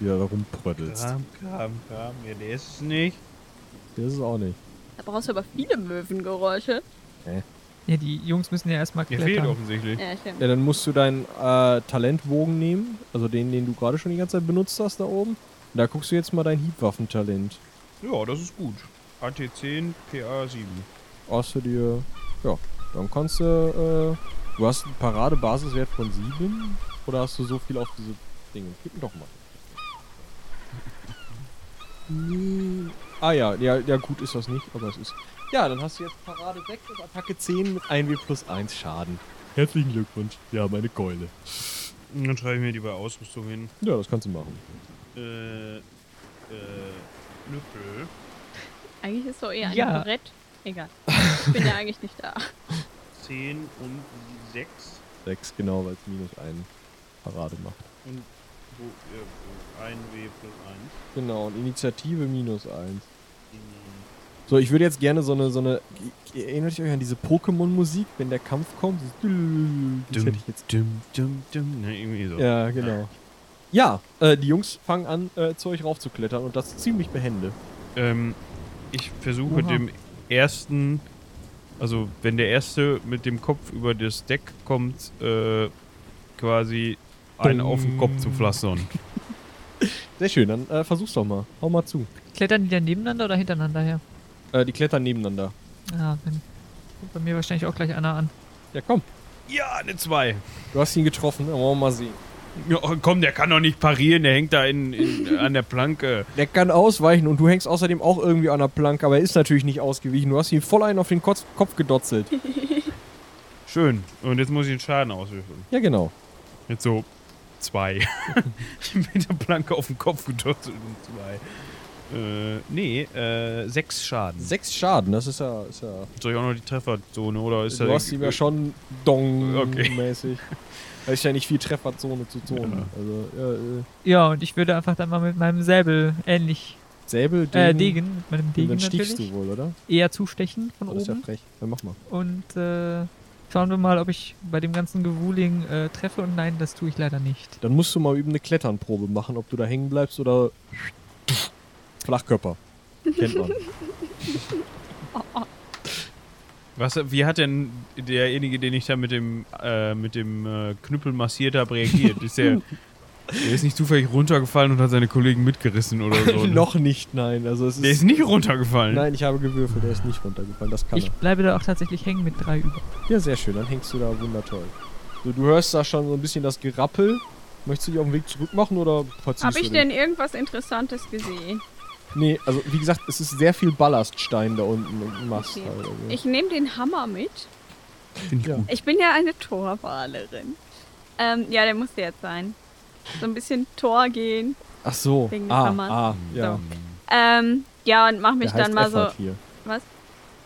S1: Wie du da rumprödelst.
S6: Kram, Kram, Kram. Ja, der ist es nicht.
S1: Das ist auch nicht.
S7: Da brauchst du aber viele Möwengeräusche.
S5: Ja, die Jungs müssen ja erstmal
S6: Der fehlt
S5: klettern.
S6: offensichtlich.
S7: Ja, stimmt.
S1: Ja, dann musst du deinen äh, Talentbogen nehmen, also den, den du gerade schon die ganze Zeit benutzt hast da oben. Und da guckst du jetzt mal dein Hiebwaffentalent.
S6: Ja, das ist gut. AT10, PA7.
S1: Hast du dir. Ja, dann kannst du. Äh, du hast einen Paradebasiswert von 7 oder hast du so viel auf diese Dinge? Gib mir doch mal. Nee. Ah ja, ja, ja, gut ist das nicht, aber es ist. Ja, dann hast du jetzt Parade 6 und Attacke 10 mit 1W plus 1 Schaden. Herzlichen Glückwunsch. Ja, meine Keule.
S6: Dann schreibe ich mir die bei Ausrüstung hin.
S1: Ja, das kannst du machen.
S6: Äh, äh, Lüppel.
S7: Eigentlich ist doch eher ein
S5: Ja.
S7: Brett.
S1: <laughs>
S7: Egal. Ich bin ja eigentlich nicht da.
S6: 10 und 6.
S1: 6, genau, weil es minus 1 Parade macht.
S6: Und äh, 1W plus 1.
S1: Genau, und Initiative minus 1. So, ich würde jetzt gerne so eine, so eine. Erinnert ihr euch an diese Pokémon-Musik, wenn der Kampf kommt? Dieses Das hätte ich jetzt.
S6: Dum, dum, dum. Ne, irgendwie so.
S1: Ja, genau. Ja, äh, die Jungs fangen an, äh, zu euch raufzuklettern und das ziemlich behende.
S6: Ähm, ich versuche
S5: Oha.
S6: dem ersten, also wenn der erste mit dem Kopf über das Deck kommt, äh, quasi einen auf den Kopf zu pflastern.
S1: Sehr schön, dann äh, versuch's doch mal. Hau mal zu.
S5: Klettern die dann nebeneinander oder hintereinander her?
S1: Äh, die klettern nebeneinander.
S5: Ja, dann kommt bei mir wahrscheinlich auch gleich einer an.
S1: Ja, komm.
S6: <laughs> Ja, eine 2.
S1: Du hast ihn getroffen, dann wollen wir mal sehen.
S6: Ja, komm, der kann doch nicht parieren, der hängt da in, <laughs> in, an der Planke.
S1: Der kann ausweichen und du hängst außerdem auch irgendwie an der Planke, aber er ist natürlich nicht ausgewichen. Du hast ihn voll einen auf den Kotz Kopf gedotzelt.
S6: Schön. Und jetzt muss ich den Schaden auswürfeln.
S1: Ja, genau.
S6: Jetzt so zwei. <laughs> mit der Planke auf den Kopf gedutzelt und zwei. Äh, nee, äh, sechs Schaden.
S1: Sechs Schaden, das ist ja. Ist ja
S6: Soll ich auch noch die Trefferzone oder ist
S1: du
S6: da
S1: hast ihm ja
S6: irgendwie-
S1: schon
S6: Okay. <laughs>
S1: Dong-mäßig. Da ist ja nicht viel Trefferzone zu Zone. Also, ja, äh,
S5: Ja, und ich würde einfach dann mal mit meinem Säbel ähnlich,
S1: Säbel,
S5: äh,
S1: Degen,
S5: Degen, mit meinem
S1: und
S5: Degen
S1: dann stichst
S5: natürlich,
S1: du wohl, oder?
S5: eher zustechen von
S1: Das ist ja
S5: oben.
S1: frech. Dann mach mal.
S5: Und äh, schauen wir mal, ob ich bei dem ganzen Gewuhling äh, treffe. Und nein, das tue ich leider nicht.
S1: Dann musst du mal üben eine Kletternprobe machen, ob du da hängen bleibst oder. Flachkörper. Kennt man.
S6: Was, wie hat denn derjenige, den ich da mit dem, äh, mit dem äh, Knüppel massiert habe, reagiert? Ist der, der ist nicht zufällig runtergefallen und hat seine Kollegen mitgerissen oder <laughs> so. ne?
S1: Noch nicht, nein. Also es
S6: Der ist
S1: ist.
S6: nicht runtergefallen.
S1: Nein, ich habe gewürfelt, der ist nicht runtergefallen, das kann
S5: Ich bleibe da auch tatsächlich hängen mit drei über.
S1: er. Ja, sehr schön, dann hängst du da wundertoll. So, du hörst da schon so ein bisschen das Gerappel. Möchtest du dich auf den Weg zurück machen oder verziehst
S7: Habe
S1: du
S7: ich
S1: dich?
S7: denn irgendwas Interessantes gesehen?
S1: Nee, also wie gesagt, es ist sehr viel Ballaststein da unten und Mast.
S7: Okay.
S1: Halt, also.
S7: Ich nehme den Hammer mit.
S6: Find ich
S1: Ja.
S6: gut.
S7: Ich bin ja eine Torwalerin. Ähm, ja, der musste jetzt sein. So ein bisschen Tor gehen.
S1: Ach so.
S7: Wegen
S1: Ah,
S7: Hammer.
S1: ah, ja.
S7: So. Ähm, ja, und mach
S1: Der
S7: mich
S1: heißt
S7: dann mal so.
S1: Effert Hier.
S7: Was?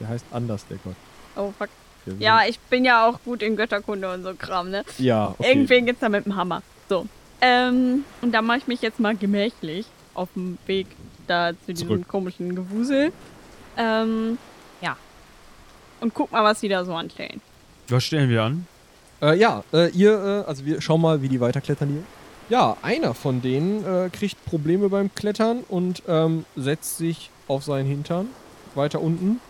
S1: Der heißt anders, der Gott.
S7: Oh fuck.
S1: Der will-
S7: Ja, ich bin ja auch gut in Götterkunde und so Kram, ne?
S1: ja okay.
S7: Irgendwen gibt's da mit dem Hammer. So. Ähm, und dann mache ich mich jetzt mal gemächlich auf dem Weg da zu diesem
S8: Zurück.
S7: komischen Gewusel. Ähm, ja. Und guck mal, was die da so anstellen.
S6: Was stellen wir an?
S1: Äh, ja, äh, ihr, äh, also wir schauen mal, wie die weiterklettern hier. Ja, einer von denen äh, kriegt Probleme beim Klettern und ähm, setzt sich auf seinen Hintern weiter unten.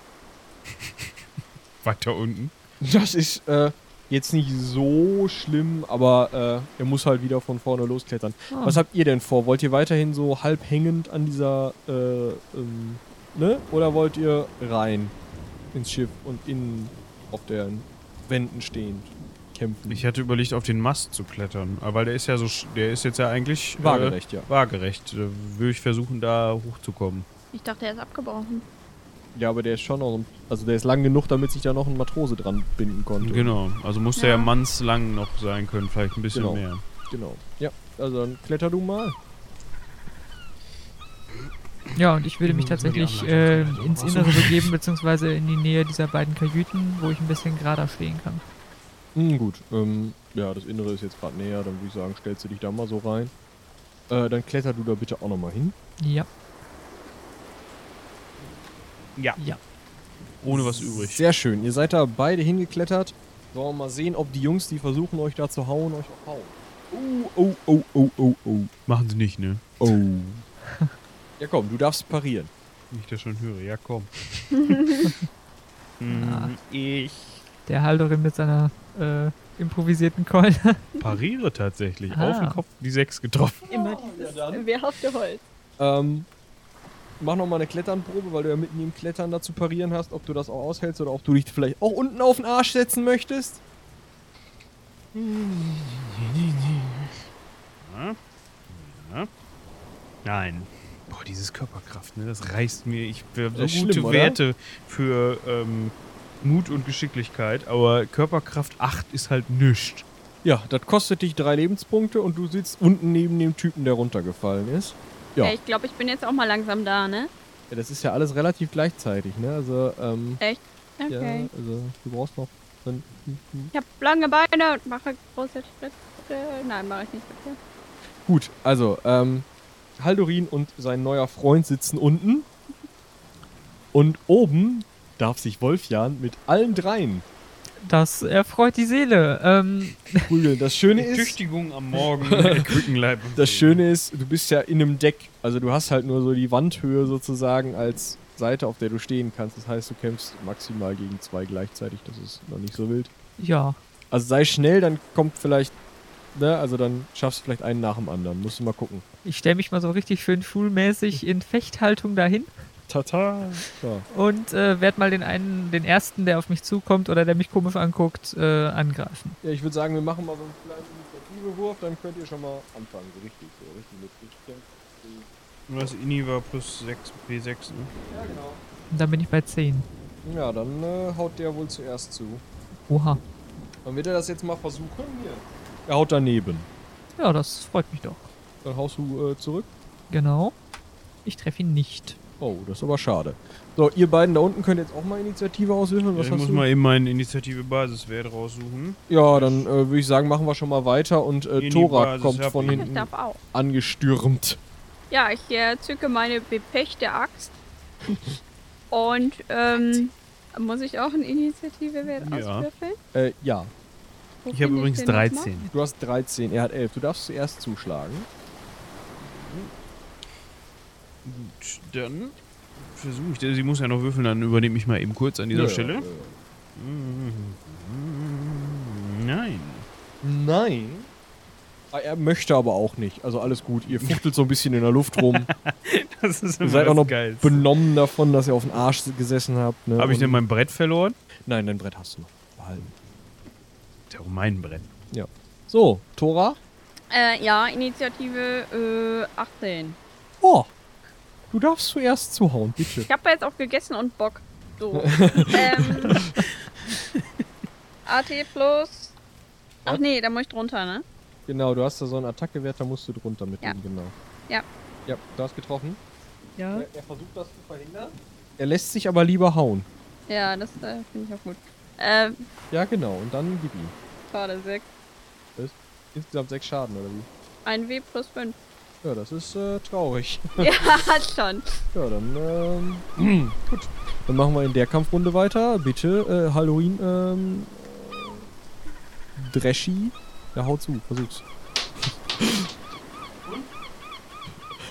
S6: Weiter unten.
S1: Das ist äh, jetzt nicht so schlimm, aber äh, er muss halt wieder von vorne losklettern. Was habt ihr denn vor? Wollt ihr weiterhin so halb hängend an dieser, äh, ähm, ne? Oder wollt ihr rein ins Schiff und innen auf den Wänden stehend kämpfen?
S6: Ich hatte überlegt, auf den Mast zu klettern, aber der ist ja so, sch- der ist jetzt ja eigentlich äh,
S1: Waagerecht, ja.
S6: waagerecht. Äh, Würde ich versuchen, da hochzukommen.
S7: Ich dachte, er ist abgebrochen.
S1: Ja, aber der ist schon noch, also der ist lang genug, damit sich da noch ein Matrose dran binden konnte.
S6: Genau, also muss der
S7: Ja.
S6: ja mannslang noch sein können, vielleicht ein bisschen
S1: Genau.
S6: mehr.
S1: Genau. Ja, also dann kletter du mal.
S5: Ja, und ich würde mich
S6: Ja, das ist mir
S5: tatsächlich
S6: die
S5: äh,
S6: Anleitung.
S5: ins
S6: Ach so.
S5: Innere begeben, beziehungsweise in die Nähe dieser beiden Kajüten, wo ich ein bisschen gerader stehen kann.
S1: Hm, gut. Ähm, ja, das Innere ist jetzt gerade näher, dann würde ich sagen, stellst du dich da mal so rein. Äh, dann kletter du da bitte auch nochmal hin.
S5: Ja.
S6: Ja.
S5: Ja.
S6: Ohne was übrig.
S1: Sehr schön. Ihr seid da beide hingeklettert. Sollen wir mal sehen, ob die Jungs, die versuchen, euch da zu hauen, euch auch hauen. Oh, oh, oh, oh, oh,
S6: Machen sie nicht, ne?
S1: oh, oh. ja, komm, du darfst parieren.
S6: Wenn ich das schon höre. Ja, komm.
S5: Ah.
S6: Ich
S5: Der Haldorin mit seiner äh, improvisierten Keule. <laughs>
S6: pariere tatsächlich.
S5: Ah.
S6: Auf den Kopf die 6 getroffen.
S7: Immer dieses wehrhafte Holz.
S1: Ähm, mach nochmal eine Kletternprobe, weil du ja mitten im Klettern dazu parieren hast, ob du das auch aushältst oder ob du dich vielleicht auch unten auf den Arsch setzen möchtest.
S6: Nein. Boah, dieses Körperkraft, ne? Das reißt mir. Ich habe so
S1: Das ist
S6: gute
S1: schlimm, oder?
S6: Werte für ähm, Mut und Geschicklichkeit, aber Körperkraft 8 ist halt nüscht.
S1: Ja, das kostet dich drei Lebenspunkte und du sitzt unten neben dem Typen, der runtergefallen ist. Ja.
S7: Ey, ich glaube, ich bin jetzt auch mal langsam da, ne?
S1: Ja, das ist ja alles relativ gleichzeitig, ne? Also, ähm,
S7: Okay.
S1: ja, also du brauchst noch. Dann,
S7: Ich habe lange Beine und mache große Schritte. Nein, mache ich nicht. Okay.
S1: Gut, also, ähm, Haldorin und sein neuer Freund sitzen unten. Und oben darf sich Wolfjan mit allen dreien
S5: Das erfreut die Seele. Ähm,
S1: prügeln. Das Schöne ist.
S6: Tüchtigung
S1: <laughs>
S6: am Morgen. Erquicken Leib und
S1: Das
S6: Seele.
S1: Schöne ist, du bist ja in einem Deck. Also du hast halt nur so die Wandhöhe sozusagen als Seite, auf der du stehen kannst. Das heißt, du kämpfst maximal gegen zwei gleichzeitig. Das ist noch nicht so wild.
S5: ja.
S1: Also sei schnell, dann kommt vielleicht, ne, also dann schaffst du vielleicht einen nach dem anderen. Musst du mal gucken.
S5: Ich stelle mich mal so richtig schön schulmäßig in Fechthaltung dahin
S1: Tata. Ja.
S5: und äh, werde mal den einen, den ersten, der auf mich zukommt oder der mich komisch anguckt, äh, angreifen.
S1: ja, ich würde sagen, wir machen mal so einen kleinen Initiativewurf, dann könnt ihr schon mal anfangen. So richtig, so richtig mit richtig kämpfen.
S6: Und das Ini war plus 6, P6, ne?
S5: Und dann bin ich bei 10.
S1: Ja, dann äh, haut der wohl zuerst zu.
S5: Oha.
S1: Dann wird er das jetzt mal versuchen hier. Er haut daneben.
S5: Ja, das freut mich doch.
S1: Dann haust du äh, zurück.
S5: Genau. Ich treffe ihn nicht.
S1: Oh, das ist aber schade. So, ihr beiden da unten könnt jetzt auch mal Initiative auswürfeln. Was
S6: ich
S1: hast
S6: muss
S1: du?
S6: mal eben meinen Initiative-Basiswert raussuchen.
S1: ja, dann äh, würde ich sagen, machen wir schon mal weiter und äh,
S6: Ini
S1: Tora
S6: Basis,
S1: kommt
S6: hab
S1: von
S6: ihn.
S7: Ich
S1: hinten
S7: darf auch.
S1: angestürmt.
S7: Ja, ich äh, zücke meine bepechte Axt. Und, ähm, muss ich auch eine Initiative-Wert
S6: Ja.
S7: auswürfeln?
S1: Äh, ja,
S7: Wo
S6: Ich
S7: finde
S6: habe übrigens
S7: den nochmal?
S6: 13.
S1: du hast 13, er hat 11. Du darfst zuerst zuschlagen.
S6: Gut, dann versuche ich. Sie muss ja noch würfeln, dann übernehme ich mal eben kurz an dieser
S1: Ja,
S6: Stelle. Mhm.
S1: ja, ja.
S6: Nein. <laughs>
S1: Nein. Ah, er möchte aber auch nicht. Also alles gut. Ihr fuchtelt so ein bisschen in der Luft
S6: <laughs>
S1: rum.
S6: Das ist
S1: Ihr seid auch noch
S6: geil.
S1: benommen davon, dass ihr auf den Arsch gesessen habt. Ne?
S6: Habe ich
S1: Und-
S6: denn mein Brett verloren?
S1: Nein, dein Brett hast du noch. Behalten.
S6: Ja, mein Brett.
S1: So, Tora.
S7: Äh, ja, Initiative äh, 18.
S1: Oh. Du darfst zuerst zuhauen, bitte.
S7: Ich habe jetzt auch gegessen und Bock.
S5: <laughs>
S7: So. ähm, AT plus. Ach nee, da muss ich drunter, ne?
S1: Genau, du hast da so einen Attackewert, da musst du drunter
S7: Ja.
S1: mitnehmen, genau.
S7: Ja.
S1: Ja, du hast getroffen.
S7: Ja.
S1: Er versucht das zu verhindern. Er lässt sich aber lieber hauen.
S7: Ja, das äh, finde ich auch gut. Äh,
S1: Ja, genau, und dann gib ihm.
S7: schade, 6.
S1: Insgesamt sechs Schaden, oder wie?
S5: <laughs>
S7: Ein W plus 5.
S1: Ja, das ist äh, traurig. <laughs>
S7: Ja, hat schon.
S1: Ja, dann, ähm, <clears throat> gut. Dann machen wir in der Kampfrunde weiter. Bitte, äh, Halloween, ähm, Dreschi. Ja, hau zu, versuch's.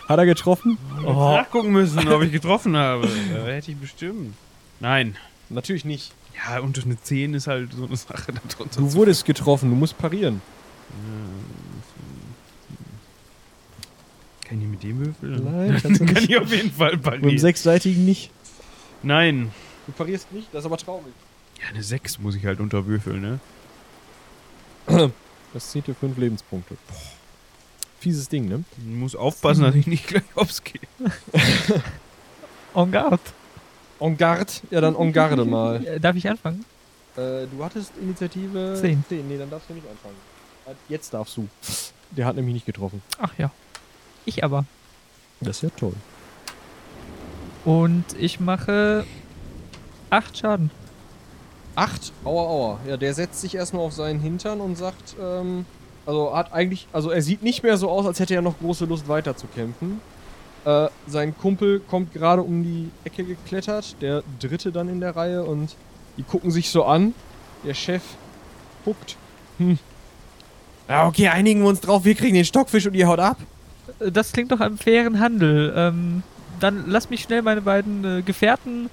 S1: Hat er getroffen?
S6: Oh. Nachgucken müssen, ob ich getroffen habe. Äh, hätte ich bestimmt. Nein.
S1: Natürlich nicht.
S6: Ja, und eine 10 ist halt so eine Sache da drunter.
S1: Du wurdest getroffen, du musst parieren.
S6: Kann ich mit dem würfeln?
S1: Nein, <laughs> kannst du
S6: <laughs> Kann
S1: nicht.
S6: ich auf jeden Fall bald
S1: Mit dem sechsseitigen nicht.
S6: Nein.
S1: Du parierst nicht, das ist aber traurig.
S6: Ja, eine 6 muss ich halt unterwürfeln, ne?
S1: Das zieht dir fünf Lebenspunkte. Boah. Fieses Ding, ne?
S6: Ich muss aufpassen, dass ich nicht gleich aufgehe.
S5: On guard.
S1: En garde? Ja, dann en garde mal.
S5: Äh, Darf ich anfangen?
S1: <laughs> Äh, du hattest Initiative
S5: Zehn.
S1: 10. Nee, dann darfst du nicht anfangen. Äh, Jetzt darfst du. Der hat nämlich nicht getroffen.
S5: Ach ja. Ich aber.
S1: Das ist ja toll.
S5: Und ich mache 8 Schaden.
S1: 8. Aua, aua. Ja, der setzt sich erstmal auf seinen Hintern und sagt, ähm, also hat eigentlich, also er sieht nicht mehr so aus, als hätte er noch große Lust weiterzukämpfen. Äh, sein Kumpel kommt gerade um die Ecke geklettert, der dritte dann in der Reihe und die gucken sich so an. Der Chef guckt. Hm. Ja, okay, einigen wir uns drauf, wir kriegen den Stockfisch und ihr haut ab.
S5: Äh, Das klingt doch einem fairen Handel. Ähm, dann lass mich schnell meine beiden äh, Gefährten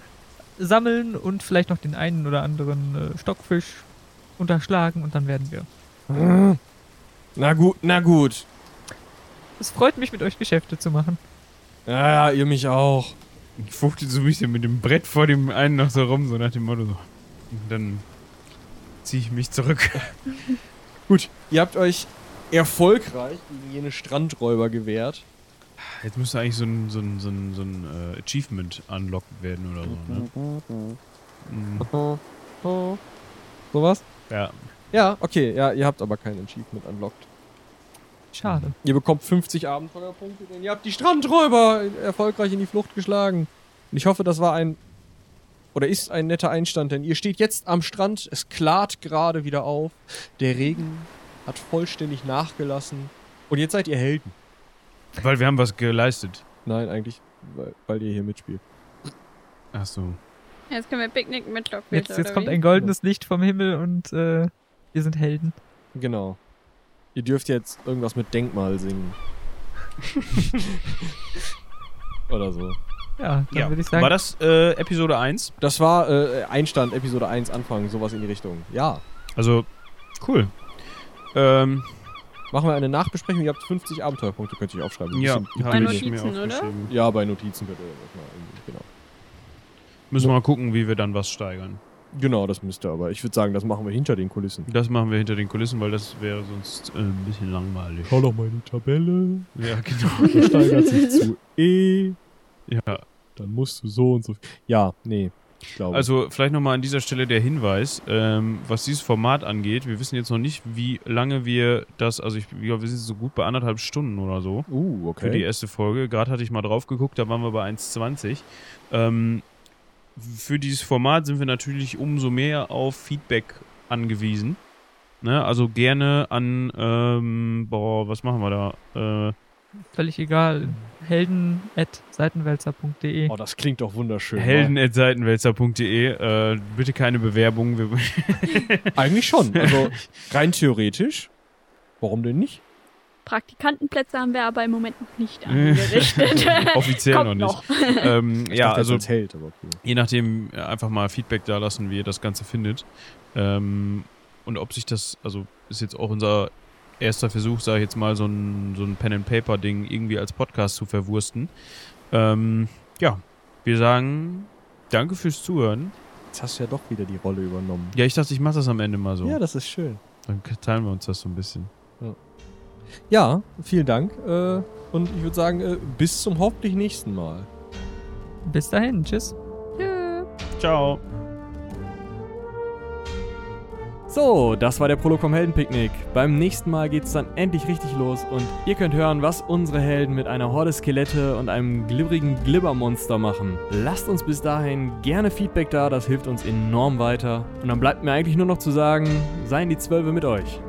S5: sammeln und vielleicht noch den einen oder anderen äh, Stockfisch unterschlagen und dann werden wir.
S1: Na gut, na gut.
S5: Es freut mich, mit euch Geschäfte zu machen.
S1: Ja, ja, ihr mich auch.
S6: Ich fuchte so ein bisschen mit dem Brett vor dem einen noch so rum, so nach dem Motto so. Und dann ziehe ich mich zurück.
S1: Gut, ihr habt euch erfolgreich gegen jene Strandräuber gewehrt.
S6: Jetzt müsste eigentlich so ein, so ein, so ein, so ein äh, Achievement unlocked werden oder so, ne? Mhm.
S1: Sowas?
S6: Ja.
S1: Ja, okay, ja, ihr habt aber kein Achievement unlocked.
S5: Schade.
S7: Hm.
S1: Ihr bekommt 50 Abenteuerpunkte, denn ihr habt die Strandräuber erfolgreich in die Flucht geschlagen. Und ich hoffe, das war ein oder ist ein netter Einstand, denn ihr steht jetzt am Strand, es klart gerade wieder auf, der Regen hat vollständig nachgelassen und jetzt seid ihr Helden.
S6: Weil wir haben was geleistet.
S1: Nein, eigentlich, weil, weil ihr hier mitspielt.
S6: Ach so.
S7: Jetzt können wir Picknicken mit Lockfisch,
S5: Jetzt, jetzt
S7: oder
S5: kommt
S7: wie?
S5: ein goldenes Licht vom Himmel und äh, wir sind Helden.
S1: Genau. Ihr dürft jetzt irgendwas mit Denkmal singen. Oder so.
S5: Ja, dann
S6: Ja.
S5: würde ich sagen,
S6: War das äh, Episode 1?
S1: Das war äh, Einstand, Episode 1 Anfang, sowas in die Richtung. Ja.
S6: Also, cool. Ähm,
S1: Machen wir eine Nachbesprechung. Ihr habt 50 Abenteuerpunkte, könnt ihr euch aufschreiben.
S6: ja,
S1: Bisschen-
S6: hab
S7: Bei
S6: ich
S7: Notizen,
S6: mir aufgeschrieben.
S1: ja, bei Notizen könnt ihr das mal irgendwie, genau.
S6: Müssen wir mal gucken, wie wir dann was steigern.
S1: Genau, das müsst ihr aber. Ich würde sagen, das machen wir hinter den Kulissen.
S6: Das machen wir hinter den Kulissen, weil das wäre sonst äh, ein bisschen langweilig.
S1: Schau doch mal in die Tabelle.
S6: Ja, genau.
S1: Das steigert sich zu E.
S6: Ja.
S1: Dann musst du so und so. Ja, nee. Ich glaube.
S6: Also vielleicht nochmal an dieser Stelle der Hinweis, ähm, was dieses Format angeht. Wir wissen jetzt noch nicht, wie lange wir das, also ich glaube, wir sind so gut bei anderthalb Stunden oder so
S1: uh,
S6: für die
S1: okay.
S6: erste Folge. Gerade hatte ich mal drauf geguckt, da waren wir bei 1,20. Ähm, für dieses Format sind wir natürlich umso mehr auf Feedback angewiesen. Ne? Also gerne an, ähm, boah, was machen wir da? Äh,
S5: völlig egal. Helden.seitenwälzer.de.
S1: Oh, das klingt doch wunderschön.
S6: helden.seitenwälzer.de. Äh, bitte keine Bewerbung. Wir,
S1: Eigentlich schon. <laughs> Also rein theoretisch. Warum denn nicht?
S7: Praktikantenplätze haben wir aber im Moment noch nicht angerichtet.
S6: <laughs> offiziell
S7: Kommt
S6: noch nicht. <laughs> Ähm, ja,
S1: dachte,
S6: also
S1: jetzt hält, aber okay.
S6: je nachdem äh, einfach mal Feedback da lassen, wie ihr das Ganze findet. Ähm, und ob sich das, also ist jetzt auch unser erster Versuch, sage ich jetzt mal, so ein, so ein Pen-and-Paper-Ding irgendwie als Podcast zu verwursten. Ähm, ja, wir sagen danke fürs Zuhören.
S1: Jetzt hast du ja doch wieder die Rolle übernommen.
S6: Ja, ich dachte, ich mache das am Ende mal so.
S1: Ja, das ist schön.
S6: Dann teilen wir uns das so ein bisschen.
S1: Ja, vielen Dank. Äh, und ich würde sagen, äh, bis zum hoffentlich nächsten Mal.
S5: Bis dahin, tschüss.
S6: Ciao.
S9: So, das war der Prolog vom Heldenpicknick. Beim nächsten Mal geht's dann endlich richtig los und ihr könnt hören, was unsere Helden mit einer Horde Skelette und einem glibberigen Glibbermonster machen. Lasst uns bis dahin gerne Feedback da, das hilft uns enorm weiter. Und dann bleibt mir eigentlich nur noch zu sagen, seien die Zwölfe mit euch.